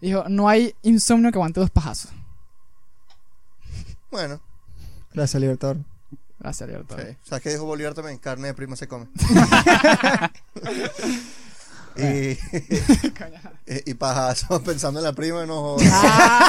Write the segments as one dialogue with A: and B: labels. A: Dijo, no hay insomnio que aguante dos pajazos.
B: Bueno,
C: Gracias, Libertador.
A: Gracias, Alberto.
B: sí. ¿sabes qué dijo Bolívar también? Carne de prima se come. y, y, y pajazo, pensando en la prima, no jodas.
A: Ah.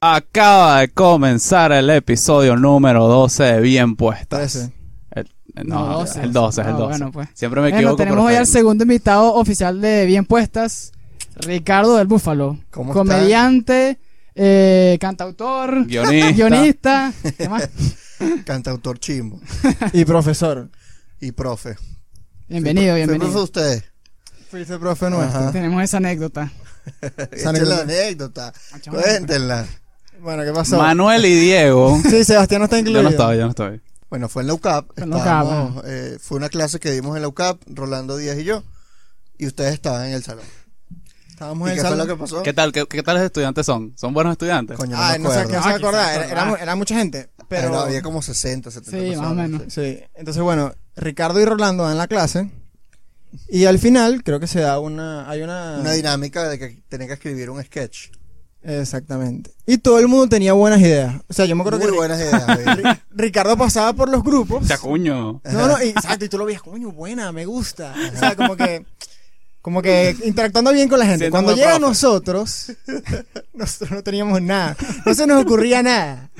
D: Acaba de comenzar el episodio número 12 de Bien Puestas.
C: 13.
D: El, no,
A: No,
D: el 12, es el
A: Ah,
D: 12.
A: bueno, pues.
D: Siempre me
A: Bueno,
D: equivoco.
A: tenemos
D: pero
A: hoy
D: está
A: al
D: bien.
A: segundo invitado oficial de Bien Puestas, Ricardo del Búfalo.
B: ¿Cómo está?
A: comediante, eh, cantautor,
D: Guionista.
A: guionista. ¿Qué más?
B: Cantautor chimbo
C: Y profesor.
B: y profe.
A: Bienvenido,
B: Fui- fui profe de
A: bienvenido.
B: ustedes.
C: Fuiste profe nuestro.
B: Ajá.
A: Tenemos esa anécdota. Ah,
B: Esa es la anécdota.
A: Chamo,
B: Cuéntenla.
C: Bueno, ¿qué pasó?
D: Manuel y Diego.
C: Sí, Sebastián no está incluido.
D: yo no estoy, yo no estoy.
B: Bueno, fue en la UCAP.
A: Fue en la UCAP, ah.
B: estábamos, eh, fue una clase que dimos en la UCAP, Rolando Díaz y yo. Y ustedes estaban en el salón.
C: Estábamos
B: ¿Y
C: en
B: qué
C: el
B: fue lo
C: salón.
B: que pasó?
D: ¿Qué tal? ¿Qué, qué tal los estudiantes son? ¿Son buenos estudiantes?
B: Coño, no
C: Ay,
B: me
C: no sé
B: acuerdo.
C: qué se
A: Ah,
C: acordaba.
A: quizás
C: Era, era mu-
A: acordaba.
C: era mucha gente. Pero.
B: Pero había como 60, 70
A: Sí, más o
B: personas.
A: menos.
C: Sí, entonces bueno, Ricardo y Rolando dan la clase y al final creo que se da una, hay una,
B: Una dinámica de que tenía que escribir un sketch.
C: exactamente. Y todo el mundo tenía buenas ideas. O sea, yo me acuerdo
B: Muy
C: que Ri-
B: buenas ideas. güey.
C: Ri- Ricardo pasaba por los grupos.
D: Chacuño.
C: No, no, y, exacto, y tú lo veías, coño, buena, me gusta. O sea, como que, como que interactuando bien con la gente.
D: Siendo
C: Cuando
D: muy
C: llega a
D: profe.
C: nosotros, nosotros no teníamos nada. No se nos ocurría nada.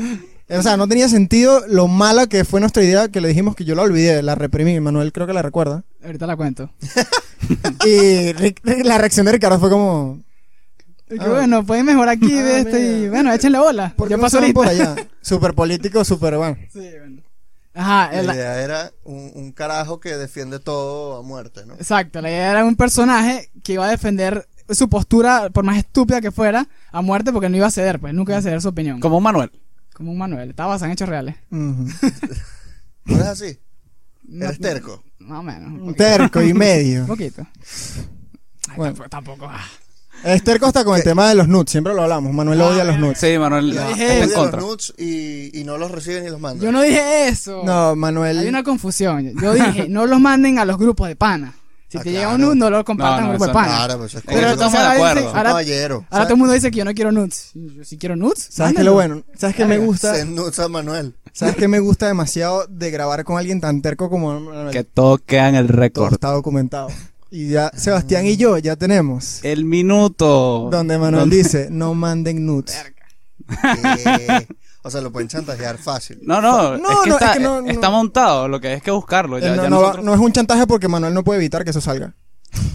C: O sea, no tenía sentido lo mala que fue nuestra idea que le dijimos que yo la olvidé, la reprimí. Manuel creo que la recuerda.
A: Ahorita la cuento.
C: Y Ric- Ric- la reacción de Ricardo fue como,
A: Y que,
C: Ah.
A: bueno, pueden mejorar aquí
C: Ah,
A: de esto y
C: mira.
A: bueno, échenle bola.
C: ¿por qué
A: Yo
C: no
A: paso
C: se van
A: ahorita.
C: por allá? Súper político, súper bueno.
A: Sí, bueno. Ajá,
B: La
A: el-
B: idea era un, un carajo que defiende todo a muerte, ¿no?
A: exacto. La idea era un personaje que iba a defender su postura, por más estúpida que fuera, a muerte porque no iba a ceder, pues nunca iba a ceder su opinión.
D: Como Manuel.
A: Como un Manuel, estaba basado en hechos reales.
C: Ujú.
B: ¿No es así?
A: No-
B: Eres terco.
A: Más o menos. Un
C: Un
A: poquito.
C: Terco y medio.
A: Un poquito. Ay,
C: Bueno.
A: tampoco. tampoco, ah.
C: Es terco hasta con el tema de los nudes, siempre lo hablamos. Manuel odia los nudes.
D: Sí, Manuel ah,
B: Ya,
A: dije
D: está en
B: odia
D: contra.
B: los nudes y, y no los reciben ni los mandan.
A: Yo no dije eso.
C: No, Manuel.
A: Hay una confusión. Yo dije, no los manden a los grupos de pana. Si
B: Ah,
A: te
B: claro.
A: llega un nude, no lo compartan
D: No,
A: a
D: no,
A: un grupo de
D: eso no.
A: pana.
B: Claro, pues eso es
D: En eso
A: Pero
B: como-
D: estamos de
A: entonces ahora
D: acuerdo.
A: dice-
B: un
A: ahora-
B: caballero.
A: Ahora todo el mundo dice que yo no quiero nudes. Yo sí quiero nudes.
C: ¿Sabes qué es lo
A: mándenlo.
C: bueno? ¿Sabes qué me gusta?
B: Se nudes a Manuel.
C: ¿Sabes qué me gusta demasiado de grabar con alguien tan terco como Manuel?
D: Que todo queda en el
C: todo
D: récord.
C: está documentado. Y ya Sebastián y yo ya tenemos
D: El minuto.
C: donde Manuel dice, "No manden nudes."
B: Eh, o sea, lo pueden chantajear fácil.
D: No, no,
C: No,
D: es que,
C: no,
D: está,
C: es que no, no.
D: está montado. Lo que es que buscarlo. Ya,
C: Eh, no,
D: ya
C: no va-
D: nosotros-
C: no es un chantaje porque Manuel no puede evitar que eso salga.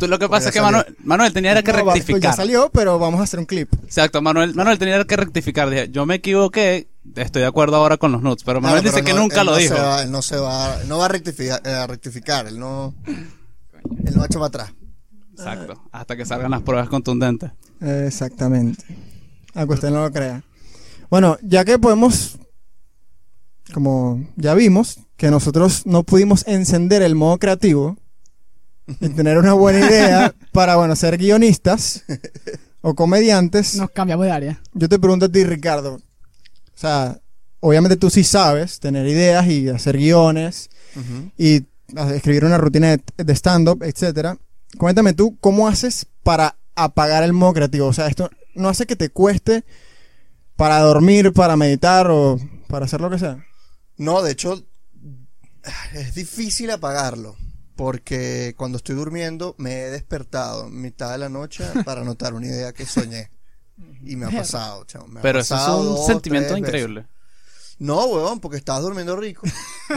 D: Tú, lo
B: Porque
D: que pasa es que
B: ya salió.
D: Manuel, Manuel tenía era que
C: No, va- pues
D: rectificar.
C: ya salió, pero vamos a hacer un clip.
D: Exacto, Manuel, Manuel tenía que rectificar. Dije, yo me equivoqué, estoy de acuerdo ahora con los nudes, pero Manuel
B: Claro, pero
D: dice que
B: no,
D: nunca
B: él
D: lo
B: no
D: dijo.
B: Se va, él no se va, no va a rectificar, eh, a rectificar, él no, él no va a echar para atrás.
D: Exacto, hasta que salgan las pruebas contundentes.
C: Eh, Exactamente. Aunque usted no lo crea. Bueno, ya que podemos, como ya vimos, que nosotros no pudimos encender el modo creativo y tener una buena idea para, bueno, ser guionistas o comediantes,
A: Nos cambiamos de área.
C: yo te pregunto a ti, Ricardo. O sea, obviamente tú sí sabes tener ideas y hacer guiones y a- escribir una rutina de, de stand-up, etcétera. Cuéntame tú, ¿cómo haces para apagar el modo creativo? O sea, esto no hace que te cueste para dormir, para meditar o para hacer lo que sea.
B: No, de hecho, es difícil apagarlo. Porque cuando estoy durmiendo me he despertado en mitad de la noche para anotar una idea que soñé. Y me ha pasado, chamo, me ha
D: Pero eso es
B: pasado
D: un
B: dos,
D: sentimiento
B: tres veces.
D: increíble.
B: No, huevón, porque estabas durmiendo rico.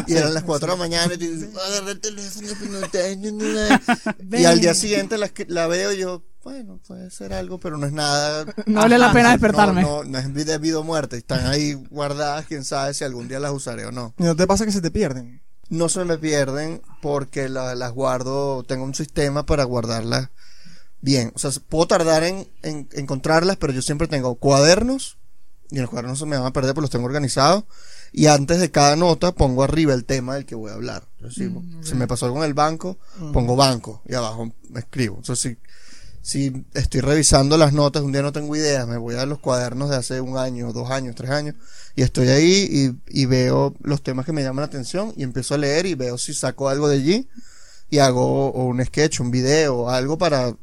B: Y eran las 4 de la mañana y te dices, agarré el teléfono, pero no te- no, no, no". Y al día siguiente la, la veo y yo, bueno, puede ser algo, pero no es nada.
A: No vale la pena
B: No,
A: despertarme.
B: No, no, es vida- vida o muerte. Están ahí guardadas, quién sabe si algún día las usaré o no.
C: ¿Y ¿No te pasa que se te pierden?
B: No se me pierden porque la- las guardo, tengo un sistema para guardarlas bien. O sea, puedo tardar en, en encontrarlas, pero yo siempre tengo cuadernos y en los cuadernos se me van a perder, pues los tengo organizados. y antes de cada nota pongo arriba el tema del que voy a hablar. Entonces, si- Si me pasó algo en el banco, pongo banco y abajo me escribo. Entonces, si, si estoy revisando las notas, un día no tengo ideas, me voy a los cuadernos de hace un año, dos años, tres años, y estoy ahí y, y veo los temas que me llaman la atención y empiezo a leer y veo si saco algo de allí y hago o un sketch, un video, algo para,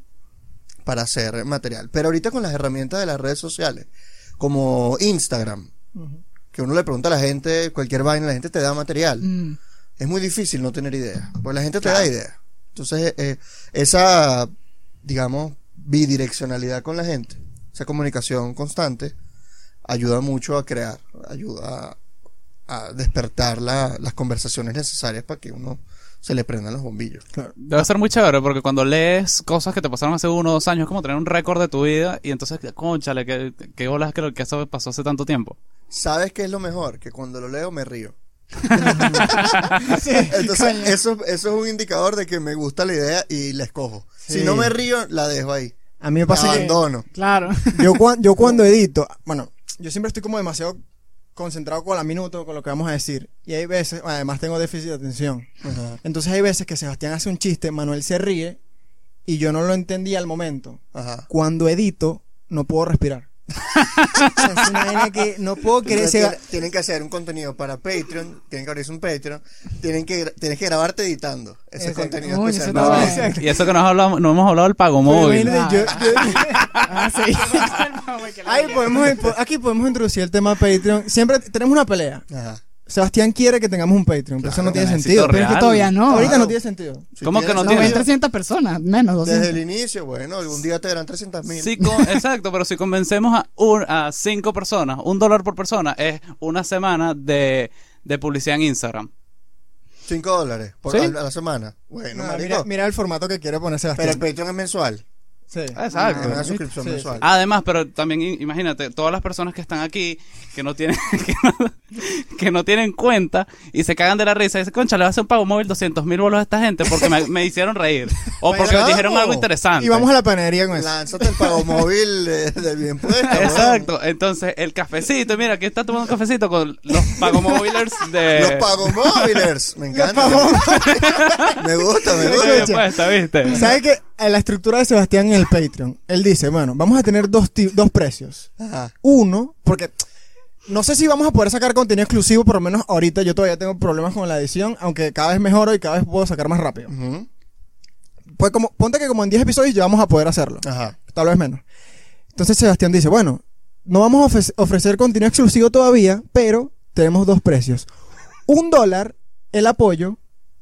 B: para hacer material. Pero ahorita con las herramientas de las redes sociales, como Instagram, que uno le pregunta a la gente cualquier vaina, la gente te da material.
A: Mm.
B: Es muy difícil no tener idea, porque la gente te da idea. Entonces, eh, esa, digamos, bidireccionalidad con la gente, esa comunicación constante, ayuda mucho a crear, ayuda a, a despertar la- las conversaciones necesarias para que uno se le prendan los bombillos.
D: Debe ser muy chévere porque cuando lees cosas que te pasaron hace uno o dos años, es como tener un récord de tu vida y entonces, conchale, qué, qué bolas que lo que eso pasó hace tanto tiempo.
B: ¿Sabes qué es lo mejor? Que cuando lo leo me río. Entonces, eso, eso es un indicador de que me gusta la idea y la escojo. Si
C: Sí.
B: no me río, la dejo ahí.
C: A mí me
B: La
C: pasa que
B: abandono.
A: Claro.
C: yo, cuan- yo cuando edito, bueno, yo siempre estoy como demasiado concentrado con la minuto, con lo que vamos a decir. Y hay veces, además tengo déficit de atención.
B: Ajá.
C: Entonces hay veces que Sebastián hace un chiste, Manuel se ríe y yo no lo entendí al momento.
B: Ajá.
C: Cuando edito, no puedo respirar. O sea, es una vaina que no puedo creer.
B: Entonces,
C: Seba-
B: tiene- tienen que hacer un contenido para Patreon, tienen que abrirse un Patreon, tienen que, gra- tienes que grabarte editando ese
C: Exacto.
B: contenido
A: Coño,
B: especial.
A: eso está
B: No,
A: bueno.
B: ese-
D: Y eso que nos hablamos, no hemos hablado del pago
C: Pero
D: móvil.
C: Pues imagínate, yo- yo-
A: Ah, sí.
C: ahí podemos, aquí podemos introducir el tema Patreon. Siempre tenemos una pelea.
B: Ajá.
C: Sebastián quiere que tengamos un Patreon, pero eso no tiene
D: necesito
C: sentido.
D: real.
A: Pero es que todavía no.
C: Ahorita
B: Claro.
C: no tiene sentido.
B: Si
D: ¿Cómo que
B: tienes
D: no
B: esa
D: tienes?
B: idea,
A: 300 personas, menos
B: Desde
A: 200.
B: el inicio, bueno, algún día te darán 300 mil.
D: Sí, con- exacto, pero si convencemos a, un- a cinco personas, un dólar por persona, es una semana de, de publicidad en Instagram.
B: 5 dólares por
D: ¿Sí?
B: a la semana. Bueno,
C: No,
B: marico,
C: Ah, mira, mira el formato que quiere poner
B: Pero
C: Sebastián.
B: el Patreon es mensual.
C: Sí.
B: Ah, Es una
D: Exacto.
B: suscripción
C: Sí, sí.
B: mensual.
D: Además, pero también i- imagínate, todas las personas que están aquí, que no tienen, que no, que no tienen cuenta y se cagan de la risa y dicen, concha, le voy a hacer un pago móvil 200 mil bolos a esta gente porque me, me hicieron reír o porque me
B: Vamos.
D: dijeron algo interesante.
C: Y vamos a la panadería
D: pues.
C: con eso.
B: Pues, Lánzate el pago móvil de, de bien puesto. weón.
D: Exacto, entonces el cafecito, mira, aquí está tomando un cafecito con los pagomóvilers de...
B: Los pago móvilers. Me encanta. me gusta, me
D: de
B: gusta.
D: Coño Cuesta, ¿viste?
C: ¿Sabes que La estructura de Sebastián en el Patreon. Él dice, bueno, vamos a tener dos, ti- dos precios.
B: Ajá.
C: Uno, porque no sé si vamos a poder sacar contenido exclusivo, por lo menos ahorita yo todavía tengo problemas con la edición, aunque cada vez mejoro y cada vez puedo sacar más rápido.
B: Ujú.
C: Pues como, ponte que como en 10 episodios ya vamos a poder hacerlo.
B: Ajá.
C: Tal vez menos. Entonces Sebastián dice, bueno, no vamos a ofre- ofrecer contenido exclusivo todavía, pero tenemos dos precios. Un dólar, el apoyo,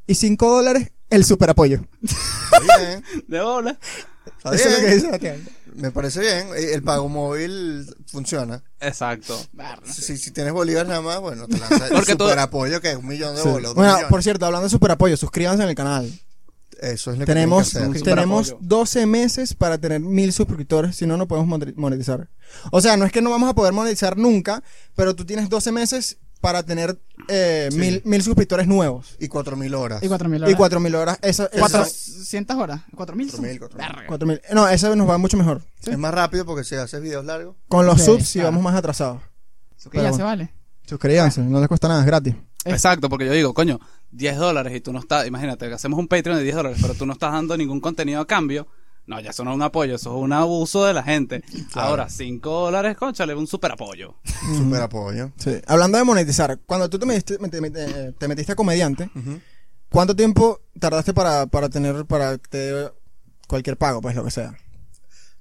C: y cinco dólares, el super apoyo.
B: Está bien.
D: De bola.
B: Está
C: Eso es lo que
B: bien.
C: dice Sebastián.
B: Me parece bien. Eh, El pago móvil funciona.
D: Exacto.
B: Si, si tienes bolívares nada más, bueno, te lanzas el
D: Porque todo-
B: super apoyo que es un millón de
C: Sí.
B: bolos. dos
C: Bueno,
B: millones.
C: por cierto, hablando de super apoyo, suscríbanse en el canal.
B: Eso es lo que
C: Tenemos,
B: tienen que hacer.
D: un
C: tenemos
D: superapoyo.
C: 12 meses para tener mil suscriptores, si no, no podemos monetri- monetizar. O sea, no es que no vamos a poder monetizar nunca, pero tú tienes 12 meses para tener eh,
B: Sí.
C: mil, mil suscriptores nuevos.
B: Y 4.000 horas.
A: Y 4.000
C: Y
A: horas.
C: 4.000 horas. Esa, esa-
A: 400 horas. 4.000. son?
B: 4.000, 4.000.
A: Verga.
C: 4.000. No, eso nos va mucho mejor.
B: Es más rápido porque si haces videos largos.
C: Con los
A: Ok,
C: subs sí
A: claro.
C: vamos más atrasados.
A: Eso que
C: Pero
A: ya
C: bueno.
A: se vale.
C: Suscríbanse, no les cuesta nada, es gratis.
A: Eh.
D: Exacto, porque yo digo, coño, 10 dólares y tú no estás, imagínate, que hacemos un Patreon de 10 dólares, pero tú no estás dando ningún contenido a cambio. No, ya eso no es un apoyo, eso es un abuso de la gente. Ahora, 5 dólares, conchale, un super apoyo.
B: Super apoyo.
C: Sí. Hablando de monetizar, cuando tú te metiste, te metiste- eh, te metiste a comediante, ¿cuánto tiempo tardaste para, para tener para que te dé cualquier pago, pues lo que sea?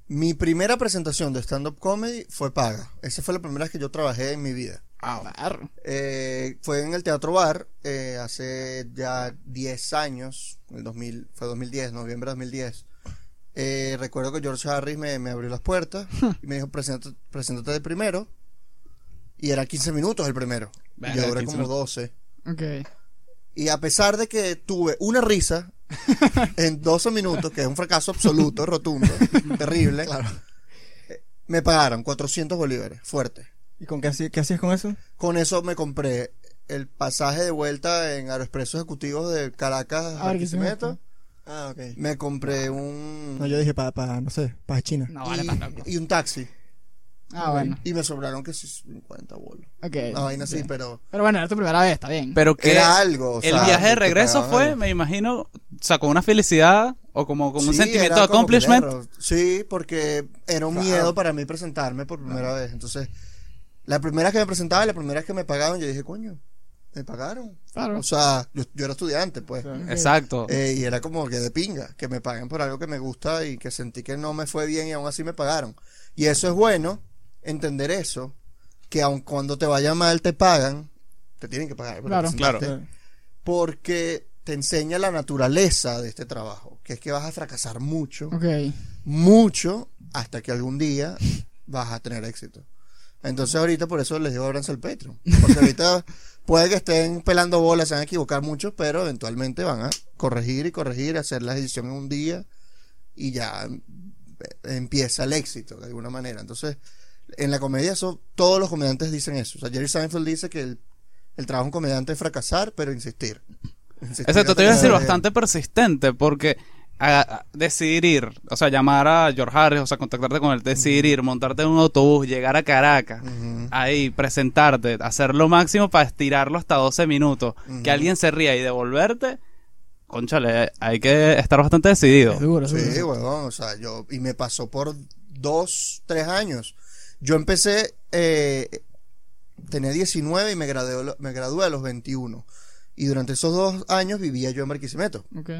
B: Mi primera presentación de stand-up comedy fue paga. Esa fue la primera vez que yo trabajé en mi vida.
A: Barro.
B: Eh, fue en el Teatro Bar eh, hace ya 10 años, el 2000, fue 2010, noviembre de 2010. Eh, recuerdo que George Harris me, me abrió las puertas y me dijo, "Presenta- preséntate de primero. Y era 15 minutos el primero.
D: Verga,
B: yo duré
D: 15
B: como 12.
A: Ok.
B: Y a pesar de que tuve una risa en 12 minutos, que es un fracaso absoluto, rotundo, terrible, eh, me pagaron 400 bolívares, fuerte.
C: ¿Y con qué, hacías- qué hacías con eso?
B: Con eso me compré el pasaje de vuelta en Aeroexpreso Ejecutivo de Caracas a
A: Ah, Barquisimeto.
B: Barquisimeto.
C: Ah, ok.
B: Me compré un.
C: No, yo dije para, para no sé, para China.
A: No vale
B: y-
A: para loco.
B: y, un taxi.
A: Ah, bueno.
B: Y me sobraron que sí 50 bolos.
A: Eh, Ok.
B: Una vaina así,
A: Bien.
B: pero
A: Pero bueno, era tu primera vez, está bien.
D: Pero que
B: era algo. o
D: el
B: sea,
D: viaje de
B: te
D: regreso
B: pagaban
D: fue,
B: algo.
D: me imagino, o sea, con una felicidad o como con un
B: Sí,
D: sentimiento
B: era
D: de
B: como
D: accomplishment.
B: perro. Sí, porque era un miedo para mí presentarme por primera vez. Entonces, la primera que me presentaba y la primera que me pagaban, yo dije, coño, me pagaron.
A: Claro.
B: O sea, yo, yo era estudiante, pues.
D: Exacto.
B: Eh, y era como que de pinga, que me paguen por algo que me gusta y que sentí que no me fue bien y aún así me pagaron. Y eso es bueno, entender eso, que aun cuando te vaya mal te pagan, te tienen que pagar. porque
A: Claro.
B: presentaste,
C: Este,
D: Claro.
B: Porque te enseña la naturaleza de este trabajo, que es que vas a fracasar mucho,
A: Ok.
B: mucho, hasta que algún día vas a tener éxito. Entonces ahorita por eso les digo abranse el Patreon. Porque ahorita puede que estén pelando bolas, se van a equivocar mucho, pero eventualmente van a corregir y corregir, hacer la edición en un día y ya em, empieza el éxito de alguna manera. Entonces, en la comedia eso, todos los comediantes dicen eso. O sea, Jerry Seinfeld dice que el, el trabajo de un comediante es fracasar, pero insistir. Insistir
D: Exacto,
B: hasta
D: te iba a
B: que
D: decir
B: logre.
D: bastante persistente porque a- a- decidir ir, o sea, llamar a George Harris, o sea, contactarte con él, decidir ir, montarte en un autobús, llegar a Caracas,
B: Ujú.
D: ahí, presentarte, hacer lo máximo para estirarlo hasta 12 minutos,
B: Ujú.
D: que alguien se ría y devolverte, conchale, hay que estar bastante decidido.
A: Es duro, es duro.
B: Sí, huevón, o sea, yo, y me pasó por dos, tres años. Yo empecé, eh, tenía 19 y me gradué, a lo- me gradué a los 21. Y durante esos dos años vivía yo en Barquisimeto.
A: Ok.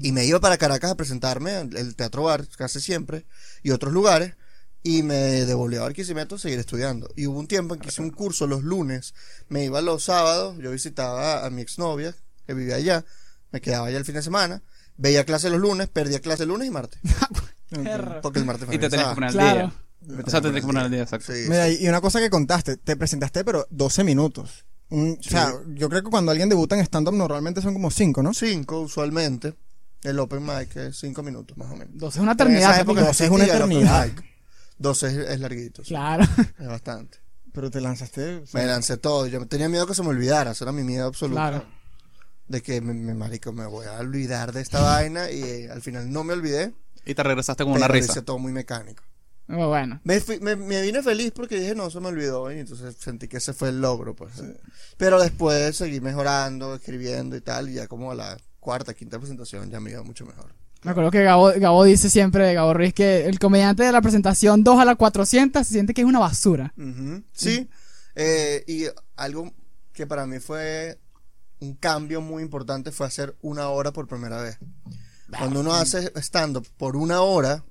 B: Y me iba para Caracas a presentarme al el Teatro Bar, casi siempre, y otros lugares. Y me devolví a Barquisimeto a seguir estudiando. Y hubo un tiempo en que hice un curso los lunes. Me iba los sábados, yo visitaba a mi exnovia, que vivía allá. Me quedaba allá el fin de semana. Veía clase los lunes, perdía clase lunes y martes. Porque el martes me
D: Y te tenés
B: regresaba.
D: que poner al
A: Claro.
D: día. O sea, te tenés que poner al día, exacto.
B: Sí,
C: Mira, y y una cosa que contaste, te presentaste, pero 12 minutos. Un- O sea, yo creo que cuando alguien debuta en stand-up normalmente son como 5, ¿no?
B: Cinco, usualmente. El open mic es cinco minutos, más o menos.
A: Entonces es una
B: En esa
A: eternidad.
B: época
A: papi.
B: no
C: es una
B: existía el open
C: eternidad.
B: mic. Dos es, es larguito, sí,
A: Claro.
B: es bastante.
C: Pero te lanzaste. o sea,
B: Me lancé todo. Yo tenía miedo que se me olvidara. Eso era mi miedo absoluto.
A: Claro.
B: De que, me, me- marico, me voy a olvidar de esta vaina. Y eh, al final no me olvidé.
D: Y te regresaste con una
B: pero lo
D: risa.
B: hice todo muy mecánico.
A: Muy bueno.
B: Me, fui- me- me vine feliz porque dije, no, se me olvidó. Y entonces sentí que ese fue el logro, pues. Pero después seguí mejorando, escribiendo y tal. Y ya como a la cuarta, quinta presentación ya me iba mucho mejor.
A: Me acuerdo que Gabo, Gabo dice siempre, Gabo Ruiz, que el comediante de la presentación 2 a la 400 se siente que es una basura.
B: Ujú, Sí. Eh, y algo que para mí fue un cambio muy importante fue hacer una hora por primera vez. Cuando uno hace stand-up por una hora,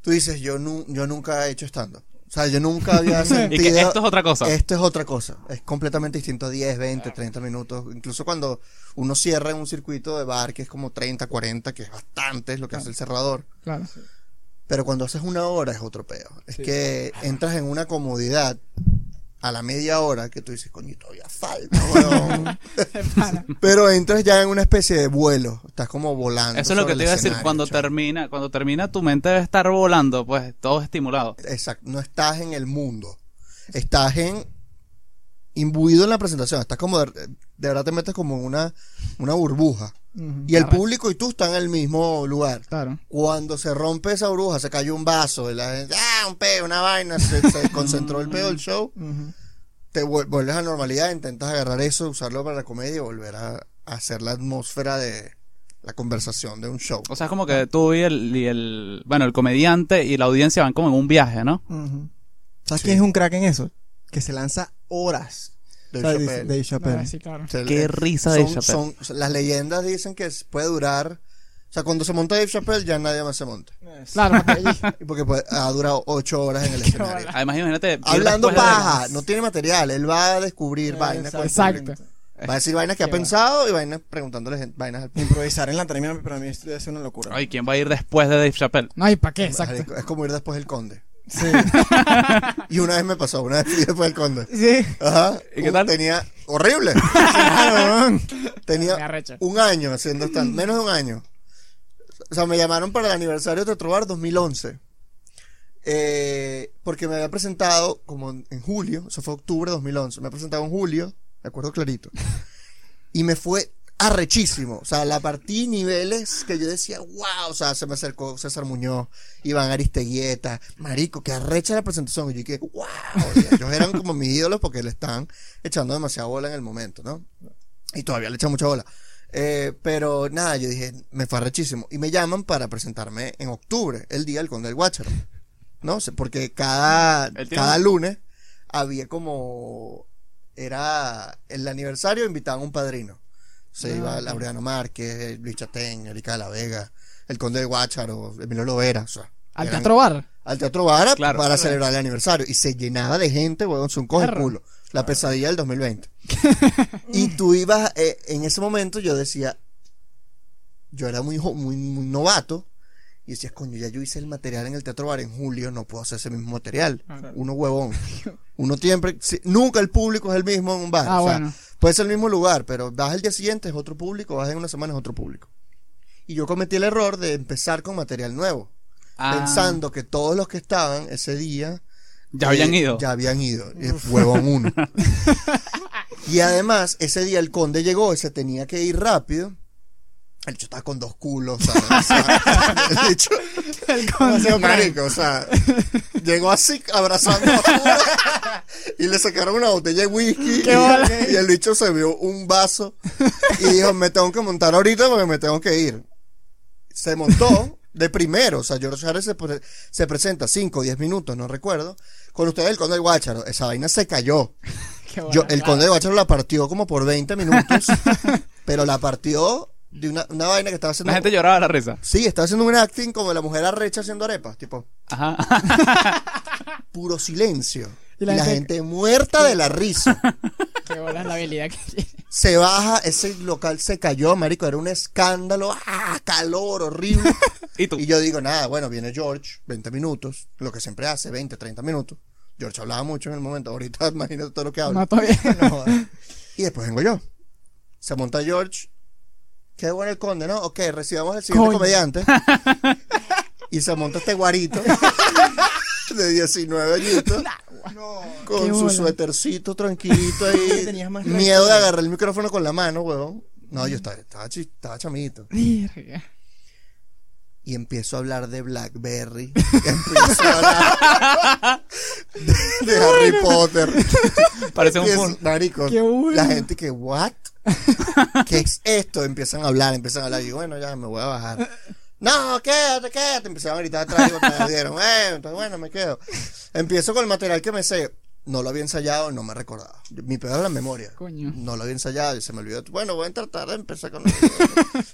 B: tú dices, yo, nu- yo nunca he hecho stand-up. O sea, yo nunca había
D: Y que
B: sentido...
D: esto es otra cosa.
B: Esto es otra cosa. Es completamente distinto a 10, 20, 30 minutos. Incluso cuando uno cierra en un circuito de bar que es como 30, 40, que es bastante, es lo que hace el cerrador.
A: Claro.
B: Pero cuando haces una hora es otro peo. Es que entras en una comodidad a la media hora que tú dices, coño, todavía falta, weón. Pero entras ya en una especie de vuelo. Estás como volando.
D: Eso es lo
B: sobre
D: que
B: el
D: te iba a decir.
B: escenario,
D: Cuando
B: chamo.
D: termina, cuando termina, tu mente debe estar volando, pues todo estimulado.
B: Exacto. No estás en el mundo. Estás en. imbuido en la presentación. Estás como. De, de verdad te metes como en una, una burbuja. Y el público y tú están en el mismo lugar.
A: Claro.
B: Cuando se rompe esa bruja, se cayó un vaso y la gente, ah, un peo, una vaina, se, se concentró el peo del show, te vuel- vuelves a la normalidad, intentas agarrar eso, usarlo para la comedia y volver a, a hacer la atmósfera de la conversación de un show.
D: O sea, es como que tú y el, y el, bueno, el comediante y la audiencia van como en un viaje, ¿no?
C: ujú. ¿Sabes
B: Sí.
C: quién es un crack en eso? Que se lanza horas.
B: Dave
C: O sea,
B: Chappelle.
C: dice- Dave Chappelle.
A: Ah, sí, claro.
B: Se-
D: Qué
B: eh,
D: risa
B: son-
D: Dave Chappelle.
B: son- las leyendas dicen que puede durar, o sea, cuando se monta Dave Chappelle ya nadie más se monta.
A: Claro, porque-
B: Y Porque pues, ha durado ocho horas en el escenario.
D: Además, imagínate. ir
B: Hablando
D: después de-
B: paja, no tiene material, él va a descubrir vainas. con el
A: Exacto.
B: Va a decir vainas que ha pensado y vainas preguntándole gen- vainas al público.
C: Improvisar en la tarima para mí esto debe ser una locura.
D: Ay, ¿quién va a ir después de Dave Chappelle?
A: No, ¿y para qué? Exacto.
B: Es como ir después del conde.
C: Sí.
B: Y una vez me pasó, una vez fui después del conde.
C: sí.
B: Ajá.
D: ¿Y qué tal?
B: Tenía horrible.
C: Claro,
A: Me
B: Tenía
A: arrecha.
B: un año haciendo stand, menos de un año. O sea, me llamaron para el aniversario de Teatro Bar 2011. Eh, porque me había presentado como en en julio, eso fue octubre de 2011, me había presentado en julio, me acuerdo clarito. Y me fue arrechísimo. O sea, la partí niveles que yo decía, wow. O sea, se me acercó César Muñoz, Iván Aristeguieta, Marico, que arrecha la presentación. Y yo dije, wow. O sea, ellos eran como mis ídolos porque le estaban echando demasiada bola en el momento, ¿no? Y todavía le echan mucha bola. Eh, pero nada, yo dije, me fue arrechísimo. Y me llaman para presentarme en octubre, el día del Conde del Guacharo. ¿No? sé, Porque cada,
D: Él tiene
B: cada
D: un-
B: lunes había como. Era el aniversario, invitaban a un padrino. Se
D: Ah,
B: iba Laureano Márquez, Luis Chateño, Erika de la Vega, el Conde del Guácharo, Emilio Lovera. O sea,
A: Al
B: eran-
A: Teatro Bar.
B: al Teatro Vara
D: Claro.
B: para celebrar el aniversario. Y se llenaba de gente, weón, un cojo de
A: Claro.
B: culo. La pesadilla del 2020. y tú ibas, eh, en ese momento yo decía, yo era muy, jo- muy, muy novato. Y decías, coño, ya yo hice el material en el Teatro Bar en julio, no puedo hacer ese mismo material.
A: Ah,
B: Uno huevón. Uno siempre, si- nunca el público es el mismo en un bar.
A: Ah,
B: o sea,
A: bueno.
B: Puede ser Pues el mismo lugar, pero vas al día siguiente es otro público, vas en una semana es otro público. Y yo cometí el error de empezar con material nuevo
D: Ah,
B: pensando que todos los que estaban ese día
D: Ya
B: eh,
D: habían ido.
B: Ya habían ido. Y Huevón uno. y además, ese día el conde llegó y se tenía que ir rápido. El hecho estaba con dos culos, ¿sabes? O sea, el hecho.
A: conde.
B: marico, o sea, llegó así abrazando a Cuba y le sacaron una botella de whisky.
A: Qué
B: y,
A: bola.
B: y el bicho se vio un vaso y dijo: Me tengo que montar ahorita porque me tengo que ir. Se montó de primero. O sea, George Harris se, pre- se presenta 5 o 10 minutos, no recuerdo. Con ustedes el Conde del Guácharo. Esa vaina se cayó.
A: Qué bueno,
B: Yo, el
A: claro.
B: Conde de Guacharo la partió como por 20 minutos, pero la partió de una, una vaina que estaba haciendo.
D: La gente lloraba de la risa.
B: Sí, estaba haciendo un acting como la mujer arrecha haciendo arepas, tipo,
D: Ajá.
B: puro silencio.
A: Y
B: Y
A: la
B: la,
A: gente-
B: gente... muerta de la risa.
A: Qué bola la habilidad que tiene.
B: Se baja, ese local se cayó, marico, era un escándalo, ¡ah! calor horrible.
D: Y tú.
B: Y yo digo, nada, bueno, viene George, 20 minutos, lo que siempre hace, 20, 30 minutos. George hablaba mucho en el momento, ahorita imagínate todo lo que habla.
A: No, todavía.
B: No jodas. y después vengo yo. Se monta George. Qué bueno el conde, ¿no? Ok, recibamos al siguiente
A: Coño.
B: comediante. y se monta este guarito de 19 añitos.
A: Qué
B: con su
A: bola.
B: suétercito tranquilito ahí.
C: Tenías más
B: miedo de agarrar el micrófono con la mano, huevón. No, yo estaba, estaba, chi- estaba chamito.
A: Virga.
B: Y empiezo a hablar de Blackberry. empiezo a hablar de, de Harry Potter.
D: Parece Este un
B: Empieza-
D: fun.
B: marico,
A: Qué bueno.
B: La gente que, ¿what? ¿Qué es esto? Empiezan a hablar, empiezan a hablar. Y yo, bueno, ya me voy a bajar. No, quédate, quédate. Empezaron a gritar atrás y me dieron. "Bueno, entonces, bueno, me quedo. Empiezo con el material que me sé. No lo había ensayado, no me recordaba. Yo- Mi peor es la memoria.
A: Coño.
B: No lo había ensayado y se me olvidó. Bueno, voy a tratar de empezar con.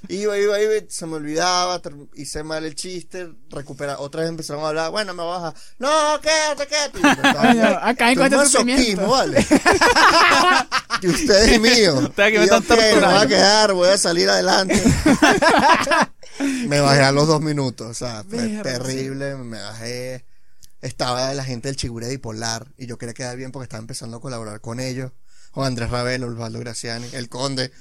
B: iba, iba, iba, y se me olvidaba. ter- Hice mal el chiste. Recupera. Otra vez empezaron a hablar. Bueno, me baja. No, quédate, quédate. Y me estaba-
A: Coño, acá hay
B: Esto es
A: cuenta de sufrimiento.
B: masoquismo, vale. que usted es mío.
D: Ustedes aquí me
B: Y yo,
D: están
B: "Ok, me voy a
D: torturando".
B: quedar, voy a salir adelante. me bajé a los dos minutos, o sea, fue
A: Verga.
B: terrible, me bajé. Estaba la gente del Chigure bipolar y yo quería quedar bien porque estaba empezando a colaborar con ellos. Juan Andrés Ravelo, Osvaldo Graciani, El Conde,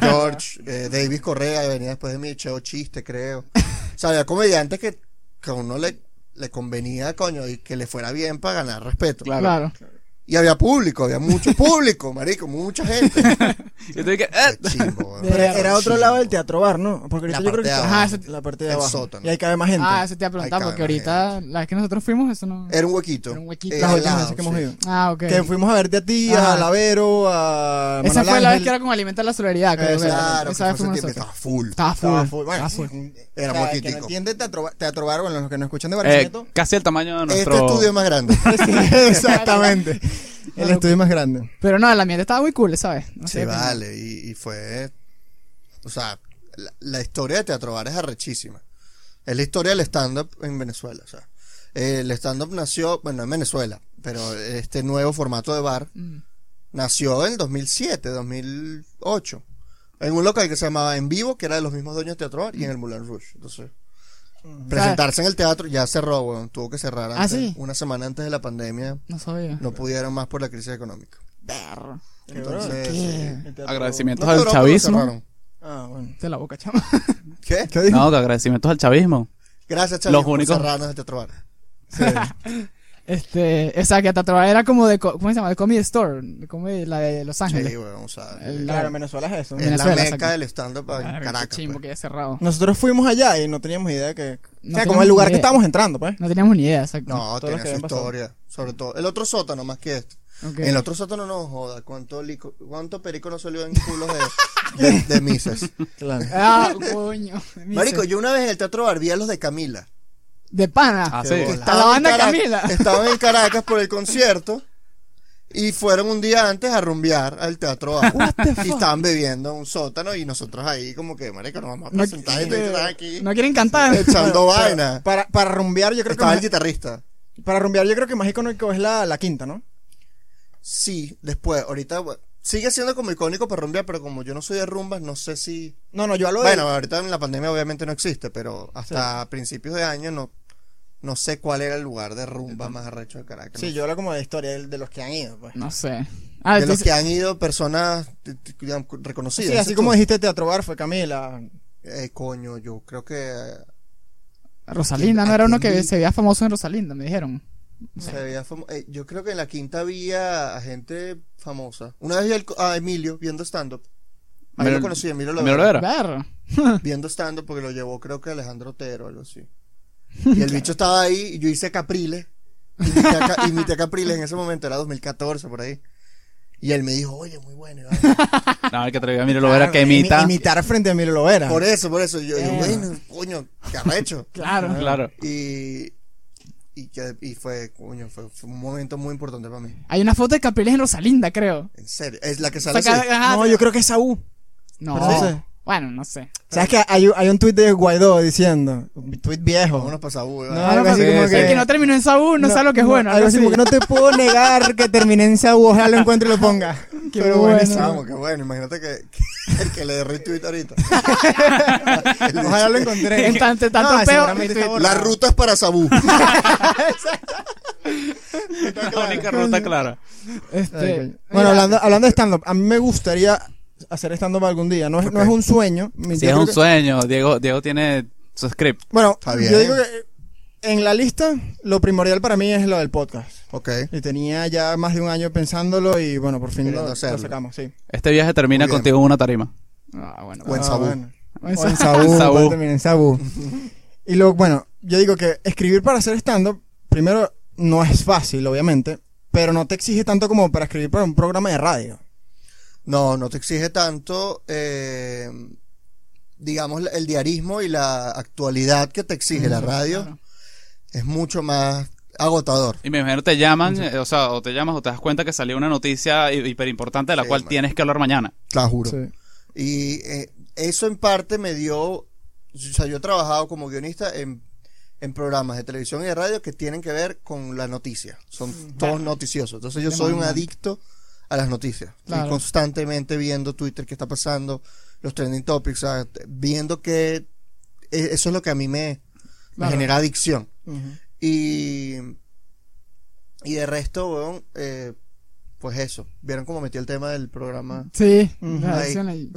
B: George, eh, Davis Correa, que venía después de mí, Cheo Chiste, creo. O sea, había comediantes que, que a uno le, le convenía, coño, y que le fuera bien para ganar respeto.
A: Claro.
B: Y había público, había mucho público, marico, mucha gente.
D: Y tú dije,
B: Qué
D: eh.
B: chimbo, weón.
C: Pero era otro
B: Chimbo.
C: lado del teatro bar, ¿no? Porque
B: La
C: ahorita yo creo
B: parte
C: que
B: de
C: está-
B: abajo.
C: Ajá, la parte de
B: El
C: abajo.
B: sótano.
C: Y ahí cabe más gente.
A: Ah, eso te iba a preguntar
B: Ahí
A: porque
B: cabe la
A: ahorita, la vez que nosotros fuimos, eso no.
B: Era un huequito.
A: Era un huequito.
B: Era
C: Las
B: al
C: últimas
B: lado,
C: veces que hemos
B: sí.
C: ido.
A: Ah, ok.
C: Que fuimos a verte a ti,
A: Ajá.
C: a Lavero, a
A: Esa
C: Manuel
A: fue la vez
C: Ángel.
A: que era con alimentar la solidaridad, creo.
C: Eso,
A: ¿verdad?
B: Eh, Claro, que
A: Esa vez
B: fue
A: fuimos
B: ese tiempo,
A: nosotros.
B: estaba full.
A: Estaba full.
C: Estaba full, bueno,
A: estaba
C: sí,
A: full.
C: un-
B: Era
C: o sea,
B: poquitico.
C: que no entiende teatro, teatro bar, bueno, los que nos escuchan
D: eh,
C: de Barquisimeto.
D: casi el tamaño de nuestro.
B: Este estudio es más grande.
C: Exactamente. El estudio más grande.
A: Pero no, la mierda estaba muy cool, ¿sabes? No
B: Sí,
A: sé,
B: vale. Y, y fue. O sea, la, la historia de Teatro Bar es arrechísima. Es la historia del stand-up en Venezuela. O sea, Eh, el stand-up nació, bueno, en Venezuela, pero este nuevo formato de bar
A: Mm,
B: nació en 2007, 2008. En un local que se llamaba En Vivo, que era de los mismos dueños de Teatro Bar, y en el Moulin Rouge. Entonces, presentarse en el teatro ya cerró, weón. Tuvo que cerrar
A: ¿Ah,
B: antes-
A: sí?
B: una semana antes de la pandemia.
A: No sabía.
B: No pudieron más por la crisis económica.
A: Perro.
B: Entonces,
A: ¿Qué?
C: El teatro-
D: Agradecimientos
B: no
D: al
B: duró, pero
D: chavismo.
B: cerraron.
C: Ah, bueno.
A: De la boca, chama.
B: ¿Qué?
C: ¿Qué dijo?
D: No, que agradecimientos al chavismo.
B: Gracias, Chavismo, este
D: Los únicos-
B: por cerrarnos el teatro bar.
C: Sí.
A: Este, esa que hasta trabajar era como de, co- ¿cómo se llama? De Comedy Store, de comedy- la de Los Ángeles.
B: Sí, weón, o sea,
A: Ah, El-
C: Claro, en Venezuela es eso.
B: es
A: Venezuela,
B: la
A: exacto.
B: meca del stand-up
A: Ah,
B: en
A: qué
B: Caracas.
A: chimbo
B: pues.
A: que ya cerrado.
C: Nosotros fuimos allá y no teníamos idea
A: No
C: que... o sea, como
A: teníamos
C: el lugar
A: idea.
C: que estábamos entrando, pues.
A: No teníamos ni idea, exacto.
B: No,
C: Todos los
B: tiene
C: que
B: su
C: habían pasado.
B: historia. Sobre todo, el otro sótano más que este.
A: Ok.
B: En el otro sótano no joda. ¿Cuánto, lico- cuánto perico no salió en culos de, de, de misas?
C: Claro.
A: Ah, coño. Dice,
B: Marico, yo una vez en el teatro Barbie a los de Camila.
A: De pana.
D: Ah,
B: que
D: sí.
B: bola.
A: Está la banda
B: Estaban en
A: Camila.
B: Caracas- Estaban en Caracas por el concierto y fueron un día antes a rumbear al teatro Barbie. y estaban bebiendo en un sótano y nosotros ahí como que, marico, nos vamos a
A: No,
B: presentar y
A: eh,
B: tú estás aquí
A: no quieren cantar.
B: echando vaina.
C: Para, para rumbear, yo creo que...
B: Estaba el
C: más-
B: guitarrista.
C: Para rumbear, yo creo que más icónico es la, la quinta, ¿no?
B: Sí, después, ahorita bueno, sigue siendo como icónico para rumbear, pero como yo no soy de rumbas, no sé si...
C: No, no, yo hablo
B: Bueno,
C: de...
B: ahorita en la pandemia obviamente no existe, pero hasta principios de año no, no sé cuál era el lugar de rumba más arrecho de Caracas.
C: Sí, yo hablo como de historia de, de los que han ido, pues.
A: No sé. Ah,
B: de los
A: entonces-
B: que han ido personas t- t- digamos,
C: Sí,
B: reconocidas.
C: así
B: ¿sí?
C: como dijiste Teatro Bar, fue Camila.
B: Eh, coño, yo creo que eh,
A: Rosalinda, no era uno que
B: Atendí.
A: se veía famoso en Rosalinda, me dijeron.
B: se veía famo- eh, yo creo que en la quinta había a gente famosa. Una vez vi al co- a Emilio viendo stand-up. Ahí
D: Emilio-
B: lo conocí, Emilio
D: Emilio
B: Lovera.
D: Lovera.
A: Claro.
B: Viendo stand-up porque lo llevó creo que Alejandro Otero o algo así. Y el bicho estaba ahí y yo hice Capriles. Imité a, Ca- imité a Capriles en ese momento, era 2014 por ahí. Y él me dijo, oye, muy bueno. y vaina.
D: No, el que atrevió a Emilio Lovera que imita.
C: Imi- Imitar frente a Emilio Lovera.
B: Por eso, por eso. Yo, yo,
A: Eh.
B: bueno, coño, ¿qué ha hecho?
A: Claro.
D: Claro.
B: Y, y, que- y fue, coño, fue, fue un momento muy importante para mí.
A: Hay una foto de Capriles en Rosalinda, creo.
B: En serio. Es la que sale
A: Saca-
B: así.
A: ajá,
C: no, yo creo que es Saúl.
A: No.
C: Pero no sé.
A: Bueno, no sé.
C: ¿Sabes que hay, hay un tuit de Guaidó diciendo? Un tuit viejo.
B: Vámonos para Saúl.
C: No,
B: ¿verdad?
C: Ah,
B: Ah,
C: algo así
D: sí,
C: como
D: sí.
A: pues, El que
C: que...
A: no terminó en Saúl no, sabe lo que es bueno.
C: Algo así como que
A: no...
C: no te puedo negar que terminé en Saúl. Ojalá lo encuentre y lo ponga.
A: Qué
C: Pero
A: bueno.
C: buenísimo.
B: Vamos, qué bueno. este, Imagínate que, que el que le dé retweet ahorita.
C: Ojalá lo encontré.
A: En tanto- tanto peo,
C: ah, seguramente está
A: retweet.
B: La
C: borrado.
B: ruta es para Saúl.
D: La única ruta clara.
C: Ay,
A: este,
C: coño.
A: mira,
C: Bueno, hablando, hablando de stand-up, a mí me gustaría hacer stand-up algún día. No es, no
B: Ok.
C: es un sueño. Mi-
D: Si
C: yo
D: es
C: creo
D: un
C: que-
D: sueño, Diego, Diego tiene su script.
C: Bueno,
B: Está bien.
C: yo digo que eh, en la lista lo primordial para mí es lo del podcast.
B: ok.
C: Y tenía ya más de un año pensándolo y bueno, por fin
B: Queriendo
C: lo, lo
B: hacerlo.
C: sacamos, sí.
D: Este viaje termina
B: Muy bien.
D: contigo en una tarima.
A: Ah, bueno.
B: Buen
C: Ah,
B: sabú.
C: bueno. O
A: Buen
C: en
D: sabú.
C: sabú,
D: Sabú.
C: puede terminar en sabú. Y luego, bueno, yo digo que escribir para hacer stand-up, primero, no es fácil, obviamente, pero no te exige tanto como para escribir para un programa de radio.
B: No, no te exige tanto, eh, digamos, el diarismo y la actualidad que te exige la radio.
A: claro.
B: Es mucho más agotador.
D: Y me imagino te llaman, eh, o sea, o te llamas o te das cuenta que salió una noticia hi- hiperimportante de la
B: Sí,
D: cual
B: man.
D: tienes que hablar mañana.
B: Te la juro.
C: Sí.
B: Y eh, eso en parte me dio, o sea, yo he trabajado como guionista en, en programas de televisión y de radio que tienen que ver con la noticia. Son todos noticiosos. Entonces yo soy un
A: Demandante.
B: adicto a las noticias. Estoy
A: Claro.
B: constantemente viendo Twitter qué está pasando, los trending topics, o sea, t- viendo que eh, eso es lo que a mí me, me
A: Claro.
B: genera adicción.
C: Ujú.
B: Y, y de resto, weón, eh, pues eso. ¿Vieron cómo metí el tema del programa?
A: Sí,
C: Ujú.
A: la
B: Ahí.
A: adicción ahí.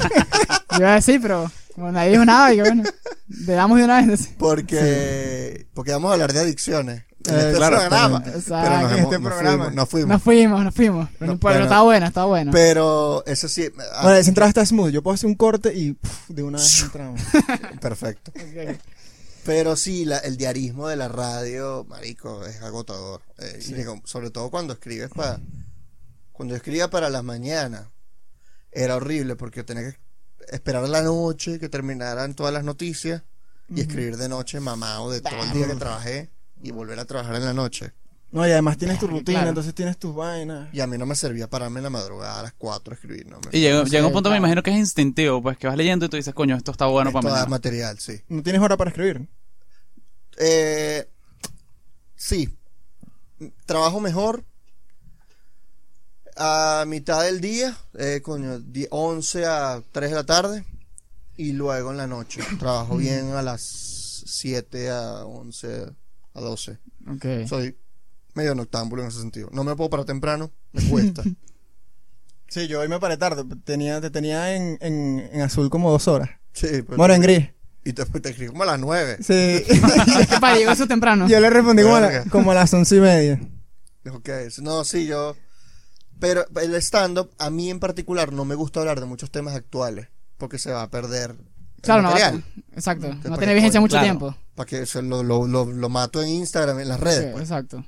A: Yo iba a decir, pero como nadie dijo nada, y bueno, le damos de una vez.
B: Porque, porque vamos a hablar de adicciones. En
C: Eh,
B: este
C: claro.
B: programa.
A: Exacto.
B: Pero nos
C: En
B: hemos-
C: este
B: nos
C: programa.
B: fuimos, nos fuimos.
A: Nos fuimos, nos fuimos. Pero
B: No,
A: no, importa,
B: bueno.
A: estaba buena, estaba buena.
B: Pero eso sí. ah,
C: Bueno, esa entrada está smooth. Yo puedo hacer un corte y puf, de una vez entramos.
B: Perfecto.
A: Ok.
B: Pero sí, la- el diarismo de la radio, marico, es agotador. Eh, y digo, sobre todo cuando escribes para. Cuando yo escribía para las mañanas, era horrible porque tenía que esperar a la noche que terminaran todas las noticias y escribir de noche mamado de todo el día que trabajé y volver a trabajar en la noche.
C: No, y además tienes tu rutina,
A: Claro.
C: entonces tienes tus vainas.
B: Y a mí no me servía pararme en la madrugada a las 4 a escribir. No me-
D: Y llega, llega un
A: sí,
D: punto,
A: claro.
D: me imagino que es instintivo, pues que vas leyendo y tú dices, coño, esto está bueno
B: Esto
D: para
B: da
D: mañana.
B: material, sí.
C: No tienes hora para escribir.
B: Eh, sí. Trabajo mejor. A mitad del día, eh, coño, di- 11 a 3 de la tarde. Y luego en la noche. Trabajo bien a las 7 a 11 a 12.
A: Ok.
B: Soy medio noctámbulo en ese sentido. No me puedo parar temprano, me cuesta.
C: Sí, yo hoy me paré tarde. Tenía, te tenía en, en, en azul como dos horas.
B: Sí, pero-
C: Bueno, en gris.
B: Y te, te escribí como a las 9.
C: Sí.
A: Ah, Epa, llegó eso temprano.
C: Yo le respondí como a, la-
B: Verga.
C: como a las once y media.
B: Ok, no, sí, yo. Pero el stand-up, a mí en particular, no me gusta hablar de muchos temas actuales, porque se va a perder. el
A: Claro, no.
B: material.
A: Exacto. No
B: para
A: tiene
B: que
A: vigencia
B: coño,
A: mucho
D: claro.
A: tiempo.
B: Para que se lo, lo, lo, lo mato en Instagram, en las redes.
A: Sí,
B: pues.
A: exacto.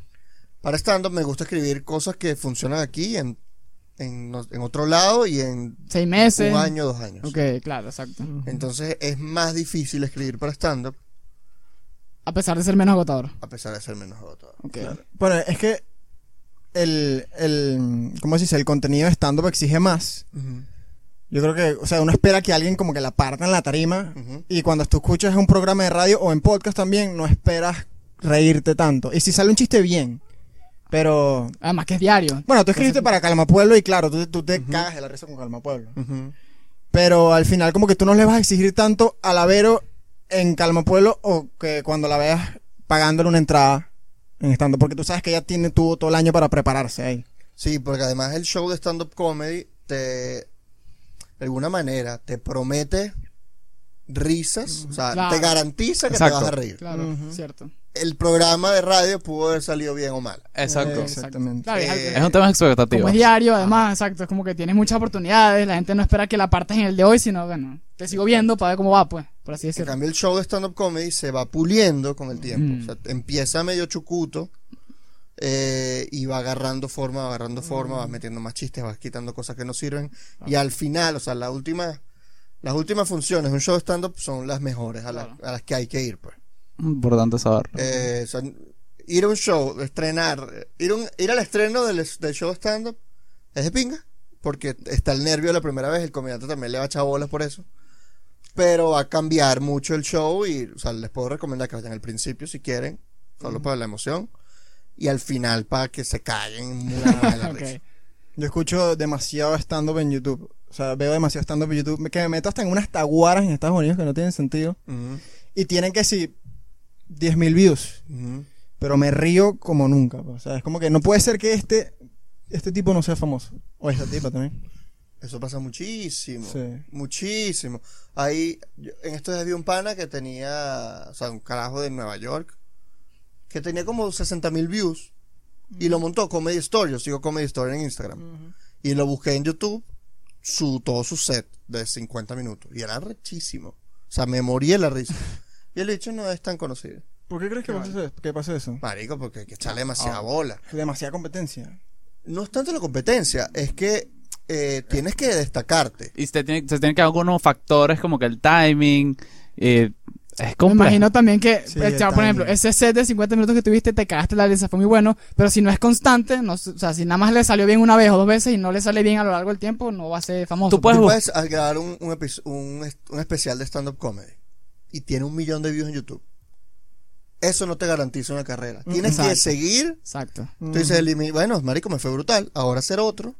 B: Para stand-up me gusta escribir cosas que funcionan aquí, en, en, no- en otro lado y en
A: Seis meses.
B: un año, dos años.
A: Ok, claro, exacto.
B: Entonces es más difícil escribir para stand-up,
A: A pesar de ser menos agotador.
B: a pesar de ser menos agotado.
A: Ok.
C: Bueno, es que el, el ¿cómo se dice? El contenido de stand-up exige más.
B: Ujú.
C: Yo creo que, o sea, uno espera que alguien como que la parta en la tarima.
B: Ujú.
C: Y cuando tú escuchas un programa de radio o en podcast también, no esperas reírte tanto. Y si sale un chiste bien, pero...
A: Además que es diario.
C: Bueno, tú escribiste para Calma Pueblo y claro, tú, tú te cagas de la risa con Calma Pueblo. Pero al final como que tú no le vas a exigir tanto al Avero en Calma Pueblo o que cuando la veas pagándole una entrada en estando. Porque tú sabes que ella tiene, tuvo todo el año para prepararse ahí.
B: Sí, porque además el show de stand-up comedy te, de alguna manera, te promete risas, o sea,
A: Claro.
B: te garantiza que
D: Exacto.
B: te vas a reír.
A: Claro, cierto.
B: El programa de radio pudo haber salido bien o mal.
D: Exacto.
C: Eh, Exactamente.
A: Claro, es
B: Eh,
A: algo-
D: Es un tema de expectativa.
A: como es diario, además, exacto. Es como que tienes muchas oportunidades. La gente no espera que la partas en el de hoy, sino, bueno, te sigo viendo para ver cómo va, pues. Por así
B: En
A: decirlo.
B: cambio, el show de stand-up comedy se va puliendo con el tiempo. O sea, empieza medio chucuto eh, y va agarrando forma, va agarrando forma, vas metiendo más chistes, vas quitando cosas que no sirven. Y al final, o sea, la última, las últimas funciones de un show de stand-up son las mejores, a, las- a las que hay que ir, pues.
D: Importante saber.
B: Eh, o sea, ir a un show, estrenar, ir, a un- ir al estreno del, del show stand-up es de pinga, porque está el nervio la primera vez, el comediante también le va a echar bolas por eso. Pero va a cambiar mucho el show y o sea, les puedo recomendar que vayan al principio si quieren, solo para la emoción, y al final para que se caguen mueran de la
A: Ok.
B: risa.
C: Yo escucho demasiado stand-up en YouTube. O sea, veo demasiado stand-up en YouTube. Que me meto hasta en unas taguaras en Estados Unidos que no tienen sentido.
B: Ujú,
C: Y tienen que sí 10.000 views.
B: ujú.
C: Pero me río como nunca. pues. O sea, es como que no puede ser que este, este tipo no sea famoso. O esta tipa también.
B: Eso pasa muchísimo.
C: Sí.
B: Muchísimo. Ahí, yo- en estos días vi un pana que tenía, o sea, un carajo de Nueva York, que tenía como 60 mil views y lo montó Comedy Story. Yo sigo Comedy Story en Instagram. Y lo busqué en YouTube, su, todo su set de 50 minutos. Y era rechísimo. O sea, me morí de la risa. y el bicho no es tan conocido.
C: ¿Por qué crees que, pasa eso? que pasa eso?
B: Marico, porque hay que echarle demasiada bola.
C: Demasiada competencia.
B: No es tanto la competencia, es que eh, tienes que destacarte.
D: Y se, tiene, se tienen que dar algunos factores como que el timing. eh, es
A: Me
D: complejo.
A: imagino también que,
C: Sí,
A: eh,
C: el
A: chaval, por ejemplo,
C: timing.
A: ese set de 50 minutos que tuviste, te cagaste la risa, fue muy bueno, pero si no es constante, no, s- o sea, si nada más le salió bien una vez o dos veces y no le sale bien a lo largo del tiempo, no va a ser famoso. pues.
D: Tú puedes
B: Tú
D: bu-
B: puedes a- grabar un, un, epi- un es- un especial de stand-up comedy y tiene un millón de views en YouTube. Eso no te garantiza una carrera. Tienes que
A: Exacto.
B: seguir.
A: Exacto,
C: Mm.
B: Tú dices, "Elimi- bueno, marico, me fue brutal. Ahora hacer otro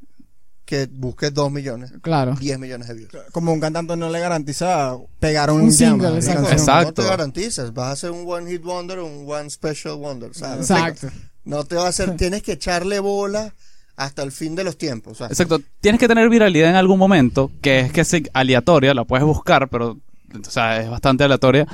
B: que busque 2 millones,
A: claro.
B: 10 millones de views.
C: Como un cantante no le garantiza pegar un,
A: Un single,
C: llama, una
A: exacto.
C: canción.
D: Exacto.
B: No te garantizas. Vas a hacer un one hit wonder, un one special wonder. ¿sabes?
A: Exacto.
B: No te va a hacer. Tienes que echarle bola hasta el fin de los tiempos. o sea,
D: Exacto. Tienes que tener viralidad en algún momento, que es que es aleatoria, la puedes buscar, pero o sea, es bastante aleatoria.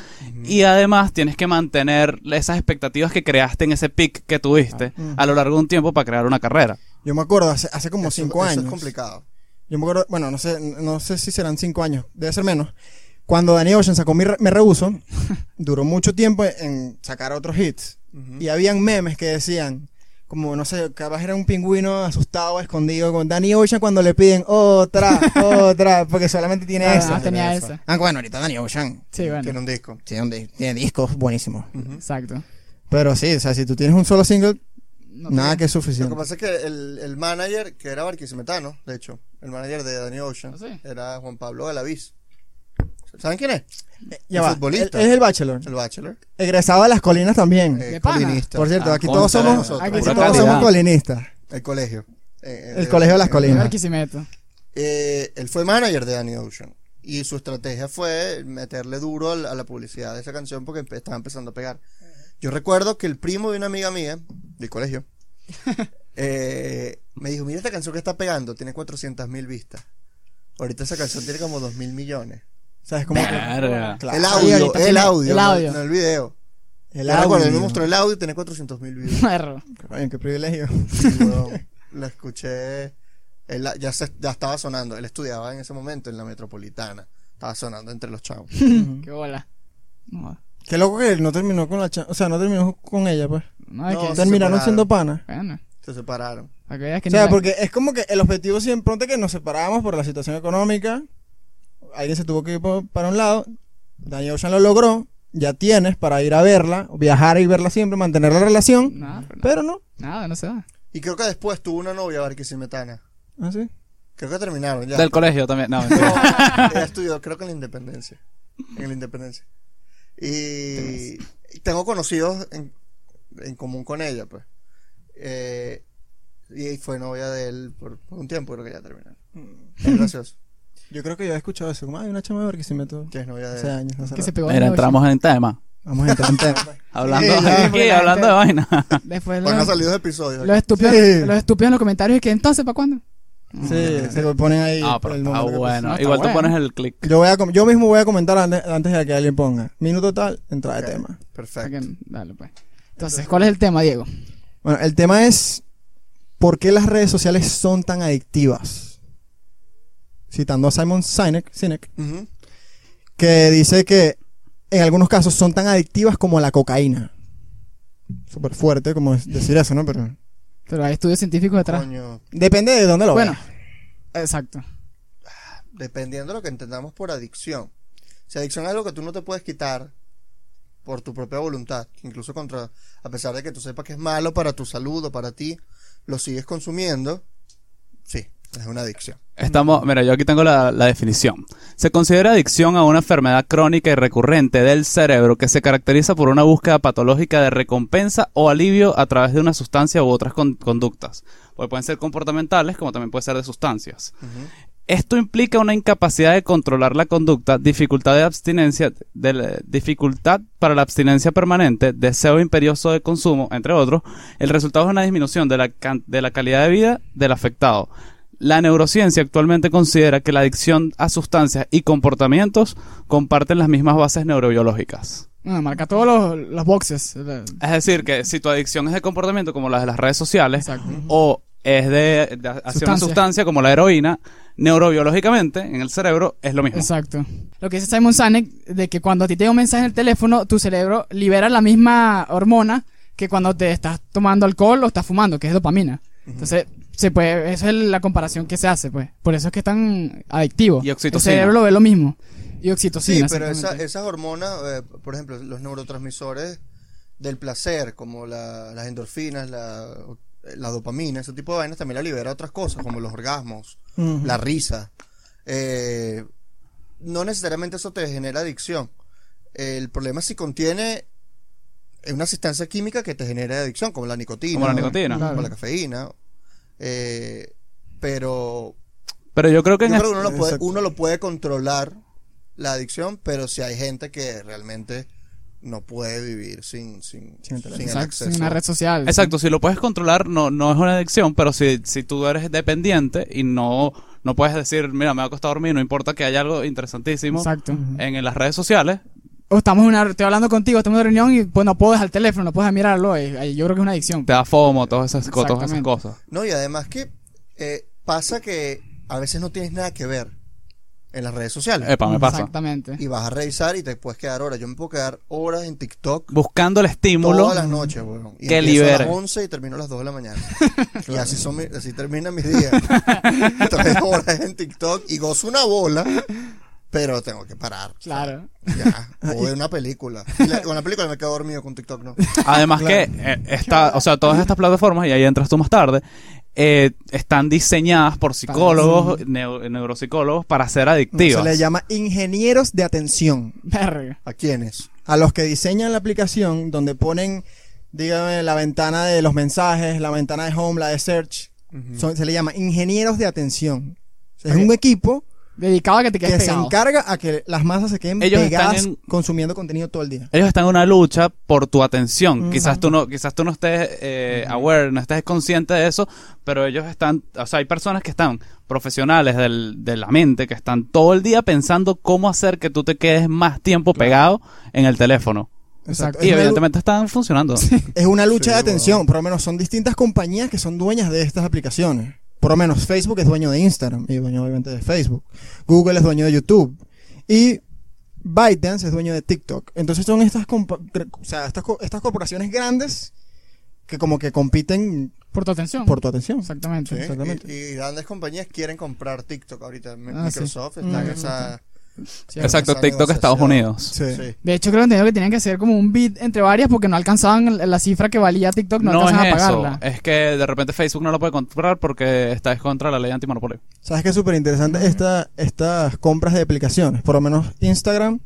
D: Y además tienes que mantener esas expectativas que creaste en ese pick que tuviste a lo largo de un tiempo para crear una carrera.
C: Yo me acuerdo, hace, hace como
B: eso-
C: cinco
B: eso
C: años.
B: es complicado.
C: Yo me acuerdo, bueno, no sé, no sé si serán cinco años, debe ser menos. Cuando Danny Ocean sacó mi Re- Me Rehuso, duró mucho tiempo en sacar otros hits. Y habían memes que decían, como, no sé, capaz era un pingüino asustado, escondido, con Danny Ocean cuando le piden otra, otra, porque solamente tiene
A: Nada
C: esa.
A: más tenía esa.
C: Ah, bueno, ahorita Danny Ocean
A: Sí, bueno.
B: Tiene un disco.
C: tiene, un di- tiene discos buenísimos.
A: Exacto.
C: Pero sí, o sea, si tú tienes un solo single, nada que es
B: Lo que
C: suficiente.
B: pasa es que el, el manager, que era barquisimetano, de hecho, el manager de Danny Ocean,
A: ¿Ah, sí?
B: era Juan Pablo Galaviz. ¿Saben quién es?
C: Eh, Ya
B: el
C: va,
B: futbolista.
C: él- Es el Bachelor.
B: El Bachelor.
C: Egresado de las colinas también.
B: eh,
A: ¿De pana?
B: colinista.
C: Por cierto,
D: Ah,
C: aquí
D: contra
C: todos
B: de
C: somos,
B: nosotros.
C: aquí
D: Pura
C: todos somos
D: calidad.
C: colinistas.
B: El colegio. Eh, eh,
C: El colegio de las
B: eh,
A: A
C: colinas.
A: ver, Quisimeto.
B: eh, él fue manager de Danny Ocean. Y su estrategia fue meterle duro al- a la publicidad de esa canción porque empe- estaba empezando a pegar. Yo recuerdo que el primo de una amiga mía, del colegio, eh, me dijo, mira esta canción que está pegando, tiene 400 mil vistas. Ahorita esa canción tiene como 2 mil millones.
C: sea, es como que-
D: Verga.
C: Claro.
B: El
A: Sí,
B: audio,
A: ahorita
B: el
A: tiene-
B: audio,
A: el
B: no-
A: audio.
B: No, el video.
C: El
B: Yo recuerdo,
C: audio.
B: me mostró el audio y tenía 400 mil views.
A: Perro.
C: Coño, qué privilegio.
B: Sí, weón. la escuché. él la- ya, se- ya estaba sonando. Él estudiaba en ese momento en la metropolitana. Estaba sonando entre los chavos.
A: Qué bola. No,
C: Qué loco que él no terminó con la cha- O sea, no terminó con ella, pues.
A: no es
B: No,
A: que.
B: se
C: Terminaron
B: separaron.
C: siendo pana.
A: Bueno,
B: Se separaron.
A: para que veas que
C: O
A: ni
C: sea,
A: la-
C: porque es como que el objetivo siempre, pronto que nos separábamos por la situación económica, alguien se tuvo que ir po- para un lado, Daniel Ocean lo logró, ya tienes para ir a verla, viajar y verla siempre, mantener la relación,
A: No, pero no.
C: pero no,
A: Nada, no se da.
B: Y creo que después tuvo una novia barquisimetana.
C: así.
B: Creo que terminaron ya.
D: Del colegio también. No,
B: No,
D: mentira.
B: ella estudió, creo que en la Independencia. En la Independencia. Y tengo conocidos en, en común con ella, pues. Eh, y fue novia de él por, por un tiempo, creo que ya terminaron. Es gracioso.
C: Mm, Yo creo que yo he escuchado eso, como, hay una chama de Barquisimeto
B: Que es novia de
C: hace
B: él.
C: años. hace
A: Que se
C: rato".
A: pegó.
D: Mira,
A: en la
D: entramos en tema.
C: Vamos a entrar en tema. pues.
D: Hablando,
B: Sí, ya.
D: aquí, hablando de vaina.
A: noche. Después
B: Van a
A: los,
B: salir los episodios.
A: los estúpidos,
C: Sí.
A: los estúpidos en los comentarios. que entonces para cuándo?
C: Sí, se lo ponen ahí.
D: Ah,
C: por
D: pero
C: el
D: está
C: momento que
D: bueno.
A: No, está
D: Igual tú
A: bueno.
D: pones el click.
C: puse. Yo, voy a com- yo mismo voy a comentar ante- antes de que alguien ponga. Minuto tal, entrada
B: Ok.
C: de tema.
A: Para que-
B: Perfecto.
A: Dale, pues. Entonces, ¿cuál es el tema, Diego?
C: Bueno, el tema es ¿por qué las redes sociales son tan adictivas? Citando a Simon Sinek, Sinek,
B: Ujú.
C: que dice que en algunos casos son tan adictivas como la cocaína. Súper fuerte como es decir eso, ¿no? Pero
A: Pero hay estudios científicos detrás.
B: Coño,
C: depende de dónde lo
A: Bueno,
C: veas.
A: exacto.
B: dependiendo de lo que entendamos por adicción. Si adicción es algo que tú no te puedes quitar por tu propia voluntad, que incluso contra, a pesar de que tú sepas que es malo para tu salud o para ti, lo sigues consumiendo, sí, es una adicción.
D: Estamos, mira, yo aquí tengo la, la definición. Se considera adicción a una enfermedad crónica y recurrente del cerebro que se caracteriza por una búsqueda patológica de recompensa o alivio a través de una sustancia u otras con- conductas. Porque pueden ser comportamentales, como también puede ser de sustancias. Esto implica una incapacidad de controlar la conducta, dificultad de abstinencia, de la- dificultad para la abstinencia permanente, deseo imperioso de consumo, entre otros. El resultado es una disminución de la, can- de la calidad de vida del afectado. La neurociencia actualmente considera que la adicción a sustancias y comportamientos comparten las mismas bases neurobiológicas.
A: Bueno, marca todos los, los boxes. la-
D: Es decir, que si tu adicción es de comportamiento como la de las redes sociales
A: Exacto.
D: o es de, de hacia una
A: Sustancia.
D: sustancia como la heroína, neurobiológicamente en el cerebro es lo mismo.
A: Exacto. Lo que dice Simon Sinek, de que cuando a ti te llega un mensaje en el teléfono, tu cerebro libera la misma hormona que cuando te estás tomando alcohol o estás fumando, que es dopamina. Entonces, se puede, esa es la comparación que se hace, pues. Por eso es que es tan adictivo.
D: Y oxitocina.
A: El cerebro lo ve lo mismo. Y
B: Sí,
A: oxitocina.
B: pero esa-
A: exactamente.
B: esas hormonas, eh, por ejemplo, los neurotransmisores del placer, como la- las endorfinas, la, la dopamina, ese tipo de vainas, también la libera otras cosas, como los orgasmos,
C: Ujú.
B: la risa. Eh, no necesariamente eso te genera adicción. El problema es si contiene una sustancia química que te genera adicción, como la nicotina.
D: Como la nicotina.
B: Como
A: Claro.
B: la cafeína. Eh, pero
D: Pero yo creo que
B: yo
D: en
B: creo
D: es-
B: que uno lo, puede,
C: Exacto.
B: uno lo puede controlar la adicción, pero si hay gente que realmente no puede vivir sin, sin,
C: Sin internet.
B: sin el
A: Exacto,
B: acceso.
A: en una red social. sí.
D: Exacto, si lo puedes controlar no, no es una adicción, pero si, si tú eres dependiente y no, no puedes decir, mira, me va a costar dormir, no importa que haya algo interesantísimo
A: Exacto.
D: en, en las redes sociales,
A: O estamos en una, estoy hablando contigo, estamos en una reunión y pues no puedo dejar el teléfono, no puedo dejar mirarlo. eh, eh, Yo creo que es una adicción.
D: te da FOMO, todas esas, co- todas esas
A: Exactamente.
D: cosas.
B: No, y además que eh, pasa que a veces no tienes nada que ver en las redes sociales.
D: Epa, me pasa.
A: Exactamente.
B: Y vas a revisar y te puedes quedar horas. Yo me puedo quedar horas en TikTok
D: Buscando el estímulo.
B: todas las noches, weón. Y empiezo
D: Que
B: a
D: libere.
B: las 11 y termino a las 2 de la mañana. y así, son mi- así terminan mis días. Tres horas en TikTok y gozo una bola, pero tengo que parar.
A: Claro.
B: Ya, o de una película. Y la- con la película me quedo dormido con TikTok, ¿no?
D: Además que eh, está, o sea, todas estas plataformas, y ahí entras tú más tarde, eh, están diseñadas por psicólogos, neu- neuropsicólogos, para ser
C: Se
D: adictivas.
C: le llama ingenieros de atención.
A: Verga.
B: ¿A quiénes?
C: a los que diseñan la aplicación donde ponen, dígame, la ventana de los mensajes, la ventana de home, la de search, son- se le llama ingenieros de atención. O sea, es
A: Ok.
C: un equipo
A: dedicado a que te quedes
C: que se
A: pegado.
C: encarga a que las masas se queden
D: Ellos están
C: pegadas
D: en-
C: consumiendo contenido todo el día.
D: Ellos están en una lucha por tu atención.
C: Ujú.
D: Quizás tú no, quizás tú no estés eh, aware, no estés consciente de eso, pero ellos están, o sea, hay personas que están profesionales del- de la mente que están todo el día pensando cómo hacer que tú te quedes más tiempo pegado en el teléfono.
A: Exacto.
C: Es
D: y
C: una lu-
D: evidentemente están funcionando.
C: Es una lucha de
B: Sí,
C: atención,
B: wow.
C: por lo menos son distintas compañías que son dueñas de estas aplicaciones. Por lo menos Facebook es dueño de Instagram y dueño obviamente de Facebook. Google es dueño de YouTube y ByteDance es dueño de TikTok. Entonces son estas, compa- o sea, estas, co- estas corporaciones grandes que como que compiten
A: Por tu atención.
C: por tu atención.
A: Exactamente.
B: Sí,
C: Exactamente.
B: Y, y grandes compañías quieren comprar TikTok ahorita. Mi-
A: Ah, sí.
B: Microsoft está en
C: Mm.
B: esa.
A: Sí.
D: Exacto,
B: esa
D: TikTok Estados
B: negociación.
D: Unidos.
C: Sí.
B: Sí.
A: De hecho, creo que entendí que tenían que hacer como un bid entre varias porque no alcanzaban la cifra que valía TikTok, no,
D: No es
A: alcanzaban a
D: eso,
A: pagarla.
D: es que de repente Facebook no lo puede comprar porque está es contra la ley antimonopolio.
C: ¿Sabes qué es súper interesante? Esta, estas compras de aplicaciones. Por lo menos Instagram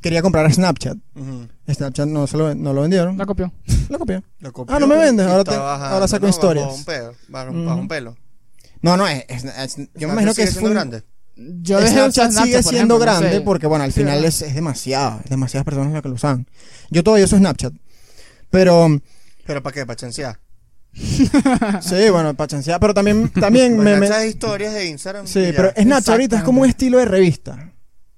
C: quería comprar a Snapchat.
B: Ujú.
C: Snapchat no, se lo, no lo
D: eh.
C: vendieron.
A: La copió.
C: Lo copió.
B: Lo
C: Ah, no me
B: copió y-
C: vendes,
B: y
C: ahora
B: está
C: te-
B: bajando,
C: ahora saco
B: ¿no?
C: historias.
B: Bajo un pelo. Bajo,
C: Ujú.
B: bajo un pelo.
C: No, no, es, es- es- yo me
B: Snapchat
C: imagino que
B: sigue
C: es
B: siendo
C: full-
B: grande.
A: Yo dejé de
C: Snapchat,
A: usar
C: sigue
A: por
C: siendo
A: ejemplo, no
C: grande
A: sé.
C: porque, bueno, al
A: Sí,
C: final
A: ¿verdad?
C: es, es demasiado, es demasiadas personas las que lo usan. Yo todavía uso Snapchat. Pero,
B: ¿Pero para qué? ¿Para chancear?
C: sí, bueno, para chancear, pero también, también
B: Para
C: me, me-
B: esas historias de Instagram.
C: Sí,
B: y ya.
C: pero Snapchat ahorita es como un estilo de revista.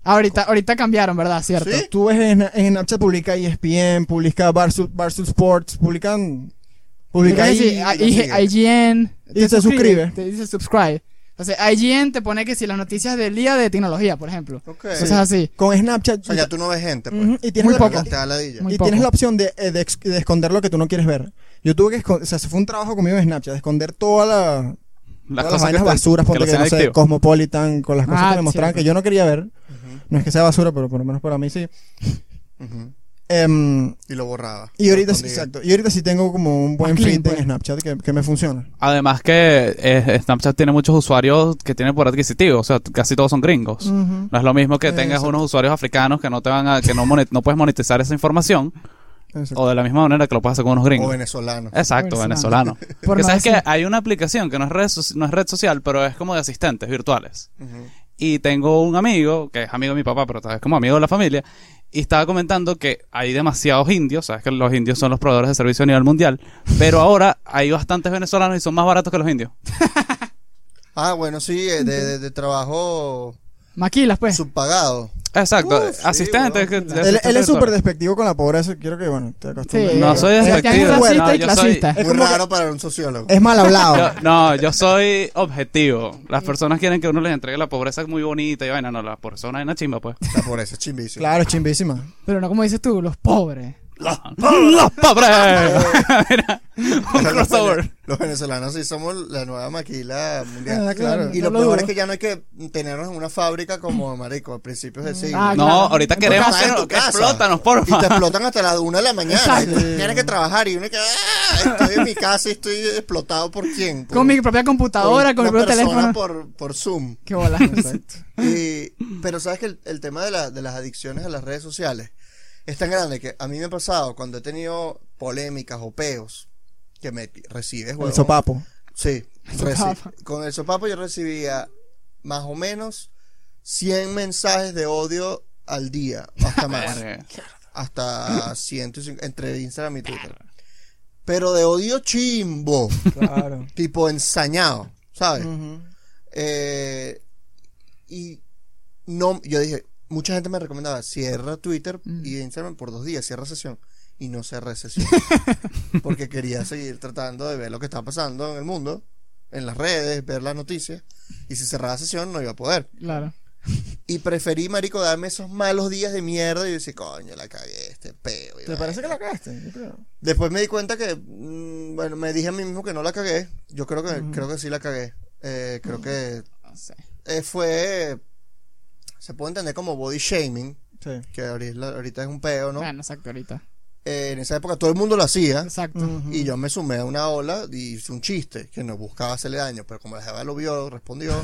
A: Ahorita, ahorita cambiaron, ¿verdad? Cierto.
B: ¿Sí?
C: Tú ves en, en Snapchat publica E ESPN, publica Barstool, Barstool Sports, publican... Publica
A: Publica
C: ahí-
A: sí, ah,
B: y lo
A: IG
B: sigue.
A: IGN.
C: Y te suscribe.
A: Te dice subscribe. O sea, IGN te pone que si las noticias del día de tecnología, por ejemplo.
B: Ok.
A: Cosas así.
C: con Snapchat...
B: O sea, ya tú no ves gente, pues.
C: Ujú, y tienes
A: Muy
C: la-
A: poco.
B: Te da ladilla.
A: Muy
C: y tienes
A: poco.
C: la opción de, eh, de ex- de esconder lo que tú no quieres ver. Yo tuve que esconder, o sea, fue un trabajo conmigo en Snapchat, de esconder toda la,
D: Las
C: todas las
D: cosas que
C: vainas
D: están-
C: basuras,
D: que
C: ponte
D: lo
C: que,
D: sean
C: no sé,
D: adictivo.
C: Cosmopolitan, con las cosas
A: Ah,
C: que me mostraban
A: cierto.
C: que yo no quería ver. No es que sea basura, pero por lo menos para mí sí.
B: Ujú.
C: Em,
B: Y lo borraba.
C: y ahorita
B: Lo
C: sí,
B: escondía.
C: exacto. Y ahorita sí tengo como un buen
A: Más clean,
C: feed
A: pues.
C: en Snapchat que, que me funciona.
D: Además que eh, Snapchat tiene muchos usuarios que tienen por adquisitivo, o sea, t- casi todos son gringos.
A: Mm.
D: No es lo mismo que
C: Eh,
D: tengas
C: exacto.
D: unos usuarios africanos que no te van a, que no, monet- no puedes monetizar esa información,
C: Exacto.
D: o de la misma manera que lo puedes hacer con unos
B: O
D: gringos.
B: venezolano.
D: Exacto,
A: Venezolano.
D: venezolano.
A: Por
D: Porque
A: no
D: sabes
A: decir-
D: que hay una aplicación que no es red, so- no es red social, pero es como de asistentes virtuales.
B: Ujú.
D: Y tengo un amigo, que es amigo de mi papá, pero es como amigo de la familia, y estaba comentando que hay demasiados indios, sabes que los indios son los proveedores de servicio a nivel mundial, pero ahora hay bastantes venezolanos y son más baratos que los indios.
B: Ah, bueno, sí, eh, de, de- de trabajo
A: Maquilas, pues.
B: subpagado.
D: Exacto,
B: Uf, sí,
D: asistentes.
B: weón.
D: que-
B: Él-
C: Él,
D: asistentes
C: él es súper
D: virtuales.
C: despectivo con la pobreza. Quiero que, bueno, te acostumbres.
A: Sí.
D: No soy
C: Es-
A: Sebastián
D: despectivo.
A: Es racista
D: No,
A: y
D: yo soy-
A: clasista.
C: Es
B: Muy
C: como que- Eh.
B: raro para un sociólogo.
C: Es mal hablado.
D: Yo- no, yo soy objetivo. Las personas quieren que uno les entregue la pobreza muy bonita y vaina, no, la pobreza es una vaina chimba, pues.
B: Está por eso, chimbicio.
C: claro, es chimbísima.
A: Pero no como dices tú, los pobres.
D: ¡Los pobres! Mira, un
B: Los
D: crossover.
B: vene- Los venezolanos sí somos la nueva maquila mundial.
C: Ah, claro.
B: Y
A: No
B: lo
A: lo
B: peor
A: dudo.
B: es que ya no hay que tenernos en una fábrica como marico a principios del siglo.
A: Ah,
D: No,
A: claro.
D: ahorita
A: Tú
D: queremos
B: estás
D: que
B: en
D: no,
B: tu casa.
D: explótanos,
B: Y te
D: porfa.
B: explotan hasta las una de la mañana.
A: Exacto.
B: Tienes que trabajar y uno que "Ah, estoy en mi casa y estoy explotado por quién. Por-
A: Con mi propia computadora, con mi
B: una
A: propio
B: persona
A: teléfono.
B: por, por Zoom.
A: Qué bola.
B: Y- pero sabes que el, el tema de, la- de las adicciones a las redes sociales es tan grande que a mí me ha pasado cuando he tenido polémicas o peos que me t- recibes,
C: El
B: huevón.
C: sopapo.
B: Sí, reci-
A: sopapo.
B: con el sopapo yo recibía más o menos 100 mensajes de odio al día, hasta más,
D: Verga.
B: hasta 150, entre Instagram y Twitter. Pero de odio chimbo,
C: Claro.
B: tipo ensañado, ¿sabes? Eh, y no, yo dije, mucha gente me recomendaba, cierra Twitter y Instagram por dos días, cierra sesión. Y no cerré sesión. porque quería seguir tratando de ver lo que estaba pasando en el mundo, en las redes, ver las noticias. Y si cerraba sesión no iba a poder.
A: Claro.
B: Y preferí, marico, darme esos malos días de mierda y decir, coño, la cagué, este peo. y
C: ¿Te
B: vaina".
C: parece que la cagaste? Yo creo.
B: Después me di cuenta que, mm, bueno, me dije a mí mismo que no la cagué. Yo creo que, creo que sí la cagué. Eh, creo que
A: No sé.
B: eh, fue. Se puede entender como body shaming,
C: Sí.
B: que ahorita, ahorita es un peo, ¿no?
A: Bueno, exacto, ahorita.
B: Eh, en esa época todo el mundo lo hacía.
A: Exacto.
B: Y yo me sumé a una ola y hice un chiste que no buscaba hacerle daño, pero como la jeva lo vio, respondió,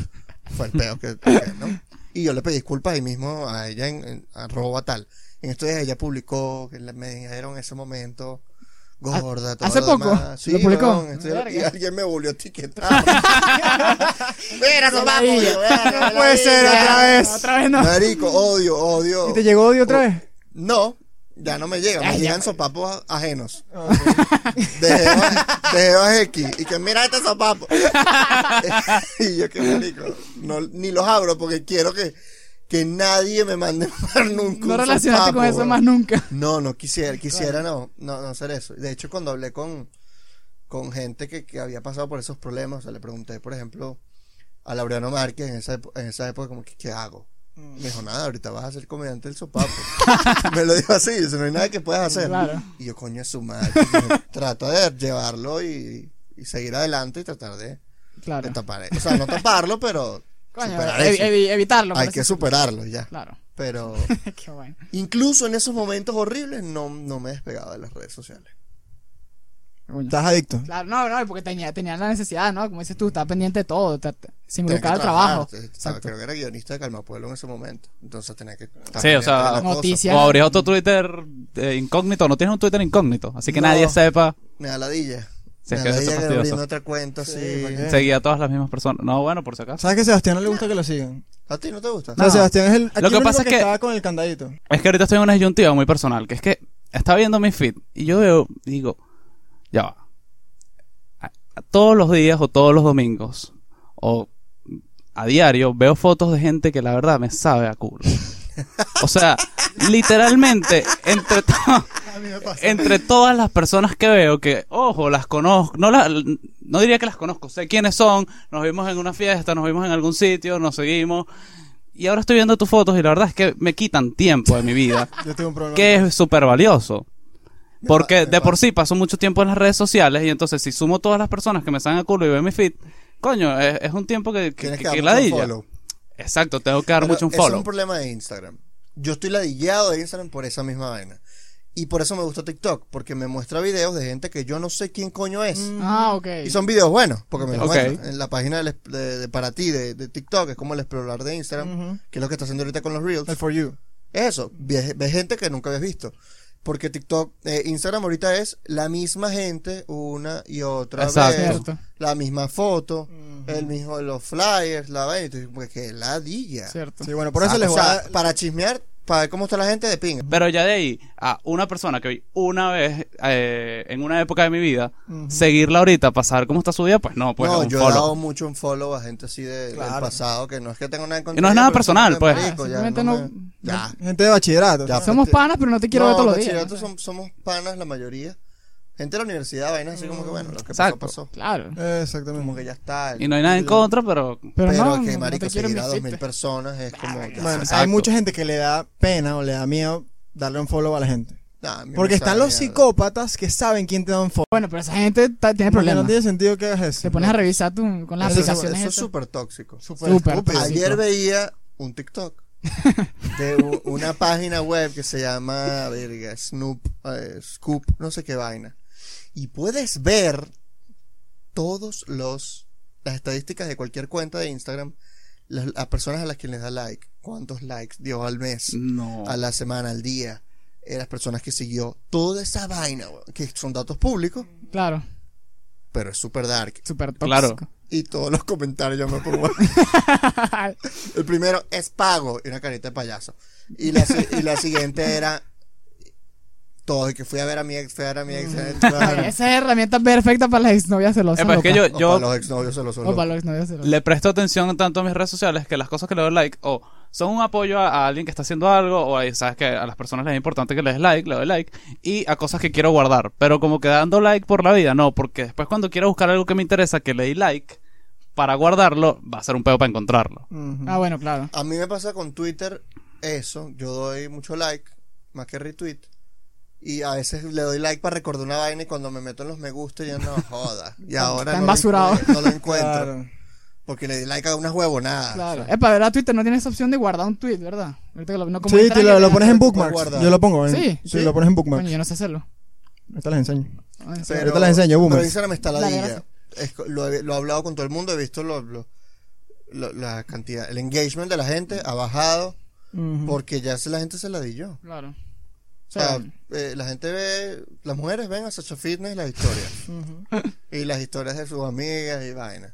B: fue el peo que. que, ¿no? Y yo le pedí disculpas ahí mismo a ella en, en arroba tal. En estos días ella publicó, que le- me dijeron en ese momento, Gorda, todo
A: Ah, ¿Hace
B: lo
A: poco?
B: demás. Sí,
A: ¿Lo publicó? Ah,
B: weón, estoy-
A: Verga.
B: y alguien me volvió a etiquetar. Mira, nos vamos.
A: Maravilla.
B: verga,
C: No puede ser
B: verga.
C: otra vez.
A: Otra vez no.
B: Marico, odio, odio.
C: ¿Y te llegó odio otra vez?
B: No, ya no me llega, me llegan sopapos a- ajenos. De Jeva- de Jeva X. Y que mira este sopapo. y yo que marico. No, ni los abro porque quiero que, que nadie me mande más nunca.
A: No
B: un
A: relacionaste
B: sopapo,
A: con eso
B: weón.
A: más nunca.
B: No, no quisiera, quisiera no, no, no hacer eso. De hecho, cuando hablé con, con gente que, que había pasado por esos problemas, o sea, le pregunté, por ejemplo, a Laureano Márquez en esa, epo- en esa época, como que, ¿qué hago?
A: Mm.
B: Me dijo, nada, ahorita vas a ser comediante del sopapo. Me lo dijo así, dice, no hay nada que puedas hacer.
A: Claro.
B: Y yo, coño, es su madre. Trato de llevarlo y, y seguir adelante y tratar de, de
A: Claro.
B: tapar. e-". O sea, no taparlo, pero
A: Coño,
B: superar
A: evi-
B: eso.
A: evi- evitarlo.
B: Hay
A: por
B: que
A: eso.
B: superarlo ya.
A: Claro.
B: Pero...
A: Qué bueno.
B: Incluso en esos momentos horribles no, no me despegaba de las redes sociales.
A: Coño.
C: Estás adicto.
A: Claro, no, no, porque tenía, tenía la necesidad, ¿no? Como dices tú, estaba pendiente de todo, te- te- se
B: Tenía que
A: involucraba el
B: trabajar,
A: trabajo.
B: te- te-
A: Exacto.
B: Creo que era guionista de Calma Pueblo en ese momento. Entonces tenía que... estar
D: Sí,
B: pendiente
D: o
B: de
D: sea,
B: las cosas.
A: Noticias.
D: O abrías otro Twitter eh, incógnito. No tienes un Twitter incógnito. Así que
B: No.
D: nadie sepa.
B: Me da ladilla.
D: Sí,
B: me da
D: es que eso es
B: ladilla que
D: fastidioso.
B: abriendo otra cuenta así.
C: porque-
D: Seguía a todas las mismas personas. No, bueno, por si acaso.
C: ¿Sabes que a Sebastián no le gusta que lo sigan?
B: ¿A ti no te gusta?
C: No, Sebastián es el. aquí
D: que
C: el único
D: pasa es que-
C: estaba con el candadito.
D: Es que ahorita estoy en una disyuntiva muy personal, que es que estaba viendo mi feed y yo veo, digo, ya va. A- a- Todos los días o todos los domingos o a diario veo fotos de gente que la verdad me sabe a culo. O sea, literalmente, entre, to- entre todas las personas que veo, que, ojo, las conozco, no, la- no diría que las conozco, sé quiénes son, nos vimos en una fiesta, nos vimos en algún sitio, nos seguimos, y ahora estoy viendo tus fotos y la verdad es que me quitan tiempo de mi vida,
C: Yo tengo un problema.
D: que es súper valioso.
B: pa-
D: Porque
B: me
D: de por
B: pasa.
D: sí paso mucho tiempo en las redes sociales y entonces si sumo todas las personas que me salen a culo y ven mi feed, coño, es, es un tiempo que, que,
B: Tienes
D: que,
B: que dar
D: que
B: mucho
D: ladilla.
B: follow.
D: Exacto, tengo que dar
B: Pero
D: mucho un
B: eso es
D: follow.
B: un problema de Instagram. Yo estoy ladillado de Instagram por esa misma vaina. Y por eso me gusta TikTok, porque me muestra videos de gente que yo no sé quién coño es.
A: Ah, ok.
B: Y son videos buenos, porque me los
D: Ok.
B: muestran. En la página del es- de, de para ti de, de TikTok, es como el explorar de Instagram,
C: Ujú.
B: que es lo que está haciendo ahorita con los Reels.
C: El for you.
B: Eso, ves ves gente que nunca habías visto. Porque TikTok, eh, Instagram ahorita es la misma gente una y otra
D: Exacto.
B: vez.
A: Cierto.
B: La misma foto, el mismo, los flyers, la vaina. Y tú dices, pues qué ladilla.
A: Cierto.
C: Sí, bueno, por eso
B: Ah,
C: les
B: o
C: voy
B: sea,
C: a.
B: para chismear, para ver cómo está la gente de pinga.
D: Pero ya de ahí, a una persona que vi una vez eh, en una época de mi vida, seguirla ahorita para saber cómo está su vida, pues no, pues
B: no,
D: un
B: yo he dado
D: follow.
B: mucho un follow a gente así de, del
C: Claro.
B: pasado, que no es que tenga nada en
D: Y no es nada
B: pero
D: personal,
B: simplemente,
D: pues.
B: marico, ya
A: Ah, Simplemente
B: no
A: no-
B: me- ya.
C: Gente de bachillerato.
B: Ya.
A: Somos panas, pero Este, no te quiero ver todos los días.
B: bachillerato
A: ¿no?
B: som- somos panas la mayoría. Gente de la universidad, vainas así como que bueno, lo que
D: Exacto.
B: pasó, pasó.
A: Claro.
C: Eh, Exactamente.
B: Como que ya está. el-
D: Y no hay nada en
B: el-
D: contra, pero
A: Pero,
B: Pero,
A: no,
B: que
A: no,
B: marico,
A: no te quiero en
B: seguir
A: mis
B: a dos mil
A: chistes.
B: personas es como... ya.
C: Bueno, hay
D: Exacto.
C: mucha gente que le da pena o le da miedo darle un follow a la gente.
B: Nah, a mí me
C: Porque están
B: sabe
C: los
B: mierda.
C: psicópatas que saben quién te da un follow.
A: Bueno, pero esa gente ta- tiene
C: Porque No
A: problemas.
C: tiene sentido que hagas eso.
A: Te pones a revisar tu, con las
B: Eso, es-
A: aplicaciones.
B: eso es
A: esas.
B: súper tóxico.
C: Súper
A: Súper.
C: estúpido.
A: Ay,
B: Ayer
A: tóxico.
B: veía un TikTok de u- una página web que se llama, verga, Snoop, eh, Scoop, no sé qué vaina. Y puedes ver todos los... Las estadísticas de cualquier cuenta de Instagram, las, las personas a las que les da like, cuántos likes dio al mes.
D: no. Eh,
B: a la semana, al día, eh, las personas que siguió toda esa vaina, weón, que son datos públicos,
A: Claro.
B: pero es super dark.
A: Súper
D: Claro.
A: tóxico.
B: Y todos los comentarios yo me pongo. El primero es pago y una carita de payaso. Y la, si- y la siguiente era todo, y que fui a ver a mi ex, fui a ver a mi ex. eh,
A: Ay,
B: claro.
A: Esa es herramienta perfecta para las exnovias celosas.
D: Eh, pero es que
A: locas.
D: yo,
B: O
D: yo
B: para los exnovios se lo
A: O para
B: solo.
A: las exnovias celosas.
D: le presto atención tanto a mis redes sociales que las cosas que le doy like o son un apoyo a, a alguien que está haciendo algo o a- sabes que a las personas les es importante que les des like, le doy like y a cosas que quiero guardar, pero como que dando like por la vida, no, porque después cuando quiero buscar algo que me interesa que le di like para guardarlo va a ser un pedo para encontrarlo.
C: Ujú.
A: Ah, bueno, claro.
B: A mí me pasa con Twitter eso, yo doy mucho like, más que retweet. Y a veces le doy like para recordar una vaina y cuando me meto en los me gusta ya no joda. Y ahora
A: Está
B: no,
A: embasurado.
B: Lo, encuentro- no lo encuentro.
C: Claro.
B: Porque le di like a unas
C: Ah,
B: huevonadas.
A: Claro. Es para ver a Twitter, no tienes opción de guardar un tweet, ¿verdad? Ahorita que lo, no, como
C: Sí,
A: Instagram
C: te lo,
A: que
C: lo
A: te-
C: pones en
B: puedes
C: bookmarks.
B: guardar.
C: Yo lo pongo, ¿eh?
A: Sí.
C: Sí, lo pones en
A: Coño,
C: bookmarks.
A: yo no sé hacerlo.
C: Ahorita les enseño.
A: Ah, en serio.
B: Pero,
C: Ahorita las enseño, boomers.
B: pero Instagram está la
A: Dale,
B: dilla.
A: gracias.
B: Es co- lo, he, lo he hablado con todo el mundo, he visto lo- lo- lo- la cantidad. El engagement de la gente ha bajado
C: Ujú.
B: porque ya se- la gente se la dio.
C: Ah,
A: Claro. O
B: O sea,
A: sea,
B: eh, la gente ve, las mujeres ven a Sacha Fitness las historias. y las historias de sus amigas y vaina.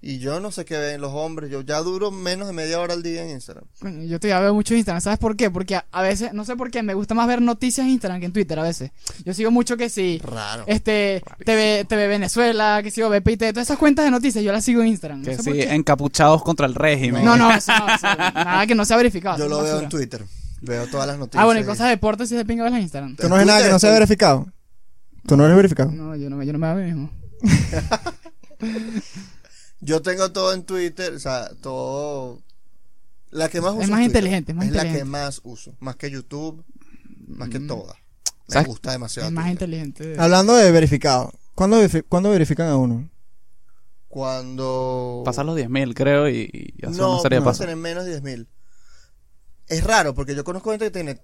B: Y yo no sé qué ven los hombres. Yo ya duro menos de media hora al día en Instagram.
A: coño, yo todavía veo mucho Instagram. ¿Sabes por qué? Porque a, a veces, no sé por qué, me gusta más ver noticias en Instagram que en Twitter a veces. Yo sigo mucho que si,
B: Raro.
A: este, TV, TV Venezuela, que sigo BPT, todas esas cuentas de noticias, yo las sigo en Instagram. No
D: Que
A: sé
D: sí,
A: por qué.
D: encapuchados contra el régimen.
A: No, no, eso no, eso no, nada que no sea verificado.
B: Yo
A: eso
B: lo
A: es
B: veo
A: basura.
B: en Twitter. Veo todas las noticias.
A: Ah, bueno, y
B: y-
A: cosas de deportes y de pinga verlas en Instagram.
C: Tú no ves nada que no sea verificado. Tú no eres verificado.
A: No, yo no, me- yo no me veo a mí mismo.
B: Yo tengo todo en Twitter. O sea, todo. La que más uso.
A: Es más
B: Twitter.
A: inteligente, es más
B: la que
A: inteligente. Mm.
B: más uso. Más que YouTube. Más que todas. Me
D: ¿Sabes?
B: gusta demasiado.
A: Es más
B: Twitter. Ah,
A: inteligente.
C: Hablando de verificado, ¿cuándo, verifi- cuándo verifican a uno?
B: Cuando.
D: Pasar los 10.000, creo, y, y hacer
B: no,
D: una serie de
B: vamos a
D: pasos.
B: tener menos de 10.000. Es raro, porque yo conozco gente que tiene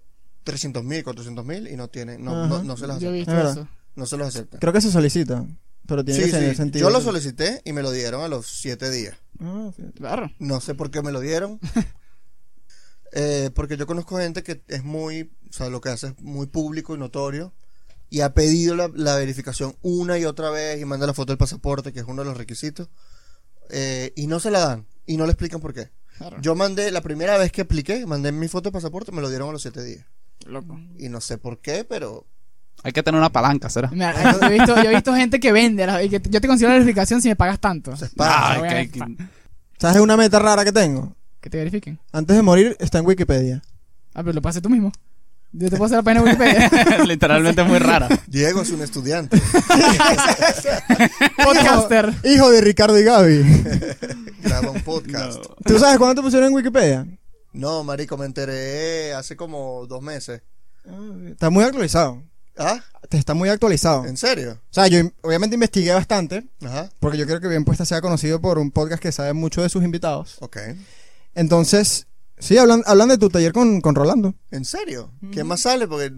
B: 300.000, 400.000 y no tiene, no,
C: Ajá.
B: no, no se los
A: Yo he visto
B: acepta.
C: Es verdad.
A: eso.
B: No se los acepta.
C: Creo que se solicita, pero tiene
B: Sí,
C: que tener
B: sí,
C: sentido.
B: Yo lo solicité y me lo dieron a los 7 días.
C: Ah, sí.
A: Claro.
B: No sé por qué me lo dieron. Eh, porque yo conozco gente que es muy, o sea, lo que hace es muy público y notorio. Y ha pedido la, la verificación una y otra vez y manda la foto del pasaporte, que es uno de los requisitos. eh, y no se la dan. Y no le explican por qué.
A: claro.
B: Yo mandé, la primera vez que apliqué, mandé mi foto de pasaporte, me lo dieron a los 7 días.
A: Loco.
B: Y no sé por qué, pero
D: Hay que tener una palanca, ¿será?
A: Mira, yo, he visto, yo he visto gente que vende. la- y que yo te considero la verificación si me pagas tanto.
B: se espanta.
D: Ah,
A: voy
D: que
A: a-
D: hay que-
C: ¿Sabes una meta rara que tengo?
A: Que te verifiquen.
C: Antes de morir está en Wikipedia.
A: Ah, pero lo pasé tú mismo. Yo te puedo hacer la pena en Wikipedia.
D: Literalmente es muy rara.
B: Diego es un estudiante.
A: Podcaster.
C: Hijo de Ricardo y Gaby.
B: graba un podcast.
D: No.
C: ¿Tú sabes cuándo te pusieron en Wikipedia?
B: No. marico, me enteré hace como dos meses.
C: Está muy actualizado.
B: ¿Ah?
C: Te Está muy actualizado.
B: ¿En serio?
C: O sea, yo in- obviamente investigué bastante,
B: Ajá.
C: porque yo creo que Bien Puesta sea conocido por un podcast que sabe mucho de sus invitados.
B: Ok.
C: Entonces, sí, hablan, hablan de tu taller con, con Rolando.
B: ¿En serio? ¿Quién más sale? Porque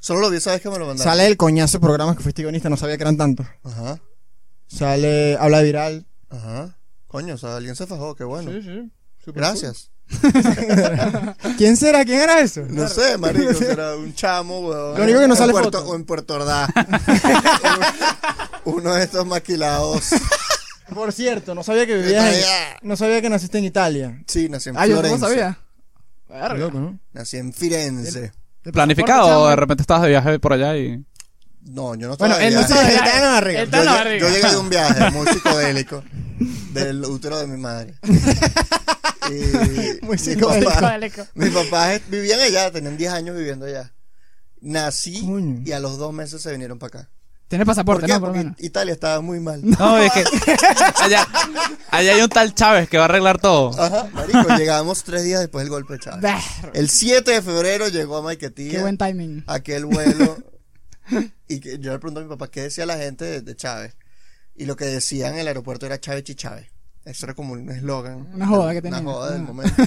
B: solo lo vi esa vez que me lo mandaron.
C: Sale el coñazo de programas que fuiste guionista, no sabía que eran tantos.
B: Ajá.
C: Sale, habla viral.
B: Ajá. Coño, o sea, alguien se fajó, qué bueno.
C: sí.
B: Gracias.
C: ¿Quién será? ¿Quién era eso?
B: No sé, marico, será un chamo, weón.
C: Lo único que no
B: En
C: sale
B: Puerto-
C: foto.
B: O en Puerto Ordaz. Uno de estos maquilados.
C: Por cierto, no sabía que vivías en- No sabía que naciste en Italia.
B: Sí, nací en
A: Ah, yo no
B: Florencia.
A: sabía. Verga.
C: Loco, ¿no?
B: Nací en Firenze.
A: Te
D: ¿Planificado o
A: pasaporte,
D: de
A: chamo.
D: repente estabas de viaje por allá y.?
B: No, yo no estaba
A: Bueno, él no
B: allá.
A: sabe.
C: Está en la barriga.
A: Él está
B: Yo,
A: en la
B: lle-
A: barriga.
B: yo llegué de un viaje muy psicodélico del útero de mi madre. Y
C: Muy
B: mi
C: psicodélico.
B: papá-
A: Psicodélico.
B: Mis papás vivían allá, tenían 10 años viviendo allá. Nací
C: Coño.
B: y a los dos meses se vinieron para acá.
A: Tienes
B: ¿Por
A: pasaporte,
B: qué?
A: ¿no? Por lo
B: Porque
A: menos.
B: Italia estaba muy mal.
D: No, es que. Allá, allá hay un tal Chávez que va a arreglar todo.
B: Ajá, marico, llegamos tres días después del golpe de Chávez.
A: Verga.
B: El 7 de febrero llegó a
A: Qué
B: Maiquetía.
A: buen timing.
B: aquel vuelo. y que yo le pregunto a mi papá qué decía la gente de, de Chávez. Y lo que decían en el aeropuerto era Chávez y Chávez. Eso era como un eslogan.
A: Una joda que tenía.
B: Una joda del
A: Ah.
B: momento.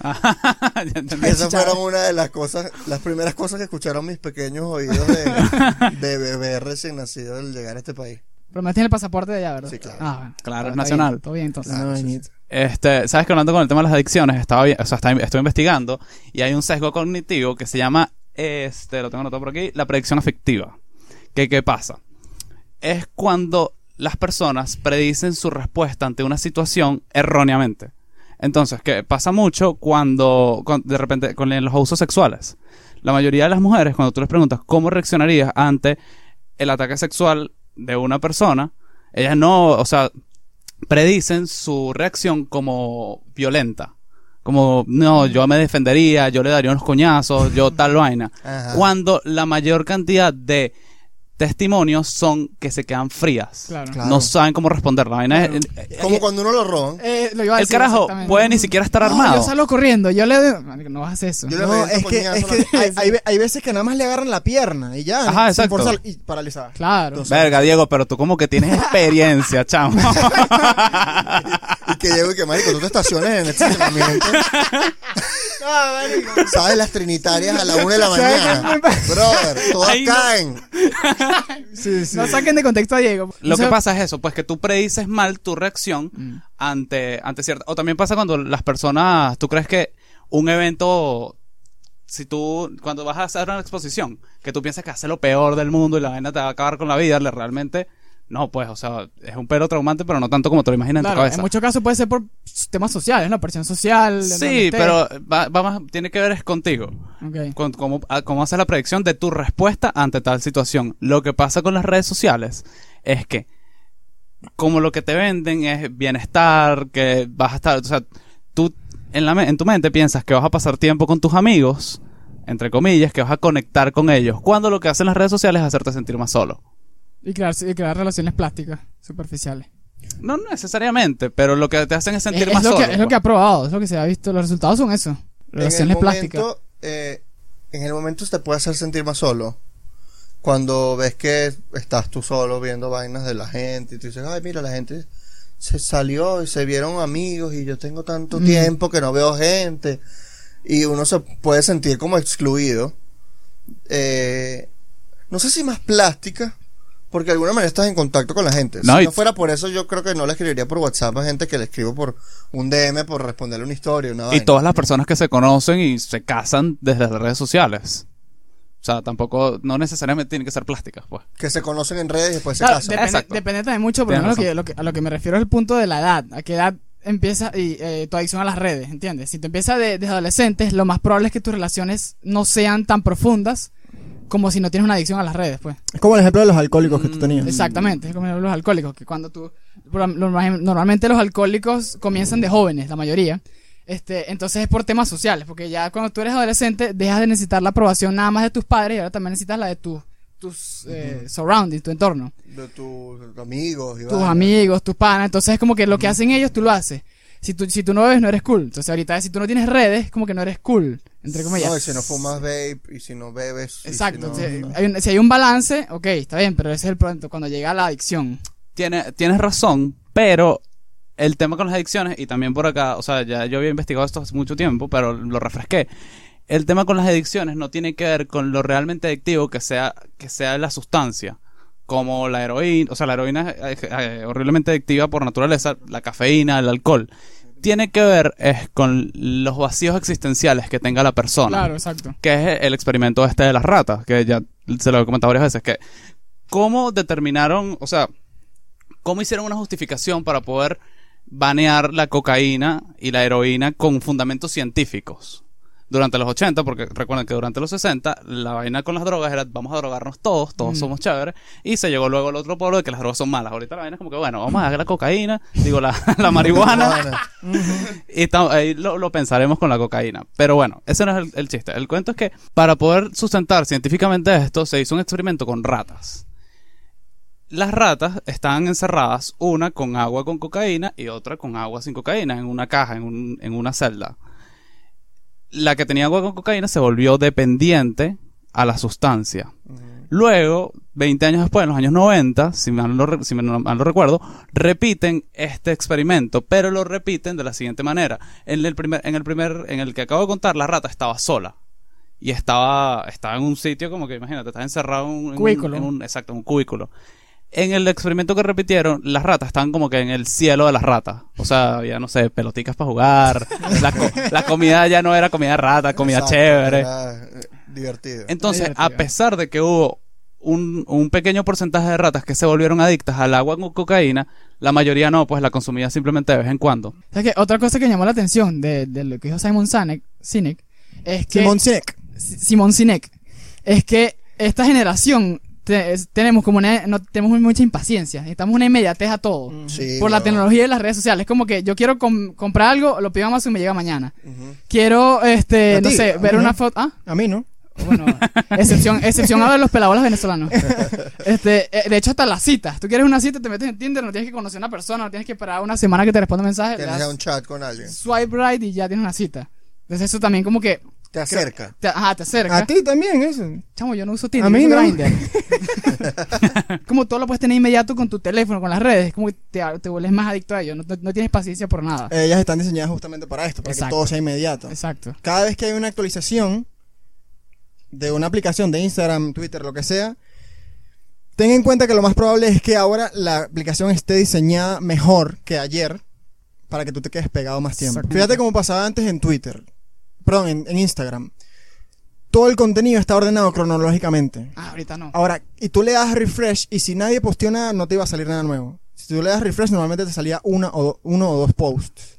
D: Ajá, ya entendí.
B: Esas fueron una de las cosas, las primeras cosas que escucharon mis pequeños oídos de, de bebé recién nacido al llegar a este país.
A: Pero me tienes el pasaporte de allá, ¿verdad?
B: Sí, claro.
A: Ah, bueno.
D: Claro, es
A: Está
D: nacional.
A: bien, Todo bien, entonces.
C: Una vainita.
D: Este, sabes que hablando con el tema de las adicciones, estaba, vi- o sea, estaba- estoy investigando y hay un sesgo cognitivo que se llama, este, lo tengo anotado por aquí, la predicción afectiva. ¿Qué, qué pasa? Es cuando las personas predicen su respuesta ante una situación erróneamente. Entonces, que pasa mucho cuando, cuan- de repente, con los abusos sexuales. La mayoría de las mujeres, cuando tú les preguntas cómo reaccionarías ante el ataque sexual de una persona, ellas no, o sea, predicen su reacción como violenta. Como, no, yo me defendería, yo le daría unos coñazos, yo tal vaina.
A: Ah.
B: Ajá.
D: Cuando la mayor cantidad de testimonios son que se quedan frías.
A: Claro.
C: Claro.
D: No saben cómo responder. La vaina es- el-
B: Como cuando uno lo roban.
A: Eh, lo iba a
D: el
A: decir
D: carajo
A: exactamente.
D: puede ni siquiera estar
A: No,
D: armado.
A: yo salgo corriendo. Yo le. Marico, No vas a hacer eso.
B: Yo le
C: No,
B: reviento
C: es que,
B: coñazo
C: es
B: a
C: que
B: la-
C: hay, hay ve- hay veces que nada más le agarran la pierna y ya.
D: Ajá,
C: sin
D: exacto.
C: forzar, y paralizada.
A: Claro.
D: Verga, Diego, pero tú como que tienes experiencia, chamo.
B: Y que llego y que, marico, tú te estaciones en este estacionamiento. ¿Sabes las trinitarias a la una de la
C: ¿Sabes qué es
B: mañana?
C: muy pa-
B: Brother, todas
D: Ay, no.
B: caen.
C: Sí, sí.
A: No saquen de contexto a Diego.
D: Lo
A: O sea,
D: que pasa es eso, pues que tú predices mal tu reacción
A: Mm.
D: ante, ante cierta... O también pasa cuando las personas, tú crees que un evento si tú, cuando vas a hacer una exposición, que tú piensas que hace lo peor del mundo y la vaina te va a acabar con la vida, le- realmente, no, pues, o sea, es un pero traumante, pero no tanto como te lo imaginas
A: Claro,
D: en tu
A: en
D: cabeza.
A: muchos casos puede ser por temas sociales, ¿no? Presión social. de donde
D: Sí,
A: estés.
D: pero va, va más- tiene que ver es contigo.
A: Ok.
D: Con cómo, a- cómo haces la predicción de tu respuesta ante tal situación. Lo que pasa con las redes sociales es que, como lo que te venden es bienestar, que vas a estar. O sea, tú en, la me- en tu mente piensas que vas a pasar tiempo con tus amigos, entre comillas, que vas a conectar con ellos. Cuando lo que hacen las redes sociales es hacerte sentir más solo.
A: Y crear, y crear relaciones plásticas, superficiales.
D: No necesariamente, pero lo que te hacen es sentir
A: es, es
D: más
A: lo
D: solo. pues.
A: que, es lo que ha probado, es lo que se ha visto. Los resultados son eso.
B: en
A: Relaciones
B: el
A: plásticas.
B: momento, eh, en el momento te puede hacer sentir más solo. Cuando ves que estás tú solo viendo vainas de la gente y tú dices, ay, mira, la gente se salió y se vieron amigos y yo tengo tanto
A: Mm.
B: tiempo que no veo gente. Y uno se puede sentir como excluido. Eh, no sé si más plástica, porque de alguna manera estás en contacto con la gente.
D: No,
B: si
D: y-
B: no fuera por eso, yo creo que no le escribiría por WhatsApp a gente que le escribo por un DM, por responderle una historia, una
D: Y
B: vaina.
D: todas las personas que se conocen y se casan desde las redes sociales. O sea, tampoco, no necesariamente tienen que ser plásticas, pues.
B: que se conocen en redes y después se
A: Claro,
B: casan.
A: depende,
D: Exacto.
A: depende también mucho, pero
D: Tienes
A: lo que, lo que- a lo que me refiero es el punto de la edad. A qué edad empieza y, eh, tu adicción a las redes, ¿entiendes? Si te empieza de- desde adolescentes, lo más probable es que tus relaciones no sean tan profundas como si no tienes una adicción a las redes, pues.
C: Es como el ejemplo de los alcohólicos que tú
A: Mm,
C: tenías.
A: Exactamente, es como los alcohólicos, que cuando tú... por lo- lo- Normalmente los alcohólicos comienzan de jóvenes, la mayoría. Este, entonces es por temas sociales, porque ya cuando tú eres adolescente dejas de necesitar la aprobación nada más de tus padres y ahora también necesitas la de tus tus eh, surroundings, tu entorno.
B: de tus amigos y
A: tus
B: vainas.
A: amigos, tus panas. Entonces es como que lo que hacen ellos, tú lo haces. Si tú, si tú no bebes, no eres cool. Entonces ahorita, si tú no tienes redes, como que no eres cool. Entre comillas.
B: No, y si no fumas vape y si no bebes. y
A: Exacto.
B: si no-
A: entonces, hay un- si hay un balance, ok, está bien, pero ese es el pronto, cuando llega la adicción.
D: Tiene, tienes razón, pero el tema con las adicciones, y también por acá, o sea, ya yo había investigado esto hace mucho tiempo, pero lo refresqué. El tema con las adicciones no tiene que ver con lo realmente adictivo que sea, que sea la sustancia. Como la heroína, o sea, la heroína es eh, eh, horriblemente adictiva por naturaleza, la cafeína, el alcohol. Tiene que ver es con los vacíos existenciales que tenga la persona.
A: Claro, exacto.
D: que es el experimento este de las ratas, que ya se lo he comentado varias veces, que cómo determinaron, o sea, cómo hicieron una justificación para poder banear la cocaína y la heroína con fundamentos científicos. Durante los 80, porque recuerden que durante los 60 la vaina con las drogas era vamos a drogarnos todos, todos
A: Mm.
D: somos chéveres, y se llegó luego al otro pueblo de que las drogas son malas. Ahorita la vaina es como que bueno, vamos a dejar la cocaína, digo la, la marihuana, y tam- ahí lo, lo pensaremos con la cocaína. Pero bueno, ese no es el, el chiste. El cuento es que para poder sustentar científicamente esto, se hizo un experimento con ratas. Las ratas estaban encerradas, una con agua con cocaína y otra con agua sin cocaína, en una caja, en, un- en una celda. La que tenía agua con cocaína se volvió dependiente a la sustancia. Luego, 20 años después, en los años 90, si mal no, re- si mal no recuerdo, repiten este experimento, pero lo repiten de la siguiente manera. En el primer, en el primer, en el que acabo de contar, la rata estaba sola. Y estaba, estaba en un sitio como que, imagínate, estaba encerrado en un- en un-
A: Cubículo.
D: en un- exacto, en un cubículo. En el experimento que repitieron, las ratas estaban como que en el cielo de las ratas. O sea, había, no sé, peloticas para jugar. La, co- la comida ya no era comida de rata, comida
B: Exacto,
D: chévere.
B: era, eh, divertido.
D: Entonces,
A: Divertido.
D: a pesar de que hubo un, un pequeño porcentaje de ratas que se volvieron adictas al agua con cocaína, la mayoría no, pues la consumía simplemente de vez en cuando.
A: ¿Sabes qué? Otra cosa que llamó la atención de, de lo que dijo Simon Sinek, Sinek es que...
C: Simón Sinek.
A: Si- Simón Sinek, es que esta generación te- es- tenemos como una, no, tenemos mucha impaciencia, necesitamos una inmediatez a todo.
B: Sí,
A: por la
B: weón.
A: tecnología y las redes sociales. Es como que yo quiero com- comprar algo, lo pido a Amazon y me llega mañana.
B: Ujú.
A: Quiero, este,
C: A
A: no
C: ti,
A: sé,
C: a
A: ver
C: mí no.
A: una foto. Ah,
C: A mí, ¿no?
A: bueno, excepción, excepción a ver los pelabolas venezolanos. Este, eh, de hecho, hasta las citas. Tú quieres una cita, te metes en Tinder, no tienes que conocer a una persona, no tienes que esperar una semana que te responda un mensaje. le
B: Tienes
A: das
B: ya un chat con alguien.
A: Swipe right y ya tienes una cita. Entonces, eso también como que
B: Te acerca.
A: te, ajá, te acerca.
C: A ti también, eso.
A: Chamo, yo no uso Tinder,
C: A mí
A: yo uso
C: no.
A: Grindr. como todo lo puedes tener inmediato con tu teléfono, con las redes. Como que te, te vuelves más adicto a ello. No, no- no tienes paciencia por nada.
C: Eh, Ellas están diseñadas justamente para esto, para
A: Exacto.
C: que todo sea inmediato.
A: Exacto.
C: Cada vez que hay una actualización de una aplicación de Instagram, Twitter, lo que sea, ten en cuenta que lo más probable es que ahora la aplicación esté diseñada mejor que ayer para que tú te quedes pegado más tiempo.
A: Exactamente.
C: Fíjate cómo pasaba antes en Twitter, perdón, en, en Instagram. todo el contenido está ordenado cronológicamente.
A: Ah, ahorita no.
C: Ahora, y tú le das refresh y si nadie posteó nada, no te iba a salir nada nuevo. Si tú le das refresh, normalmente te salía una o do- uno o dos posts.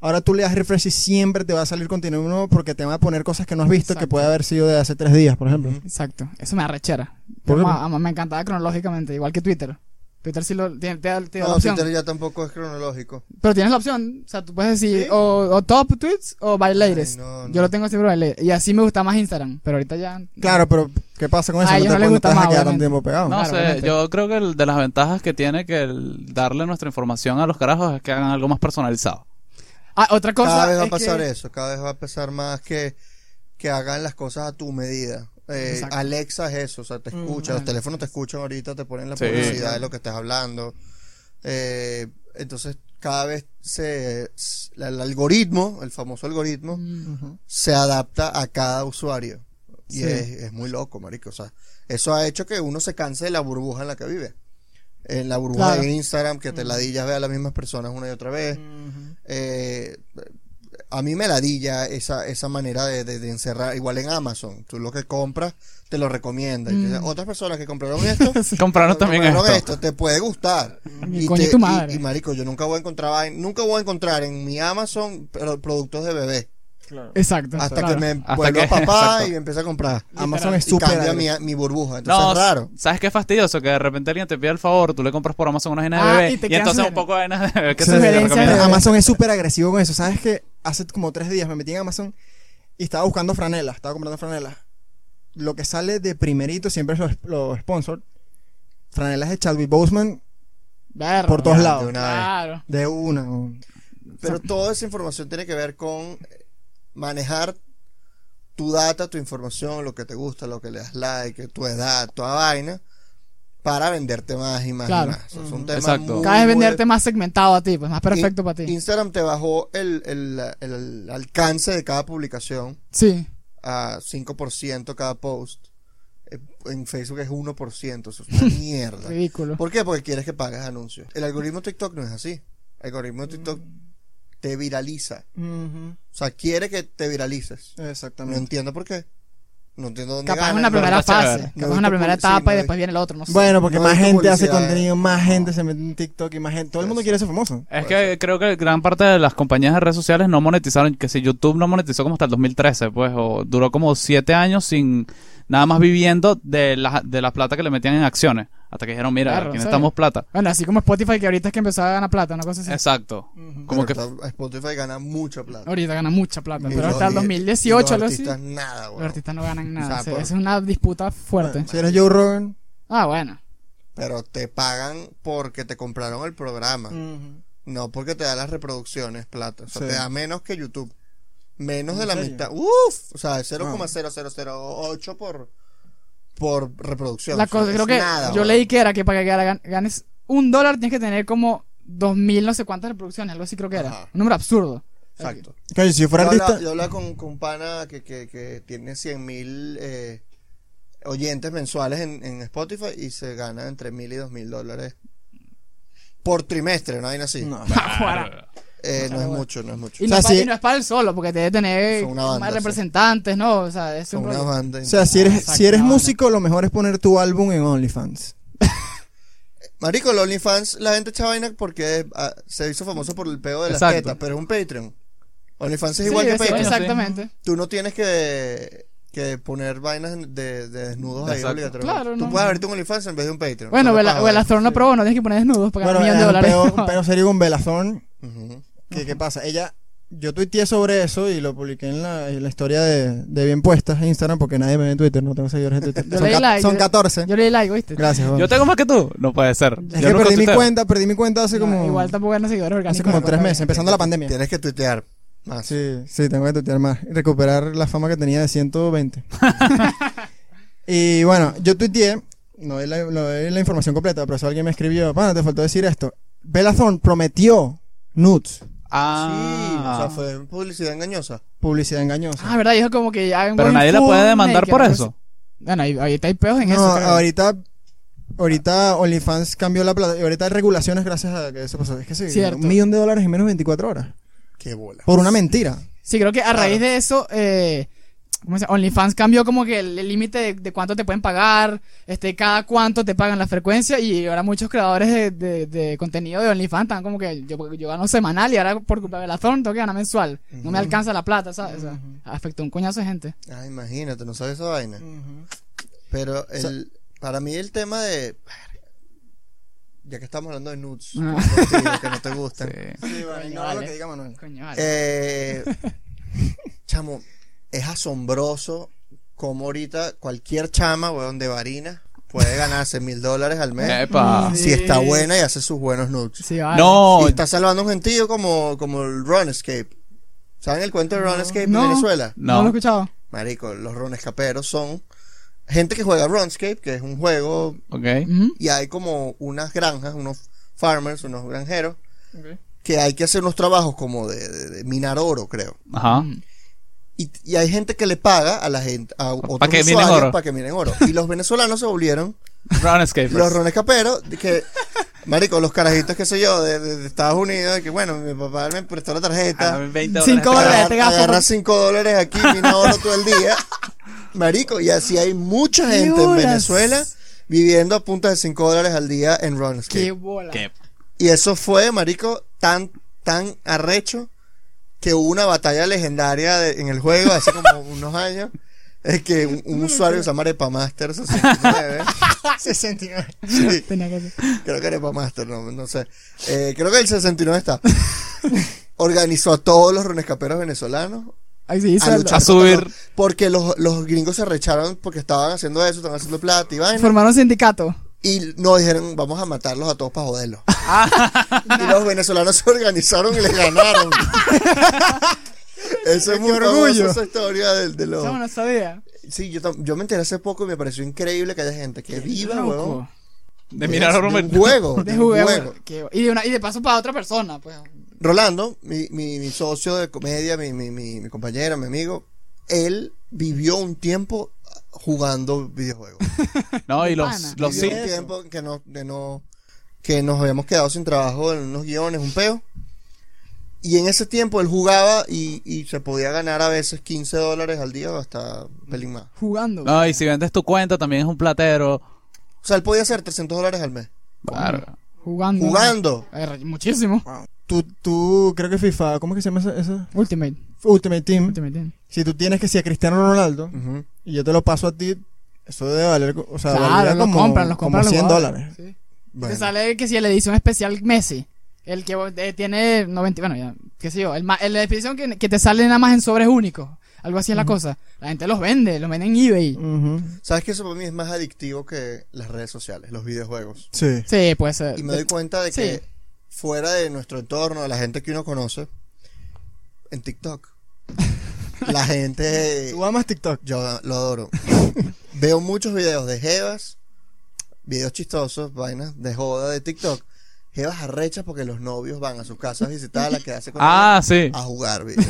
C: Ahora tú le das refresh y siempre te va a salir contenido nuevo porque te va a poner cosas que no has visto que
A: Exacto.
C: puede haber sido de hace tres días, por ejemplo.
A: Exacto. Eso me arrechera.
C: ¿Por
A: Yo
C: qué?
A: ma- ama- me encantaba cronológicamente, igual que Twitter. Twitter sí lo tiene, te da, te da
B: No,
A: la opción.
B: Twitter ya tampoco es cronológico.
A: Pero tienes la opción. O sea, tú puedes decir o, o top tweets o by latest.
B: Ay, no, no.
A: Yo lo tengo siempre by latest. Y así me gusta más Instagram. Pero ahorita ya.
C: Claro, pero ¿qué pasa con eso?
A: A
C: no
A: ellos
C: te,
A: no les
C: no
A: gusta
C: te vas a
A: más,
C: quedar un
A: obviamente.
C: tiempo pegado.
D: No
A: Claro,
D: sé,
A: obviamente.
D: yo creo que el de las ventajas que tiene que el darle nuestra información a los carajos es que hagan algo más personalizado.
A: Ah, otra cosa.
B: Cada vez va a
A: es
B: pasar
A: que-
B: eso, cada vez va a pasar más que, que hagan las cosas a tu medida. Eh,
A: Exacto. Mm,
B: Alexa es eso, o sea, te escucha, los teléfonos te escuchan ahorita, te ponen la
D: Sí.
B: publicidad de lo que estás hablando. Eh, entonces, cada vez se, s- la- el algoritmo, el famoso algoritmo,
A: Mm.
B: se adapta a cada usuario. Y
A: Sí.
B: es, es muy loco, marico. O sea, eso ha hecho que uno se canse de la burbuja en la que vive. En la burbuja
A: Claro. Mm.
B: de Instagram, que te ladillas ve a las mismas personas una y otra vez. Eh, a mí me ladilla esa, esa manera de, de- de encerrar, igual en Amazon, tú lo que compras te lo recomienda. Y te- Otras personas que compraron esto,
D: Compraron también
B: compraron
D: esto.
B: te puede gustar.
A: Mi coño y tu madre.
B: y, marico, yo nunca voy a encontrar, vain- nunca voy a encontrar en mi Amazon pero, productos de bebé.
A: Exacto.
B: Hasta
A: claro.
B: que me
D: Hasta
B: vuelva
D: que-
B: papá
D: exacto.
B: y me empieza a comprar.
C: Amazon es
B: Y
C: súper
B: cambia
C: agresivo.
B: mi, mi burbuja. Entonces
D: No,
B: es raro.
D: ¿sabes qué fastidioso? Que de repente alguien te pide el favor, tú le compras por Amazon unas vainas de
A: Ah,
D: bebé
A: y te
D: y,
A: quedan
D: entonces
A: sin-
D: un poco de vainas de bebé que
C: Sí.
D: se te
A: Sugerencias de-
D: recomiendan.
C: Amazon es súper agresivo con eso. ¿Sabes que Hace como tres días me metí en Amazon y estaba buscando franelas, estaba comprando franelas. Lo que sale de primerito siempre es lo, lo sponsored. Franelas de Chadwick Boseman
A: Verga.
C: por todos
B: de
C: lados.
B: una vez.
A: Claro.
C: De una. weón.
B: Pero toda esa información tiene que ver con eh, manejar tu data, tu información, lo que te gusta, lo que le das like, tu edad, toda vaina, para venderte más y más
A: Claro.
B: y más. O sea, es un tema
D: Exacto.
B: muy-
A: Cada vez venderte más segmentado a ti, pues más perfecto
B: In-
A: para ti.
B: Instagram te bajó el, el- el alcance de cada publicación
A: Sí.
B: a 5% cada post. Eh, En Facebook es 1%, eso es una mierda.
A: Ridículo.
B: ¿Por qué? Porque quieres que pagues anuncios. El algoritmo TikTok no es así. El algoritmo TikTok
A: Mm.
B: te viraliza. O sea, quiere que te viralices. No
C: Exactamente.
B: entiendo por qué. No entiendo dónde
A: Capaz
B: ganan,
A: una
B: pero
A: primera
D: está
A: fase,
D: chévere.
A: capaz
B: No he
A: una
B: visto
A: primera
B: public- sí,
A: etapa
B: no
A: y
B: he-
A: después viene el otro, no sé.
C: Bueno, porque
B: No he
C: más
B: visto
C: gente hace
B: publicidad.
C: contenido, más gente se mete en TikTok y más gente. Todo el mundo quiere ser famoso.
D: Es que creo que gran parte de las compañías de redes sociales no monetizaron, que si YouTube no monetizó como hasta el 2013, pues, o duró como siete años sin nada más viviendo de la, de la plata que le metían en acciones, hasta que dijeron, mira,
A: Claro,
D: aquí
A: ¿en
D: necesitamos
A: serio?
D: plata.
A: Bueno, así como Spotify que ahorita es que empezó a ganar plata, una cosa así.
D: Exacto. Como que
B: Pero está- Spotify gana mucha plata.
A: Ahorita gana mucha plata, pero
B: Y
A: hasta el
B: los- y- y
A: 2018
B: los
A: algo así,
B: artistas nada,
A: los
B: güey.
A: artistas no ganan
B: O sea,
A: nada. O sea,
B: por-
A: esa es una disputa fuerte.
C: Si eres Joe Rogan.
A: Ah, bueno.
B: Pero te pagan porque te compraron el programa.
A: Mm.
B: No porque te da las reproducciones plata. O sea,
C: Sí.
B: te da menos que YouTube. Menos de
C: ¿En
B: la
C: serio? Ah.
B: mitad. Uf, o sea, 0,0008 por por reproducción.
A: La
B: O sea,
A: cosa,
B: es
A: creo que
B: nada,
A: yo
B: güey.
A: leí que era que para que gan- ganes un dólar tienes que tener como dos mil no sé cuántas reproducciones, algo así creo que era.
B: Ajá.
A: Un número absurdo.
B: Exacto.
C: Coño, si yo fuera
B: yo
C: artista.
B: hablaba, yo hablaba con, con un pana que, que, que tiene 100 mil eh, oyentes mensuales en, en Spotify y se gana entre mil y dos mil dólares por trimestre, no hay así.
C: No.
A: Guara.
B: Eh, no es mucho, no es mucho.
A: y,
C: O
A: no
C: sea,
A: es pa-
C: si-
A: y no es para el solo, porque te debe tener
B: Son una banda,
A: más
B: sí.
A: representantes, ¿no? O sea, es
B: Son
A: un
B: una
A: rollo.
B: banda.
C: O sea, si eres,
A: Exacto,
C: si eres
A: no, no.
C: músico, lo mejor es poner tu álbum en OnlyFans.
B: Marico, el OnlyFans, la gente echa vaina porque ah, se hizo famoso por el peo de las
D: Exacto.
B: tetas, pero es un Patreon. OnlyFans
A: Sí,
B: es igual que
A: es-
B: Patreon.
D: bueno, sí.
A: Exactamente.
B: Tú no tienes que, que poner vainas de, de desnudos ahí
D: Exacto.
B: obligatoriamente.
A: Claro,
B: Tú
A: no.
B: puedes abrirte un OnlyFans en vez de un Patreon.
A: Bueno,
B: Solo
A: Vela-
B: pagas.
A: Velazón no probó, no tienes que poner desnudos para ganar
C: Bueno,
A: un millón
C: es
A: de
C: un
A: dólares.
C: peo, un peo serio con Belazón.
B: Ujú.
C: ¿Qué, ¿Qué pasa? Ella, yo tuiteé sobre eso y lo publiqué en la, en la historia de, de Bien Puestas en Instagram porque nadie me ve en Twitter, no tengo seguidores en Twitter.
A: Yo
C: son,
A: leí
C: ca-
A: la-
C: son
A: yo-
C: 14.
A: Yo le di like, ¿viste?
C: Gracias, Juan.
D: yo tengo más que tú. No puede ser.
C: Es
D: Yo
C: que
D: nunca
C: perdí mi
D: tuiteo.
C: cuenta, perdí mi cuenta hace como,
A: No, Ah, igual tampoco ganas seguidores
C: hace
A: orgánicos.
C: como
A: ¿no?
C: tres meses, empezando la pandemia.
B: Tienes que tuitear más.
C: Sí, sí, tengo que tuitear más. y Recuperar la fama que tenía de 120. y bueno, yo tuiteé, no doy la, no doy la información completa, pero eso alguien me escribió, bueno, te faltó decir esto. Belazón prometió nudes,
B: Sí, o
D: Ah,
B: sea, fue publicidad engañosa.
C: publicidad engañosa.
A: Ah, verdad, dijo como que hagan
D: pero
A: un
D: nadie la
A: full
D: puede demandar
A: naked,
D: por
A: algo
D: eso.
A: así. Bueno, ahí- ahorita hay peos en
C: no,
A: eso. creo.
C: ahorita, ahorita OnlyFans cambió la plata y ahorita hay regulaciones gracias a que eso pasó. Es que sí,
A: Cierto.
C: un millón de dólares en menos de 24 horas.
B: Qué bola.
C: Por una mentira.
A: Sí, creo que a raíz de eso eh, ¿cómo se llama? OnlyFans cambió como que el el límite de, de cuánto te pueden pagar, este, cada cuánto te pagan la frecuencia y ahora muchos creadores de, de- de contenido de OnlyFans están como que yo, yo gano semanal y ahora por culpa de la zona tengo que ganar mensual. No me alcanza la plata, ¿sabes? O sea, afectó un coñazo de gente.
B: Ah, imagínate, no sabes esa vaina.
C: Mm.
B: Pero el, para mí el tema de... Ya que estamos hablando de nudes,
A: Ah.
B: contigo, que no te gustan.
C: Mm. Sí, vale,
A: no, vale.
C: lo que diga Manuel.
A: Coño, vale.
B: Eh, chamo, es asombroso como ahorita cualquier chama, weón, de varina puede ganarse mil dólares al mes.
D: Epa.
B: Si está buena y hace sus buenos nudes.
A: Sí, vale.
D: No,
B: Y está salvando un gentío como, como el Runescape. ¿Saben el cuento de Runescape
A: No.
B: en Venezuela?
A: no. lo he escuchado.
B: Marico, los Runescaperos son gente que juega Runescape, que es un juego
D: ok.
A: Ujú.
B: y hay como unas granjas, unos farmers, unos granjeros, que hay que hacer unos trabajos como de- de- de minar oro, creo.
D: Ajá.
B: Y, y hay gente que le paga a la gente, a otros
D: que minen
B: usuarios
D: oro.
B: para que miren oro. Y los venezolanos se volvieron
D: Runescapers.
A: Ah,
B: los ronescaperos, de que, marico, los carajitos, qué sé yo, de, de- de Estados Unidos, de que bueno, mi papá me prestó la
D: Ah,
B: tarjeta,
D: 20
A: Cinco
D: dólares.
A: dólares.
B: agarra,
A: te gafo.
B: agarra cinco dólares aquí, mina oro todo el día. Marico, y así hay mucha gente en
A: bolas.
B: Venezuela viviendo a punta de cinco dólares al día en
A: Qué
B: Runescape.
A: bola.
D: ¿Qué?
B: Y eso fue, marico, tan, tan arrecho que hubo una batalla legendaria de- en el juego hace como unos años. Es que un, un usuario se llama Arepamaster 69.
C: 69.
B: Sí,
A: Tenía que ser.
B: creo que Arepamaster, no, no sé. Eh, creo que el 69 está. Organizó a todos los runescaperos venezolanos
A: Ahí sí,
B: a
A: hizo el-
B: luchar
D: A subir.
B: contra los- porque los, los gringos se recharon porque estaban haciendo eso, estaban haciendo plata y vaina.
A: Formaron sindicato.
B: Y nos dijeron, vamos a matarlos a todos para joderlos. y los venezolanos se organizaron y les ganaron. Eso es muy orgullo.
C: orgullo.
B: Esa historia del- de, los...
A: Eso no sabía.
B: Sí, yo, tam- yo me enteré hace poco y me pareció increíble que haya gente que viva,
A: Loco.
B: huevón.
D: De mirar a
B: de un
D: Robert.
B: juego.
A: De
B: de un
A: juego.
B: juego.
A: Qué- Y, de una, y de paso para otra persona, pues.
B: Rolando, mi, mi- mi socio de comedia, mi, mi, mi- mi compañero, mi amigo, él vivió un tiempo jugando videojuegos.
D: No, y
A: pana.
D: los, los
B: Vivió
D: sí.
B: un tiempo que no, que no que nos habíamos quedado sin trabajo en unos guiones, un peo. Y en ese tiempo él jugaba y, y se podía ganar a veces 15 dólares al día o hasta un pelín más.
A: Jugando.
D: No, y si vendes tu cuenta también es un platero.
B: O sea, él podía hacer 300 dólares al mes.
D: Verga.
A: Jugando.
B: Jugando.
A: Eh, muchísimo.
C: Tú, tú, creo que FIFA, ¿cómo es que se llama esa? esa?
A: Ultimate.
C: Ultimate Team.
A: Ultimate. Team.
C: Si tú tienes que si a Cristiano Ronaldo
B: Ujú.
C: y yo te lo paso a ti, eso debe valer, o sea,
A: Claro,
C: valdría
A: los
C: como,
A: compran, los
C: como
A: compran. los
C: 100
A: jugadores.
C: dólares.
A: Sí.
B: Bueno.
A: Te sale que si la edición especial Messi, el que eh, tiene 90, bueno, ya, qué sé yo, el, ma- el- la edición que, que te sale nada más en sobres únicos, algo así es la cosa. La gente los vende, los vende en eBay.
C: Ujú.
B: ¿Sabes que eso para mí es más adictivo que las redes sociales, los videojuegos?
C: Sí.
A: Sí, puede ser.
B: Y me doy cuenta de
A: Sí.
B: que fuera de nuestro entorno, de la gente que uno conoce, en TikTok, la gente...
C: Tú amas TikTok.
B: Yo lo adoro. Veo muchos videos de Jevas, videos chistosos, vainas de joda de TikTok. Jevas arrechas porque los novios van a sus casas a visitar a la que hace con
D: Ah, sí.
B: ellos a jugar. video.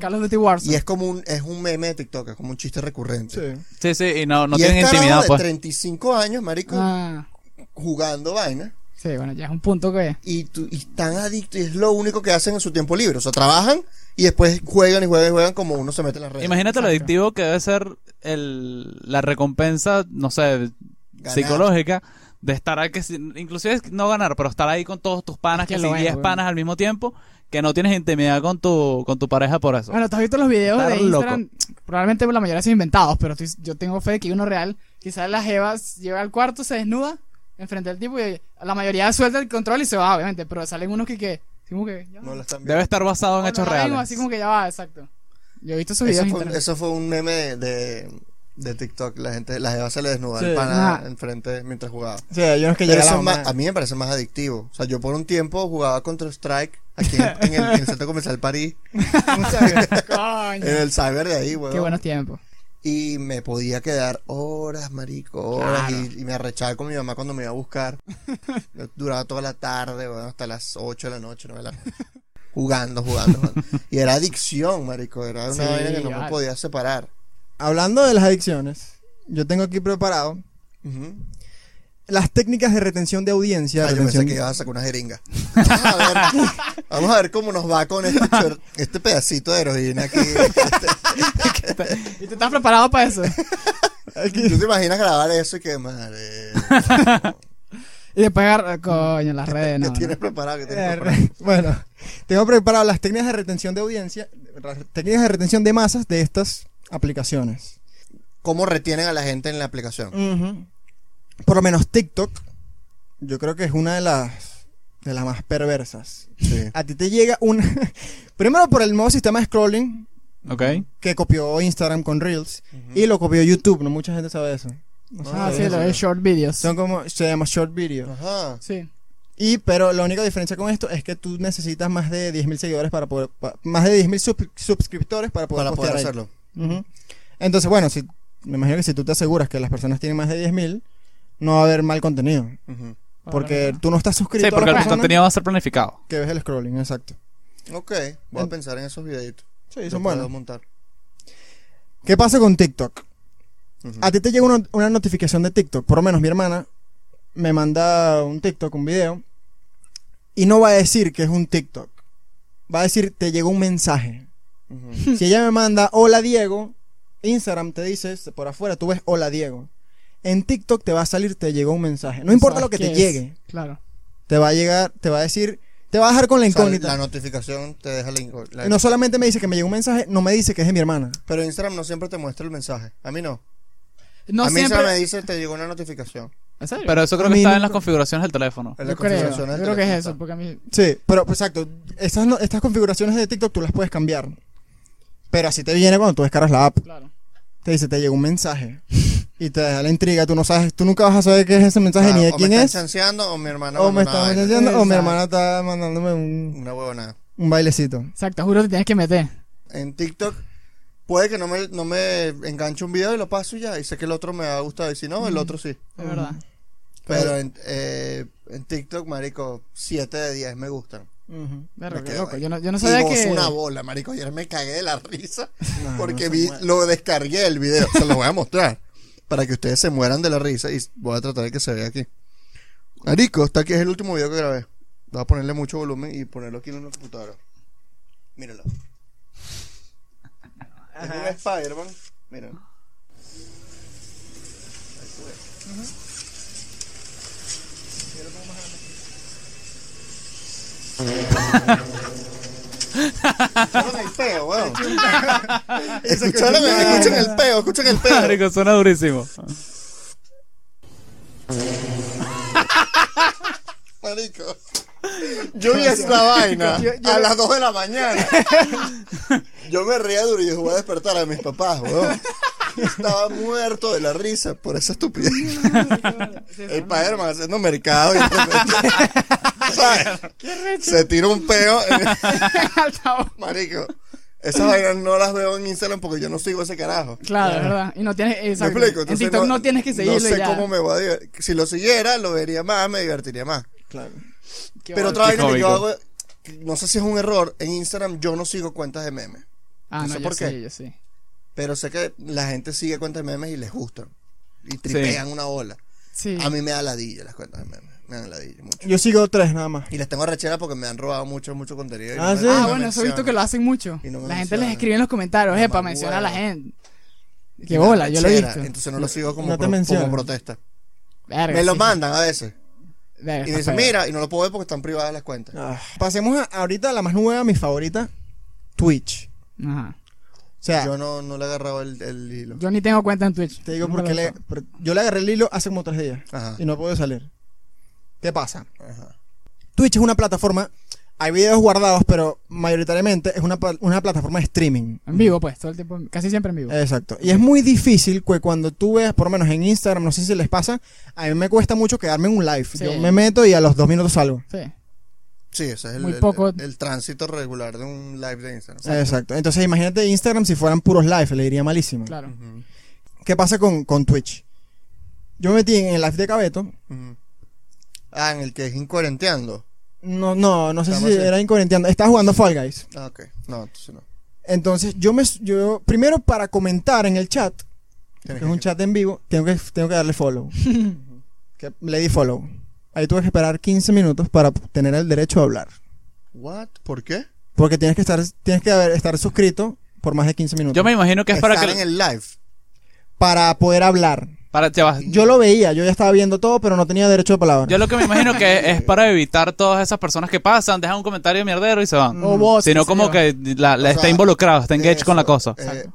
A: Call of Duty Warzone.
B: Y es como un, es un meme de TikTok, es como un chiste recurrente.
C: Sí.
D: Sí, sí, y no, no
B: y
D: tienen
A: este
B: es carajo
D: intimidad,
B: de
D: pues.
B: 35 años, marico,
A: Ah,
B: jugando vaina.
A: sí, bueno, ya es un punto que...
B: Y, tú, y están adictos y es lo único que hacen en su tiempo libre. O sea, trabajan y después juegan y juegan y juegan como uno se mete en las redes.
D: Imagínate lo
A: Exacto.
D: adictivo que debe ser el, la recompensa, no sé,
B: Ganar.
D: psicológica de estar ahí, que si- inclusive es no ganar, pero estar ahí con todos tus panas,
A: Es que
D: que,
A: lo
D: si
A: es,
D: 10
A: weón.
D: panas al mismo tiempo, que no tienes intimidad con tu, con tu pareja por eso.
A: Bueno, ¿tú has visto los videos
D: Estar
A: de
D: loco.
A: Instagram? Probablemente la mayoría son inventados, pero estoy- yo tengo fe de que hay uno real. Quizás la jeva llega al cuarto, se desnuda enfrente del tipo y la mayoría suelta el control y se va, obviamente, pero salen unos que que... Como que ya.
B: No lo están viendo.
D: Debe estar basado en
A: No,
D: hechos
A: no, ahora mismo,
D: reales.
A: Así como que ya va, exacto. Yo he visto esos videos
B: Eso
A: en
B: fue,
A: internet.
B: eso fue un meme de, de- de TikTok. La gente, la jeva se le desnuda
C: Sí.
B: el pana
A: Ajá.
B: enfrente mientras jugaba.
C: O sea, yo no es que
B: Pero
C: llega
B: eso
C: la
B: es más-
C: mamá.
B: a mí me parece más adictivo. O sea, yo por un tiempo jugaba Counter Strike aquí en, en el, en el centro comercial París,
A: Coño.
B: en el cyber de ahí, weón.
A: Qué buenos tiempos.
B: Y me podía quedar horas, marico, horas. Y, y me arrechaba con mi mamá cuando me iba a buscar. Duraba toda la tarde, weón, hasta las 8 de la noche, 9 de la noche. Jugando, jugando, jugando. Y era adicción, marico. Era una
A: Sí,
B: vaina que no me
A: vale.
B: podía separar.
C: Hablando de las adicciones, yo tengo aquí preparado
B: Ujú.
C: las técnicas de retención de audiencia.
B: Ah, yo
C: retención-
B: pensé que ibas a sacar una jeringa. Vamos a ver, vamos a ver cómo nos va con este, chor- este pedacito de heroína aquí.
A: ¿Y te estás preparado para eso?
B: ¿Tú te imaginas grabar eso y que madre?
A: Y después agarra, coño, las redes,
B: ¿Qué
A: no.
B: tienes
A: no.
B: preparado? ¿Qué tienes
C: Eh,
B: preparado?
C: bueno, tengo preparado las técnicas de retención de audiencia, las técnicas de retención de masas de estas aplicaciones.
B: ¿Cómo retienen a la gente en la aplicación?
C: Por lo menos TikTok, yo creo que es una de las de las más perversas.
B: Sí.
C: A ti te llega un primero por el nuevo sistema de scrolling
D: Ok.
C: que copió Instagram con Reels y lo copió YouTube, no mucha gente sabe eso. No
A: Ah,
C: sabe
A: sí,
C: eso.
A: lo de short videos.
C: Son como se llama short video.
B: Ajá.
A: Sí.
C: Y pero la única diferencia con esto es que tú necesitas más de 10.000 seguidores para poder pa- más de 10.000 sub- suscriptores para poder
B: Para poder
C: postear ahí.
B: hacerlo.
C: Ujú. Entonces, bueno, si, me imagino que si tú te aseguras que las personas tienen más de 10.000, no va a haber mal contenido.
B: Ujú.
C: Porque tú no estás suscrito
D: Sí,
C: a
D: porque
C: la
D: el
C: persona
D: contenido va a ser planificado.
C: que ves el scrolling, exacto.
B: Ok, voy a
C: En-
B: pensar en esos videitos.
C: Sí,
B: Los
C: son
B: puedo
C: buenos.
B: montar.
C: ¿Qué pasa con TikTok?
B: Ujú.
C: A ti te llega una, una notificación de TikTok, por lo menos mi hermana me manda un TikTok, un video, y no va a decir que es un TikTok. Va a decir, te llegó un mensaje.
B: Ujú.
C: Si ella me manda hola Diego, Instagram te dice por afuera, tú ves hola Diego. En TikTok te va a salir, te llegó un mensaje. No importa
A: ¿Sabes
C: lo que
A: qué
C: te
A: es?
C: llegue,
A: Claro.
C: te va a llegar, te va a decir, te va a dejar con la
B: O sea,
C: incógnita.
B: la notificación te deja la, inco- la-
C: Y no solamente me dice que me llegó un mensaje, no me dice que es de mi hermana.
B: Pero Instagram no siempre te muestra el mensaje. A mí no.
A: No
B: a mí
A: siempre.
B: Instagram me dice te llegó una notificación.
A: ¿En serio?
D: Pero eso creo
C: A
D: que
C: mí
D: está en
C: nunca-
D: las configuraciones del teléfono.
B: En la
A: yo creo,
B: configuración
A: yo
B: del
A: creo que es
B: teléfono
A: eso, porque a mí.
C: Sí, pero pues, exacto, estas, no- estas configuraciones de TikTok tú las puedes cambiar. Pero así te viene cuando tú descargas la app,
A: Claro.
C: te dice, te llegó un mensaje. Y te da la intriga, tú no sabes, tú nunca vas a saber qué es ese mensaje
B: Ah,
C: ni de
B: o
C: quién
B: me
C: es.
B: están chanceando o mi hermana
C: O
B: mandó
C: me
B: una
C: está
B: vaina.
C: mensajeando, o mi
A: Exacto.
C: hermana está mandándome un,
B: Una huevonada.
C: un bailecito.
A: Exacto, juro que tienes que meter.
B: En TikTok puede que no me, no me enganche un video y lo paso y ya. Y sé que el otro me va a gustar. Y si no, el otro sí.
A: Es verdad.
B: Pero en, eh, en TikTok, marico, 7 de 10 me gustan.
A: Verga,
B: Me
A: qué
B: quedo
A: loco.
B: ahí.
A: Yo no, yo no
B: Y
A: sabía
B: gozo
A: que. Ah,
B: una bola, marico. Ayer me cagué de la risa
C: No,
B: porque
C: no se
B: vi,
C: mueve.
B: lo descargué el video. Se lo voy a mostrar para que ustedes se mueran de la risa y voy a tratar de que se vea aquí. Marico, está aquí, es el último video que grabé. Voy a ponerle mucho volumen y ponerlo aquí en una computadora. Míralo. Es un Spider-Man. Míralo. Escucharon el peo, weón. Escucharon, escuchen el peo, escuchen el peo.
D: Marico, suena durísimo.
B: Marico. Yo vi esta vaina a las 2 de la mañana. Yo me reía duro y dije, voy a despertar a mis papás, weón. Estaba muerto de la risa por esa estupidez. El Spider-Man haciendo mercado y de repente, ¿sabes? Se tira un peo. en-
A: Altavoz.
B: Marico, esas vainas no las veo en Instagram porque yo no sigo ese carajo.
A: Claro, es verdad. Y no tienes.
B: ¿Me
A: Exacto.
B: explico?
A: en
B: Entonces
A: TikTok no, tienes que seguirlo
B: No sé
A: y ya.
B: cómo me voy a divertir. Si lo siguiera, lo vería más, me divertiría más.
C: Claro.
A: Qué
B: Pero
A: bola.
B: otra vaina que yo
D: cómico.
B: hago, no sé si es un error, en Instagram yo no sigo cuentas de memes.
A: Ah,
B: no
A: no,
B: sé
A: yo
B: por qué.
A: sí, yo sí.
B: Pero sé que la gente sigue cuentas de memes y les gustan. Y tripean una ola.
A: Sí.
B: A mí me da ladilla las cuentas de memes. Me dan ladilla mucho.
C: Yo sigo tres nada más.
B: Y las tengo arrechera porque me han robado mucho, mucho contenido. y
C: Ah,
B: me-
C: ¿sí?
A: Ah,
B: me
A: bueno, eso he visto que lo hacen mucho.
B: Y no me
A: la gente
B: mencionan.
A: les escribe en los comentarios,
B: No
A: epa,
B: me
A: menciona a la
B: acuerdo.
A: gente.
B: mencionan.
A: Qué
B: Me dan
A: bola, yo lo he
B: arrechera,
A: visto.
B: Entonces no lo sigo como,
C: No te
B: pro-
C: mencionan.
B: como protesta.
A: Verga,
B: Me lo
A: sí.
B: mandan a veces.
A: Verga,
B: Y me
A: está
B: dicen,
A: feo.
B: mira, y no lo puedo ver porque están privadas las cuentas.
C: Ah. Pasemos a, ahorita a la más nueva, mi favorita, Twitch.
A: Ajá.
C: O sea,
B: Yo no, no le he agarrado el, el hilo.
A: Yo ni tengo cuenta en Twitch.
C: te digo
A: Nunca
C: porque
A: lo he
C: le,
A: usado. Ah.
C: por- yo le agarré el hilo hace como tres días
B: Ajá.
C: y no puedo salir. ¿Qué pasa?
B: Ajá.
C: Twitch es una plataforma, hay videos guardados, pero mayoritariamente es una, pla- una plataforma de streaming.
A: En vivo, pues, todo el tiempo, en- casi siempre en vivo.
C: Exacto. Y es muy difícil que cuando tú ves, por lo menos en Instagram, no sé si les pasa, a mí me cuesta mucho quedarme en un live.
A: Sí.
C: Yo me meto y a los dos minutos salgo.
A: Sí.
B: Sí, ese es el,
A: Muy
B: el-
A: poco.
B: el, tránsito regular de un live de Instagram.
C: Exacto. Entonces imagínate Instagram si fueran puros live, le diría malísimo.
A: Claro.
B: Ujú,
C: ¿Qué pasa con, con Twitch? Yo me metí en el live de Cabeto.
B: ujú. Ah, en el que es incoherenteando.
C: No, no, no sé
B: Estamos
C: si
B: en-
C: era incoherenteando. Estaba jugando Fall Guys.
B: Ah, ok. No, entonces no.
C: Entonces yo me yo primero para comentar en el chat, que
B: Tienes
C: es un
B: que-
C: chat en vivo, tengo que, tengo que darle follow. que le di follow. Ahí tuve que esperar 15 minutos para tener el derecho a hablar.
B: ¿What? ¿Por qué?
C: Porque tienes que estar, tienes que haber- estar suscrito por más de 15 minutos.
D: Yo me imagino que es para
B: Estar
D: que.
B: en el live.
C: Para poder hablar.
D: Para, ya va.
C: Yo lo veía, yo ya estaba viendo todo, pero no tenía derecho de palabra.
D: Yo lo que me imagino que es, es para evitar todas esas personas que pasan, dejan un comentario mierdero y se van.
A: O bots,
D: Sino
A: qué sé
D: como
A: yo.
D: que la, la
B: O
D: está
B: sea,
D: involucrado, está engaged con la
B: Eso,
D: cosa.
B: eh,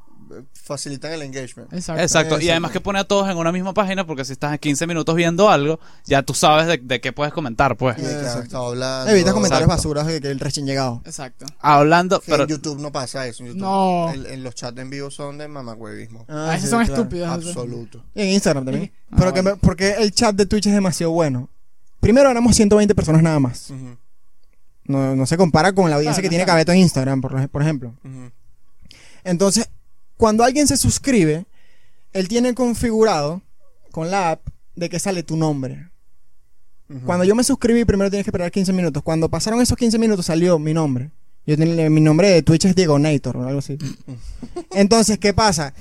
B: facilitan el engagement.
C: Eh,
A: Exacto.
D: Exacto. Y
B: Exacto.
D: además que pone a todos en una misma página porque si estás 15 minutos viendo algo, ya tú sabes de, de qué puedes comentar, pues.
B: Y de que
C: Exacto.
B: estaba hablando.
C: Evita comentarios
D: Exacto.
C: basuras de que el recién llegado.
A: Exacto.
D: Hablando,
B: Que
D: pero
B: en YouTube no pasa eso. En YouTube,
A: No.
B: el- en los chats en vivo son de mamagüevismo.
C: Ah,
A: a veces
C: sí,
A: son
C: claro.
A: estúpidos.
B: Absoluto.
C: Y en Instagram también.
D: Ah,
C: pero que
D: bueno.
C: me- porque el chat de Twitch es demasiado bueno. Primero éramos 120 personas nada más.
B: Ujú,
C: No, no se compara con la
A: Claro,
C: audiencia que
A: no
C: tiene
A: está.
C: Cabeto en Instagram, por, lo- por ejemplo.
B: ujú.
C: Entonces, cuando alguien se suscribe, él tiene configurado con la app de que sale tu nombre.
B: Ujú.
C: Cuando yo me suscribí, primero tienes que esperar 15 minutos. Cuando pasaron esos 15 minutos, salió mi nombre. Yo tenía, eh, mi nombre de Twitch es Diego Nator o algo así. Entonces, ¿qué pasa?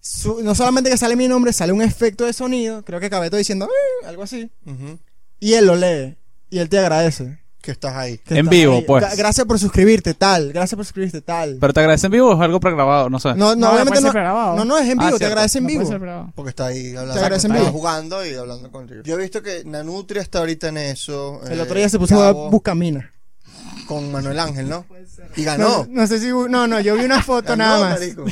C: Su- no solamente que sale mi nombre, sale un efecto de sonido. Creo que Cabeto diciendo "Eh", algo así.
B: Ujú.
C: Y él lo lee. Y él te agradece.
B: Que estás ahí.
C: que
D: En
C: estás
D: vivo, pues.
C: Gra- Gracias por suscribirte, tal. Gracias por suscribirte, tal.
D: pero te agradecen vivo o es algo pregrabado, no sé.
C: no, no,
A: No,
C: obviamente
A: puede ser
C: no.
A: grabado.
C: No, no, es en
D: Ah,
C: vivo, te
D: cierto.
C: agradece en
A: No
C: vivo.
A: puede ser grabado.
B: Porque está ahí hablando.
C: Te agradecen
B: Está
C: bien.
B: jugando y hablando contigo. Yo he visto que Nanutria está ahorita en eso.
C: El
B: eh,
C: otro día se puso a
B: Gabo,
C: buscamina.
B: con Manuel Ángel, Ah, ¿no? Y
C: No,
B: ganó.
C: no sé si. No, no, yo vi una foto
B: Ganó,
C: nada más.
B: marico.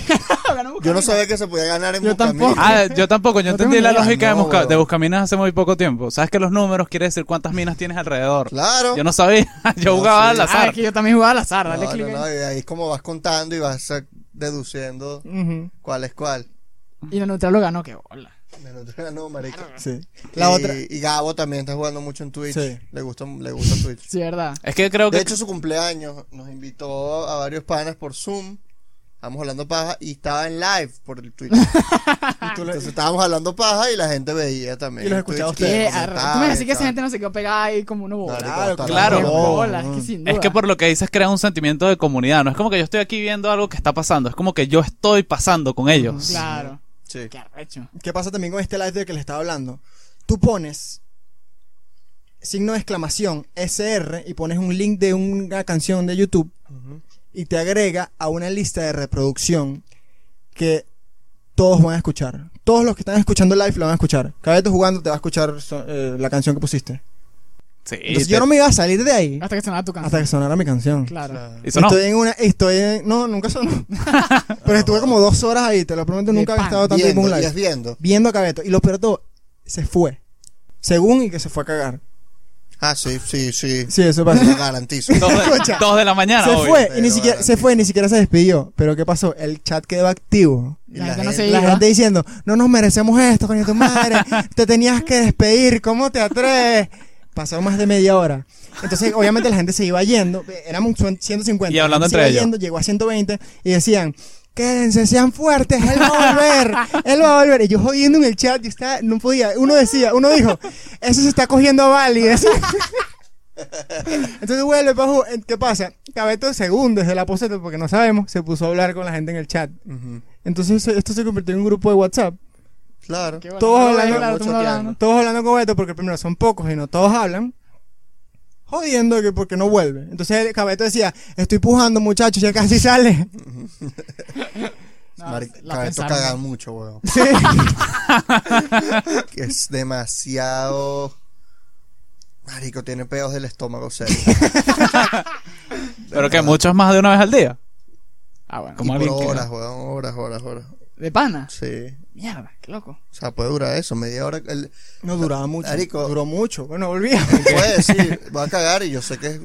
A: Ganó
B: Yo no sabía que se podía ganar en
A: Yo
B: Bucamina.
A: tampoco.
D: Ah, yo tampoco, yo
A: No
D: entendí
A: tengo
D: la
A: ni idea.
D: lógica de,
B: No,
D: busca-
B: weón.
D: de Buscaminas hace muy poco tiempo. Sabes que los números quiere decir cuántas minas tienes alrededor.
B: Claro.
D: Yo no sabía, yo
B: No,
D: jugaba
B: sí.
D: al
A: Ah,
D: azar.
A: es que yo también jugaba al azar. Dale
B: No,
A: click
B: no,
A: ahí.
B: no, y ahí es como vas contando y vas ah, deduciendo
C: Ujú,
B: cuál es cuál.
A: Y la neutral lo ganó, qué bola.
B: Nanutria ganó, marico.
C: Sí. La
B: y,
C: otra.
B: y Gabo también está jugando mucho en Twitch.
C: Sí.
B: Le gusta, le gusta Twitch.
A: Sí, verdad.
D: Es que creo que
B: De hecho, su cumpleaños nos invitó a varios panas por Zoom. Estábamos hablando paja y estaba en live por el Twitch.
C: Ah.
B: Entonces estábamos hablando paja y la gente veía también.
C: Y los
B: el
C: escuchaba
B: Twitch,
A: Qué
B: y
A: arre-
B: comentaba
A: Tú me decís
B: y
A: que esa
B: tal.
A: gente no se quedó pegada ahí como uno bola.
B: Claro,
A: Qué
D: claro.
A: bola, es que sin duda.
D: Es que por lo que dices crea un sentimiento de comunidad. No es como que yo estoy aquí viendo algo que está pasando. Es como que yo estoy pasando con ellos.
A: Claro.
B: Sí.
A: Qué arrecho.
C: ¿Qué pasa también con este live de que les estaba hablando? Tú pones signo de exclamación SR y pones un link de una canción de YouTube y te agrega a una lista de reproducción que todos van a escuchar. Todos los que están escuchando live lo van a escuchar. Cada vez tú jugando te va a escuchar so- eh, la canción que pusiste.
D: Sí.
C: Entonces
D: te-
C: yo no me iba a salir de ahí
A: Hasta que sonaba tu
C: hasta
A: canción.
C: que sonara mi canción.
A: Ah, Claro.
D: y sonó.
C: Estoy en una. Estoy en- no, nunca sonó. Pero estuve como dos horas ahí, te lo prometo,
A: De
C: nunca había
A: pan.
C: estado tanto tiempo en
B: Viendo,
C: un
B: y
C: live
B: es viendo.
C: viendo a Cabeto. Y lo peor de todo, se fue. Según y que se fue a cagar.
B: Ah, sí, sí, sí.
C: Sí, eso
B: Te Lo
C: pasó.
B: garantizo.
D: Dos de, dos de la mañana.
C: se
D: obvio.
C: fue y
B: pero
C: ni siquiera, se fue y ni siquiera se despidió. Pero ¿qué pasó? El chat quedó activo.
B: Y
A: La gente no se
C: La
A: iba.
C: gente diciendo, no nos merecemos esto, coño tu madre. Te tenías que despedir, ¿cómo te atreves? Pasó más de media hora. Entonces, obviamente, la gente se iba yendo. Éramos cien- 150.
D: Y hablando
C: La gente
D: entre
C: se iba
D: ellos.
C: yendo, llegó a 120 y decían, quédense, sean fuertes, él va a volver, él va a volver. Y yo jodiendo en el chat, yo estaba, no podía. Uno decía, uno dijo, eso se está cogiendo a Bali. eso- Entonces vuelve, Paju. Eh, ¿Qué pasa? Cabeto, según desde la poseta, porque no sabemos, se puso a hablar con la gente en el chat.
B: Ujú.
C: Entonces se- esto se convirtió en un grupo de WhatsApp.
B: Claro.
A: Qué bola.
C: Todos
A: No,
C: hablando,
A: claro, todo el mundo hablando.
C: Todos hablando con Beto porque primero son pocos y no todos hablan. Jodiendo que porque no vuelve. Entonces el Cabeto decía, estoy pujando muchachos, ya casi sale.
A: No,
B: Marico,
A: la
B: Cabeto
A: pensaron.
B: caga mucho, weón.
C: Sí.
B: Que es demasiado. Marico, tiene pedos del estómago, o sea.
D: Pero que muchos más de una vez al día.
A: Ah, bueno.
B: Y
D: Como
B: por
D: alguien que-
B: horas, weón, horas, horas, horas.
A: ¿De pana?
B: Sí.
A: Mierda, qué loco.
B: O sea, puede durar eso, media hora. El,
C: No duraba mucho.
B: Marico.
C: Duró mucho. Bueno, volvía.
B: puede decir, va a cagar y yo sé que es-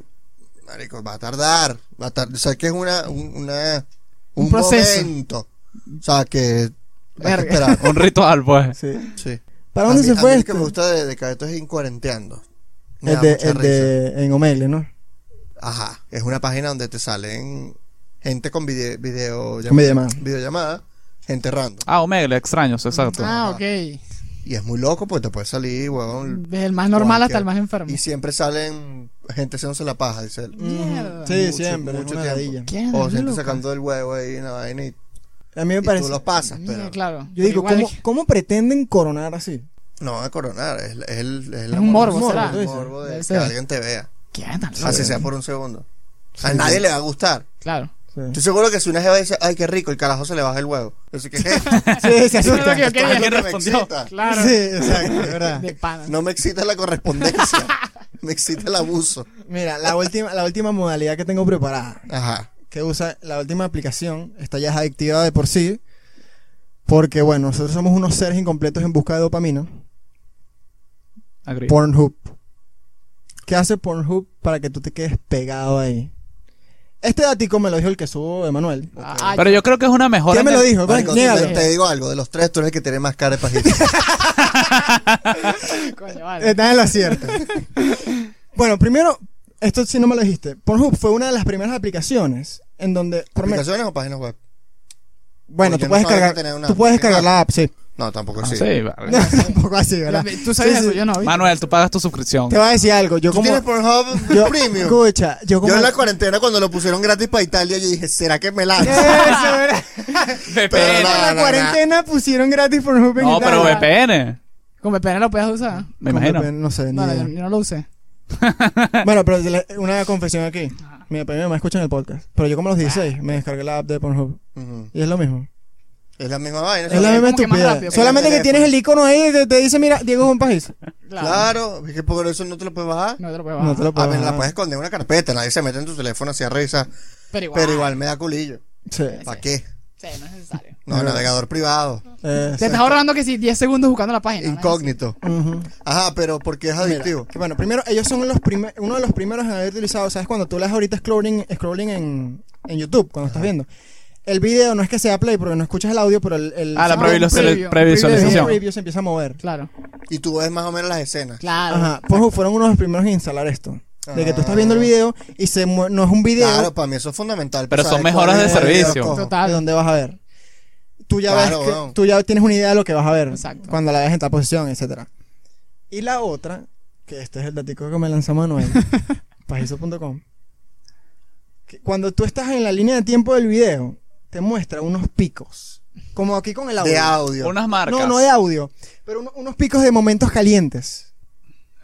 B: marico, va a tardar, va a tar- o sea que es una, un, una-
A: Un
B: un,
A: proceso.
B: momento, o sea que hay que
A: Verga.
B: esperar.
D: Un ritual, pues.
C: Sí.
B: Sí.
C: ¿Para
B: A
C: dónde
B: mí-
C: se
B: a
C: fue
B: mí lo
C: este?
B: que me gusta de, de Cabeto es incuarenteando. Me
C: El
B: da
C: de,
B: mucha
C: el de- en Omegle, ¿no?
B: risa. Ajá, es una página donde te salen gente con vide- video,
C: Con videollamada.
B: videollamada, gente random.
D: Ah, Omegle, extraños, exacto.
A: Ah,
B: Ajá.
A: ok. Desde
B: Y es muy loco porque te puede salir, huevón.
A: el más normal hasta el más enfermo.
C: Mm.
B: Y siempre salen gente haciéndose la paja, dice él.
A: Mierda.
C: Sí,
B: Mucho,
C: siempre.
B: mucho
C: una
B: tiempo.
C: ladilla.
A: ¿Qué?
B: O gente
A: loco.
B: sacando el huevo ahí, una vaina y
C: A mí me
B: Y
C: parece.
B: tú los pasas,
A: Mierda,
B: pero.
A: claro.
C: Yo digo,
A: Igual
C: ¿cómo,
A: que-
C: ¿cómo pretenden coronar así?
B: No van a coronar, es, es el, es la
A: un
B: mor-
A: morbo, ¿será?
B: el morbo de
A: Debe
B: que
A: ser.
B: alguien te vea.
A: ¿Qué tan loco?
B: Así sea por un segundo. A nadie le va a gustar.
A: Claro.
C: Sí,
B: Estoy seguro que si una jeva dice, ay, qué rico, el carajo se le baja el huevo. Así que, "Je,
C: sí se
A: Eso es lo
C: asusta.
A: que yo
B: esto es
A: quería.
B: lo
D: ¿Quién
B: que me
D: respondió?
B: excita.
A: Claro.
C: Sí, exacto, es verdad.
A: De pana.
B: No me excita la correspondencia, me excita el abuso.
C: Mira, la última, la última modalidad que tengo preparada,
B: Ajá.
C: que usa la última aplicación, esta ya es adictiva de por sí, porque bueno, nosotros somos unos seres incompletos en busca de dopamina.
D: Agree.
C: Pornhub. ¿Qué hace Pornhub para que tú te quedes pegado ahí? Este datico me lo dijo el que subo Emanuel.
A: Ah,
D: Pero yo creo que es una mejor.
C: ¿Quién me lo
D: ener-
C: dijo?
B: Marico,
C: pues, Niégalo.
B: te, te digo algo, de los tres tú eres el que tiene más cara de pajita.
A: coño, vale.
C: Estás en lo cierto. bueno, primero, esto sí no me lo dijiste. Pornhub fue una de las primeras aplicaciones en donde... por me-
B: ¿Aplicaciones o páginas web?
C: Bueno,
B: Oye,
C: tú
B: yo no
C: puedes,
B: sabía que tenía
C: descargar,
B: una-
C: tú puedes descargar la app, sí.
B: No, tampoco
D: Ah,
B: sí.
D: sí,
C: No,
D: vale.
C: tampoco así, ¿verdad?
A: Tú sabes
C: Sí, sí.
A: eso, yo no. ¿viste?
D: Manuel, tú pagas tu suscripción.
C: Te voy a decir algo. Yo
B: ¿Tú
C: como...
B: tienes Pornhub
C: Yo,
B: Premium?
C: escucha, yo como...
B: Yo en la cuarentena cuando lo pusieron gratis para Italia, yo dije, ¿será que me lanzo?
C: Eso, ¿verdad?
B: Pero
C: En
B: no,
C: la
B: no, no.
C: cuarentena pusieron gratis Pornhub en
D: No, pero
C: Italia.
D: VPN.
A: Con VPN lo puedes usar.
D: Me
C: Con
D: imagino.
C: VPN, No sé, ni
A: No,
C: idea.
A: yo, yo no lo usé.
C: Bueno, pero la- una confesión aquí. Mi papá y mi mamá escuchan el podcast. Pero yo como a los 16 me descargué la app de Pornhub.
B: Ujú.
C: Y es lo mismo.
B: Es la misma vaina.
C: Es la
B: ¿sabes?
A: como
C: misma
A: que más
C: estupidez.
A: rápido.
C: Solamente que tienes el icono ahí que te dice, mira, Diego es un país.
A: Claro.
B: Claro, es que por eso no te lo puedes bajar.
A: No te lo puedes bajar.
C: No te lo
B: A
C: puedo
B: ver, la
C: bajar.
B: puedes esconder en una carpeta, nadie se mete en tu teléfono así a revisar.
A: Pero igual.
B: Pero igual me da culillo.
C: Sí.
B: ¿Para qué?
A: Sí, no es necesario.
B: No,
C: Ajá.
B: navegador privado,
C: Eh,
A: Te
C: sí.
A: estás ahorrando que si 10 segundos buscando la página. ¿no?
B: incógnito.
C: Ujú.
B: Ajá, pero porque es adictivo.
C: Que Bueno, primero, ellos son los prime- uno de los primeros en haber utilizado, ¿sabes? Cuando tú le das ahorita scrolling, scrolling en, en YouTube, cuando estás viendo. El video no es que sea play porque no escuchas el audio, pero el. el
D: Ah, la
A: Ah,
C: sound-
A: previsual- preview.
D: previsualización. previsualización.
C: preview se empieza a mover.
A: Claro.
B: Y tú ves más o menos las escenas.
A: Claro.
C: Ajá. Pues fueron uno de los primeros en instalar esto. De que tú estás viendo el
B: Ah.
C: video y se mue- no es un video
B: Claro, para mí eso es fundamental.
D: Pero
B: tú
D: son
B: sabes
D: mejoras
B: cuál es
D: de
B: el video
D: servicio.
B: cojo.
C: de
A: Total.
C: dónde vas a ver. Tú ya,
B: Claro,
C: ves que-
B: weón.
C: tú ya tienes una idea de lo que vas a ver
A: Exacto.
C: cuando la ves en tal posición, etcétera. Y la otra, que este es el datico que me lanzó Manuel, pajizo.com. que Cuando tú estás en la línea de tiempo del video, te muestra unos picos. Como aquí con el audio.
B: De audio.
D: Unas marcas.
C: No, no de audio. Pero uno- unos picos de momentos calientes.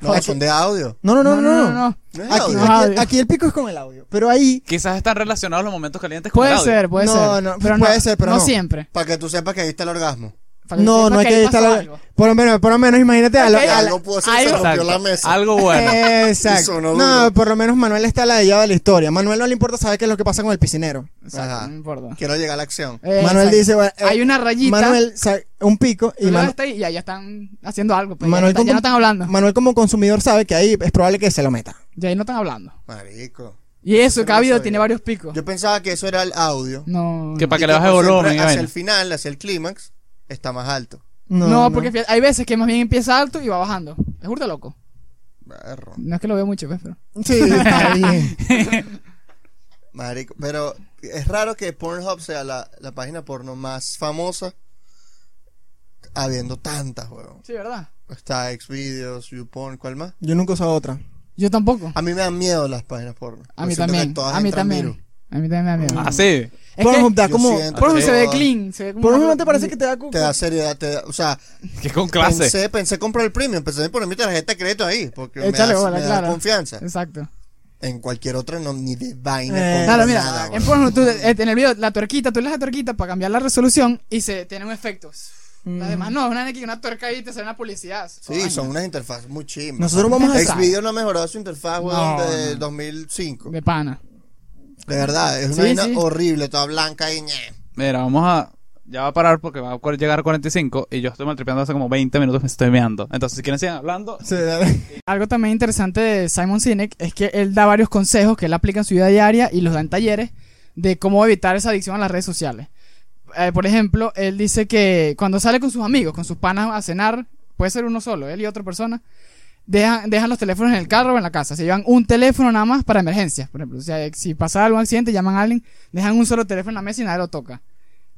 B: No, son de audio.
C: No, no, no, no. no,
B: No es
C: Aquí,
B: audio.
A: no.
C: aquí- aquí el pico es con el audio. Pero ahí.
D: Quizás están relacionados los momentos calientes con el
A: Puede
D: audio.
A: ser, puede
C: No,
A: ser.
C: no, puede ser, pero no.
A: siempre.
B: Para que tú sepas que ahí está el orgasmo.
A: Para que
C: No,
A: sepas
C: no hay que
A: ahí pasó
C: estar.
A: algo.
C: Por lo menos, por lo menos, imagínate a, lo-
A: Ok,
C: a la- Eh,
B: Algo pudo ser, se
A: algo-
B: rompió la
D: Exacto.
B: mesa.
D: Algo bueno.
C: Exacto.
B: Y sonó
C: no,
B: duro.
C: por lo menos Manuel está la de la historia. Manuel no le importa saber qué es lo que pasa con el piscinero.
A: Exacto,
B: Ajá.
A: no importa.
B: Quiero llegar a la acción.
A: Eh,
C: Manuel
A: exacto.
C: dice, bueno, eh,
A: Hay una rayita.
C: Manuel, sa- un pico
A: Y
C: y Manu-
A: está ahí, ya, ya están haciendo algo. pues,
C: Manuel
A: ya, no están- ya
C: como-
A: no están hablando.
C: Manuel como consumidor sabe que ahí es probable que se lo meta.
A: Ya ahí no están hablando.
B: Marico.
A: Y eso,
B: Yo
A: cada
B: no
A: video
B: sabía.
A: tiene varios picos.
B: Yo pensaba que eso era el audio.
A: No.
D: Que
A: no.
D: para que
B: Y
D: le baje
B: por
D: volumen. y
B: siempre Hacia
D: vaina.
B: el final, hacia el clímax, está más alto.
C: No,
A: No,
C: no.
A: porque fíjate, hay veces que más bien empieza alto y va bajando. Es burda loco.
B: Berro.
A: No es que lo veo mucho, pues, pero.
C: Sí, está bien.
B: Marico. Pero es raro que Pornhub sea la, la página porno más famosa, habiendo tantas, weón.
A: Sí, ¿verdad?
B: Está Xvideos, YouPorn, ¿cuál más?
C: Yo nunca he usado otra.
A: Yo tampoco.
B: A mí me dan miedo las páginas porno.
A: A
B: Yo
A: mí
B: siento que
A: también.
B: Ah, pues, todas
A: A mí
B: entran
A: también.
B: virus.
A: A mí también me da miedo.
D: Ah, sí.
A: Es
C: Pornhub
A: que
C: da
B: Yo
C: como...
B: siento
A: Pornhub
B: que
A: se ve
B: todo
A: clean. Se ve como
C: Pornhub
A: una-
C: no te parece que te da... cu-
B: Te da seriedad, te da- o sea,
D: Que con clase.
B: pensé, pensé comprar el premium, pensé en poner mi tarjeta de crédito ahí, porque me
A: Échale
B: da-
A: bola,
B: me da
A: claro.
B: confianza.
A: Exacto.
B: En cualquier otra no, ni de vaina.
C: Eh,
B: compro
A: Claro, mira,
B: nada,
A: en
B: weón.
A: Pornhub, tú, eh, en el video, la tuerquita, tú le das la tuerquita para cambiar la resolución y se tiene un efecto. Las demás no, una, una tuerca ahí te sale una publicidad.
B: Sí, son unas interfaces muy chimbas.
C: Mm. Nosotros vamos a...
B: Xvideo no ha mejorado su interfaz, weón,
A: No,
B: de
A: no.
B: 2005.
A: De pana.
B: De verdad, es una
A: Sí,
B: vaina
A: sí.
B: horrible, toda blanca y ñe.
D: Mira, vamos a. Ya va a parar porque va a cu- llegar a 45 y yo estoy maltripeando hace como 20 minutos me estoy meando. Entonces, si quieren, sigan hablando.
C: Sí, dale.
A: Algo también interesante de Simon Sinek es que él da varios consejos que él aplica en su vida diaria y los da en talleres de cómo evitar esa adicción a las redes sociales. Eh, por ejemplo, él dice que cuando sale con sus amigos, con sus panas a cenar, puede ser uno solo, él y otra persona, dejan, dejan los teléfonos en el carro o en la casa. Se llevan un teléfono nada más para emergencias. Por ejemplo, o sea, si pasa algún accidente, llaman a alguien, dejan un solo teléfono en la mesa y nadie lo toca.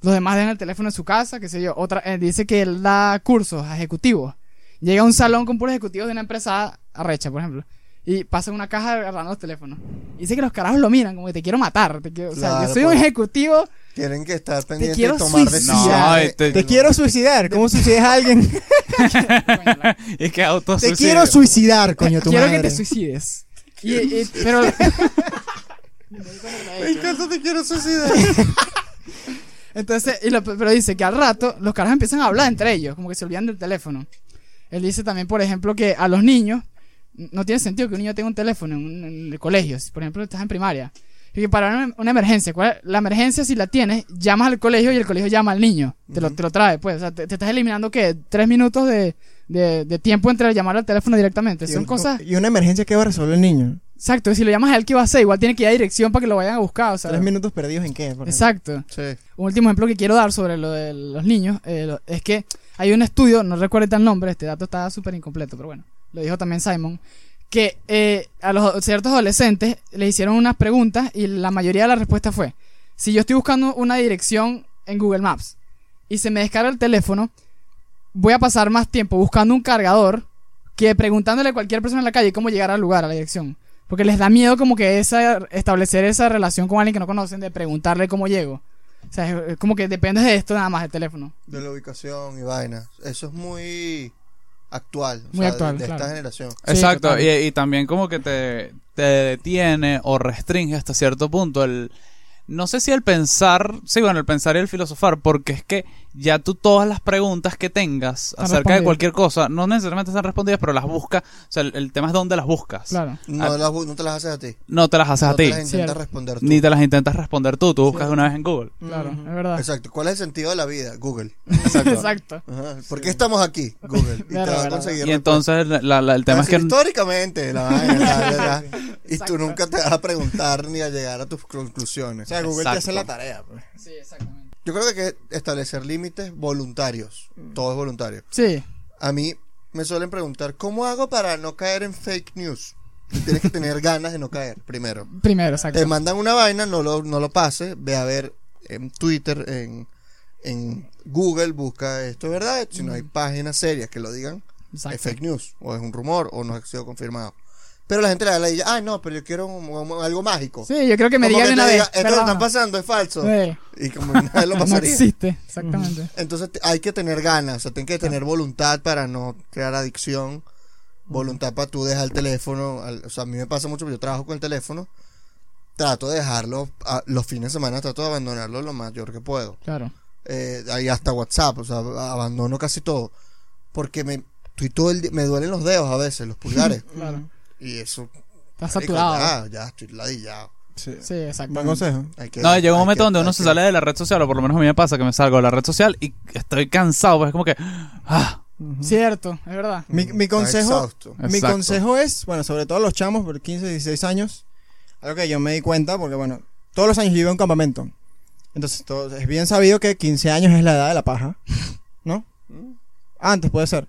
A: Los demás dejan el teléfono en su casa, qué sé yo. Otra, eh, dice que él da cursos a ejecutivos. Llega a un salón con puros ejecutivos de una empresa arrecha, por ejemplo. Y pasa una caja agarrando los teléfonos. Dice que los carajos lo miran, como que te quiero matar. te quiero- o sea,
B: Claro,
A: yo soy un
B: pues.
A: ejecutivo
B: Tienen que estar pendientes
A: quiero
B: de tomar
A: suicidar.
B: decisiones.
D: No,
B: Eh,
D: este-
C: Te quiero suicidar. ¿Cómo suicidas a alguien?
D: es que auto
C: Te quiero suicidar, coño, tu
A: Quiero
C: madre.
A: que te suicides. Y, y- pero.
B: Me encanta, te quiero suicidar.
A: Entonces, y lo- pero dice que al rato los caras empiezan a hablar entre ellos, como que se olvidan del teléfono. Él dice también, por ejemplo, que a los niños no tiene sentido que un niño tenga un teléfono en, un- en el colegio. Si, por ejemplo, estás en primaria. Y que para una, una emergencia, ¿cuál es? la emergencia si la tienes, llamas al colegio y el colegio llama al niño. Te, lo, te lo trae, pues. O sea, te, te estás eliminando, ¿qué? Tres minutos de, de- de tiempo entre llamar al teléfono directamente.
C: Y
A: Son
C: un-
A: cosas...
C: Y una emergencia que va a resolver el niño.
A: Exacto, y si lo llamas a él, ¿qué va a hacer? Igual tiene que ir a dirección para que lo vayan a buscar, o sea.
C: Tres minutos perdidos en qué. por ejemplo?
A: Exacto.
B: Sí.
A: Un último ejemplo que quiero dar sobre lo de los niños eh, lo- es que hay un estudio, no recuerdo tan el nombre, este dato está súper incompleto, pero bueno, lo dijo también Simon, que eh, a los ciertos adolescentes les hicieron unas preguntas y la mayoría de la respuesta fue, si yo estoy buscando una dirección en Google Maps y se me descarga el teléfono, voy a pasar más tiempo buscando un cargador que preguntándole a cualquier persona en la calle cómo llegar al lugar, a la dirección. Porque les da miedo como que esa, establecer esa relación con alguien que no conocen, de preguntarle cómo llego. O sea, es- es como que dependes de esto nada más, del teléfono.
B: De la ubicación y vaina. Eso es muy actual. o
A: Muy
B: sea,
A: actual,
B: De, de
A: claro.
B: esta generación.
A: Sí,
D: Exacto,
A: total.
D: y, y también como que te, te detiene o restringe hasta cierto punto el... No sé si el pensar, sí, bueno, el pensar y el filosofar, porque es que ya tú todas las preguntas que tengas
A: Están
D: acerca de
A: respondidas.
D: cualquier cosa, no necesariamente están respondidas, pero las buscas, o sea, el, el tema es dónde las buscas.
A: Claro.
B: No,
D: Ah.
B: las bu- no te las haces a ti.
D: No te las haces
B: No
D: a ti,
B: te las intentas
A: Cierto.
B: responder tú.
D: ni te las intentas responder tú, tú buscas una vez en Google.
A: Claro,
C: Ujú.
A: es verdad.
B: Exacto. ¿Cuál es el sentido de la vida? Google.
A: Exacto.
B: Ajá. ¿Por qué estamos aquí? Google. Y te
A: Verdad,
B: va a
A: verdad.
B: conseguir
D: Y entonces la- la- el tema es
B: Así,
D: que...
B: Históricamente, la vaina, la- la- la- y
A: Exacto.
B: tú nunca te vas a preguntar ni a llegar a tus
C: O
B: conclusiones.
C: sea, Google te hace
D: Exacto.
C: la tarea. pues.
A: Sí, exactamente.
B: Yo creo que hay que establecer límites voluntarios.
A: Mm.
B: Todo es voluntario.
A: Sí,
B: A mí me suelen preguntar, ¿cómo hago para no caer en fake news? Y Tienes que tener ganas de no caer, primero.
A: primero, exacto.
B: Te mandan una vaina, no lo, no lo pases, ve a ver en Twitter, en, en Google, busca esto es verdad. Si no hay páginas serias que lo digan,
A: Mm. Exacto.
B: es fake news, o es un rumor, o no ha sido confirmado. Pero la gente le da la idea, ah, no, pero yo quiero un- un- algo mágico.
A: Sí, yo creo que me
B: Como
A: digan
B: que
A: de una
B: te
A: vez.
B: diga, Esto que
A: perdona.
B: está pasando es falso.
A: Sí.
B: Y como nadie lo
A: No
B: pasaría.
A: existe, exactamente.
B: Entonces te- hay que tener ganas, o sea, tienes que tener voluntad para no crear adicción, voluntad para tú dejar el teléfono, al- o sea, a mí me pasa mucho, porque yo trabajo con el teléfono, trato de dejarlo, a- los fines de semana trato de abandonarlo lo mayor que puedo.
A: Claro.
B: Eh, ahí hasta WhatsApp, o sea, a- abandono casi todo, porque me, estoy todo el di- me duelen los dedos a veces, los pulgares,
A: Claro.
B: y eso...
A: Está
B: marico,
A: saturado.
B: Ya, ya, estoy ladillado.
A: Sí, exacto.
C: Buen consejo.
B: Hay que-
D: No, llega un
B: hay
D: momento
B: que-
D: donde uno
B: hay
D: se
B: que-
D: sale de la red social, o por lo menos a mí me pasa que me salgo de la red social y estoy cansado, pues es como que... ah,
A: Cierto, es verdad.
C: Mi, mi
B: Está
C: consejo,
B: exhausto.
C: mi
D: Exacto.
C: consejo es, bueno, sobre todo a los chamos por 15, 16 años, algo que yo me di cuenta, porque bueno, todos los años yo iba a un campamento. Entonces, todo- es bien sabido que 15 años es la edad de la paja, ¿no? Antes puede ser.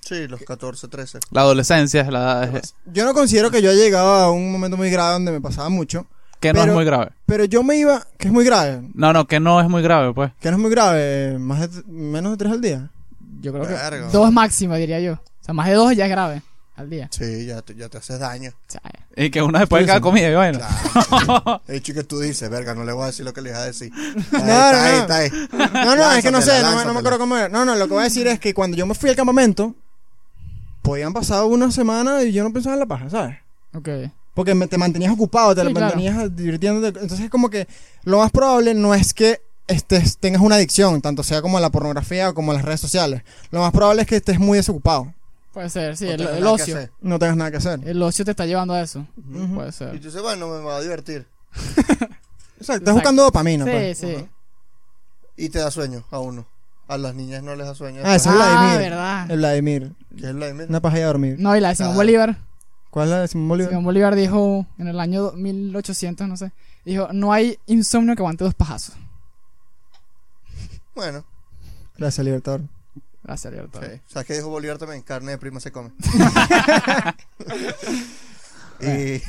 B: Sí, los 14, 13.
D: La adolescencia es la es-
C: Yo no considero que yo haya llegado a un momento muy grave donde me pasaba mucho,
D: que no
C: Pero-
D: es muy grave.
C: pero yo me iba, que es muy grave,
D: No, no, que no es muy grave, pues.
C: que no es muy grave, más de, t- menos de 3 al día.
A: Yo creo que
B: Verga.
A: dos máximo, diría yo. O sea, más de dos ya es grave al día.
B: Sí, ya te, ya te haces daño.
A: O sea, eh,
D: Y que uno después de cada comida, y bueno.
B: El hecho que tú dices, verga, no le voy a decir lo que le iba a decir. Ahí,
C: no,
B: ahí,
C: no.
B: está ahí.
C: No, no, es que no sé, no, me- no me
B: Lánzatela,
C: acuerdo cómo era. No, no, lo que voy a decir es que cuando yo me fui al campamento, podían pasar una semana y yo no pensaba en la paja, ¿sabes?
A: ok.
C: Porque me- te mantenías ocupado, te
A: Sí, claro.
C: mantenías divirtiéndote. Entonces es como que lo más probable no es que estés, tengas una adicción, tanto sea como a la pornografía o como a las redes sociales. Lo más probable es que estés muy desocupado,
A: Puede ser, sí,
B: No
A: el,
B: tengo
A: el
B: nada que
A: ocio.
B: hacer.
C: no tengas nada que hacer.
A: El ocio te está llevando a eso.
C: Ujú.
A: Puede
B: Y
A: ser.
B: tú dices, bueno, me va a divertir.
C: Exacto, estás buscando dopamina.
A: Sí,
C: pues.
A: sí.
B: Y te da sueño a uno. A las niñas no les da sueño.
C: Ah, esa
A: Ah,
C: es Vladimir.
A: verdad.
C: El Vladimir,
B: ¿Qué es la de mí?
C: una paja y a dormir.
A: No, y la de Simón
B: Ah.
A: Bolívar.
C: ¿Cuál es la de Simón Bolívar?
A: Mm. Simón Bolívar dijo en el año 1800, no sé. Dijo, no hay insomnio que aguante dos pajazos.
B: Bueno,
C: Gracias, Libertador.
A: Gracias, Alberto.
B: sí. ¿sabes qué dijo Bolívar también? Carne de prima se come. y, y,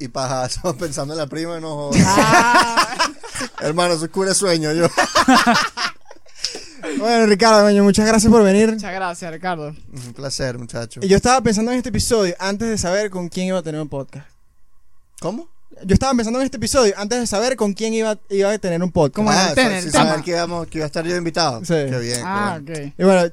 B: y pajazo, pensando en la prima, no jodas.
A: Ah.
B: Hermano, eso es cura de sueño. Yo.
C: Bueno, Ricardo, coño, muchas gracias por venir.
A: Muchas gracias, Ricardo.
B: Un placer, muchacho.
C: Y yo estaba pensando en este episodio antes de saber con quién iba a tener un podcast.
B: ¿Cómo?
C: Yo estaba pensando en este episodio antes de saber con quién iba, iba a tener un podcast.
A: ¿Cómo? en
B: Ah,
A: el-
B: sí,
A: en el
B: sí,
A: tema.
B: saber que, íbamos- que iba a estar yo invitado.
C: Sí.
B: Qué bien.
A: Ah,
B: qué
A: ok.
C: Y bueno,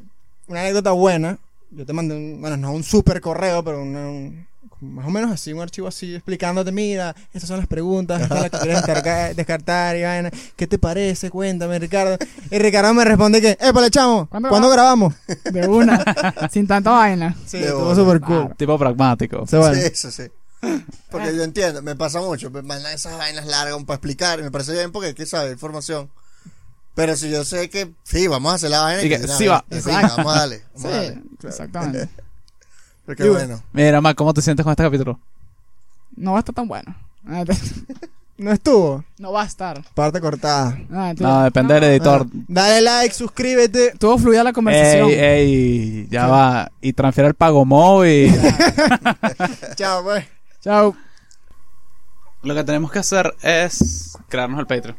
C: una anécdota buena. Yo te mandé, un, bueno, no un super correo, pero una- un- más o menos así, un archivo así, explicándote, mira, estas son las preguntas, estas son las que quieres descarga- descartar, y vaina. ¿Qué te parece? Cuéntame, Ricardo. Y Ricardo me responde que, ¡épale, chamo!
A: ¿Cuándo
C: ¿Cuándo, grabamos?
A: De una. sin tanta vaina.
C: Sí,
B: De
C: todo
B: bola.
C: super cool.
D: Ah, Tipo pragmático.
C: Sí, bueno.
B: Sí, eso sí. Porque yo entiendo, me pasa mucho. Me mandan esas vainas largas para explicar. y Me parece bien porque hay que saber información. Pero si yo sé que sí, vamos a hacer la vaina.
D: Y que
B: de una
D: sí
B: vez,
D: va.
B: de pinga, vamos a darle.
A: Sí,
B: Vamos a darle.
A: exactamente.
B: Porque
C: Y bueno.
B: bueno.
D: Mira, Mac, ¿cómo te sientes con este capítulo?
A: No va a estar tan bueno.
C: No estuvo.
A: No va a estar.
C: Parte cortada.
A: Ah, entonces-
D: No, depende del editor.
C: Ah, dale like, suscríbete.
A: Tuvo fluida la conversación.
D: Ey, ey, ya va. Y transfiere el pago móvil.
C: Chao, pues.
A: Chao.
D: Lo que tenemos que hacer es crearnos el Patreon.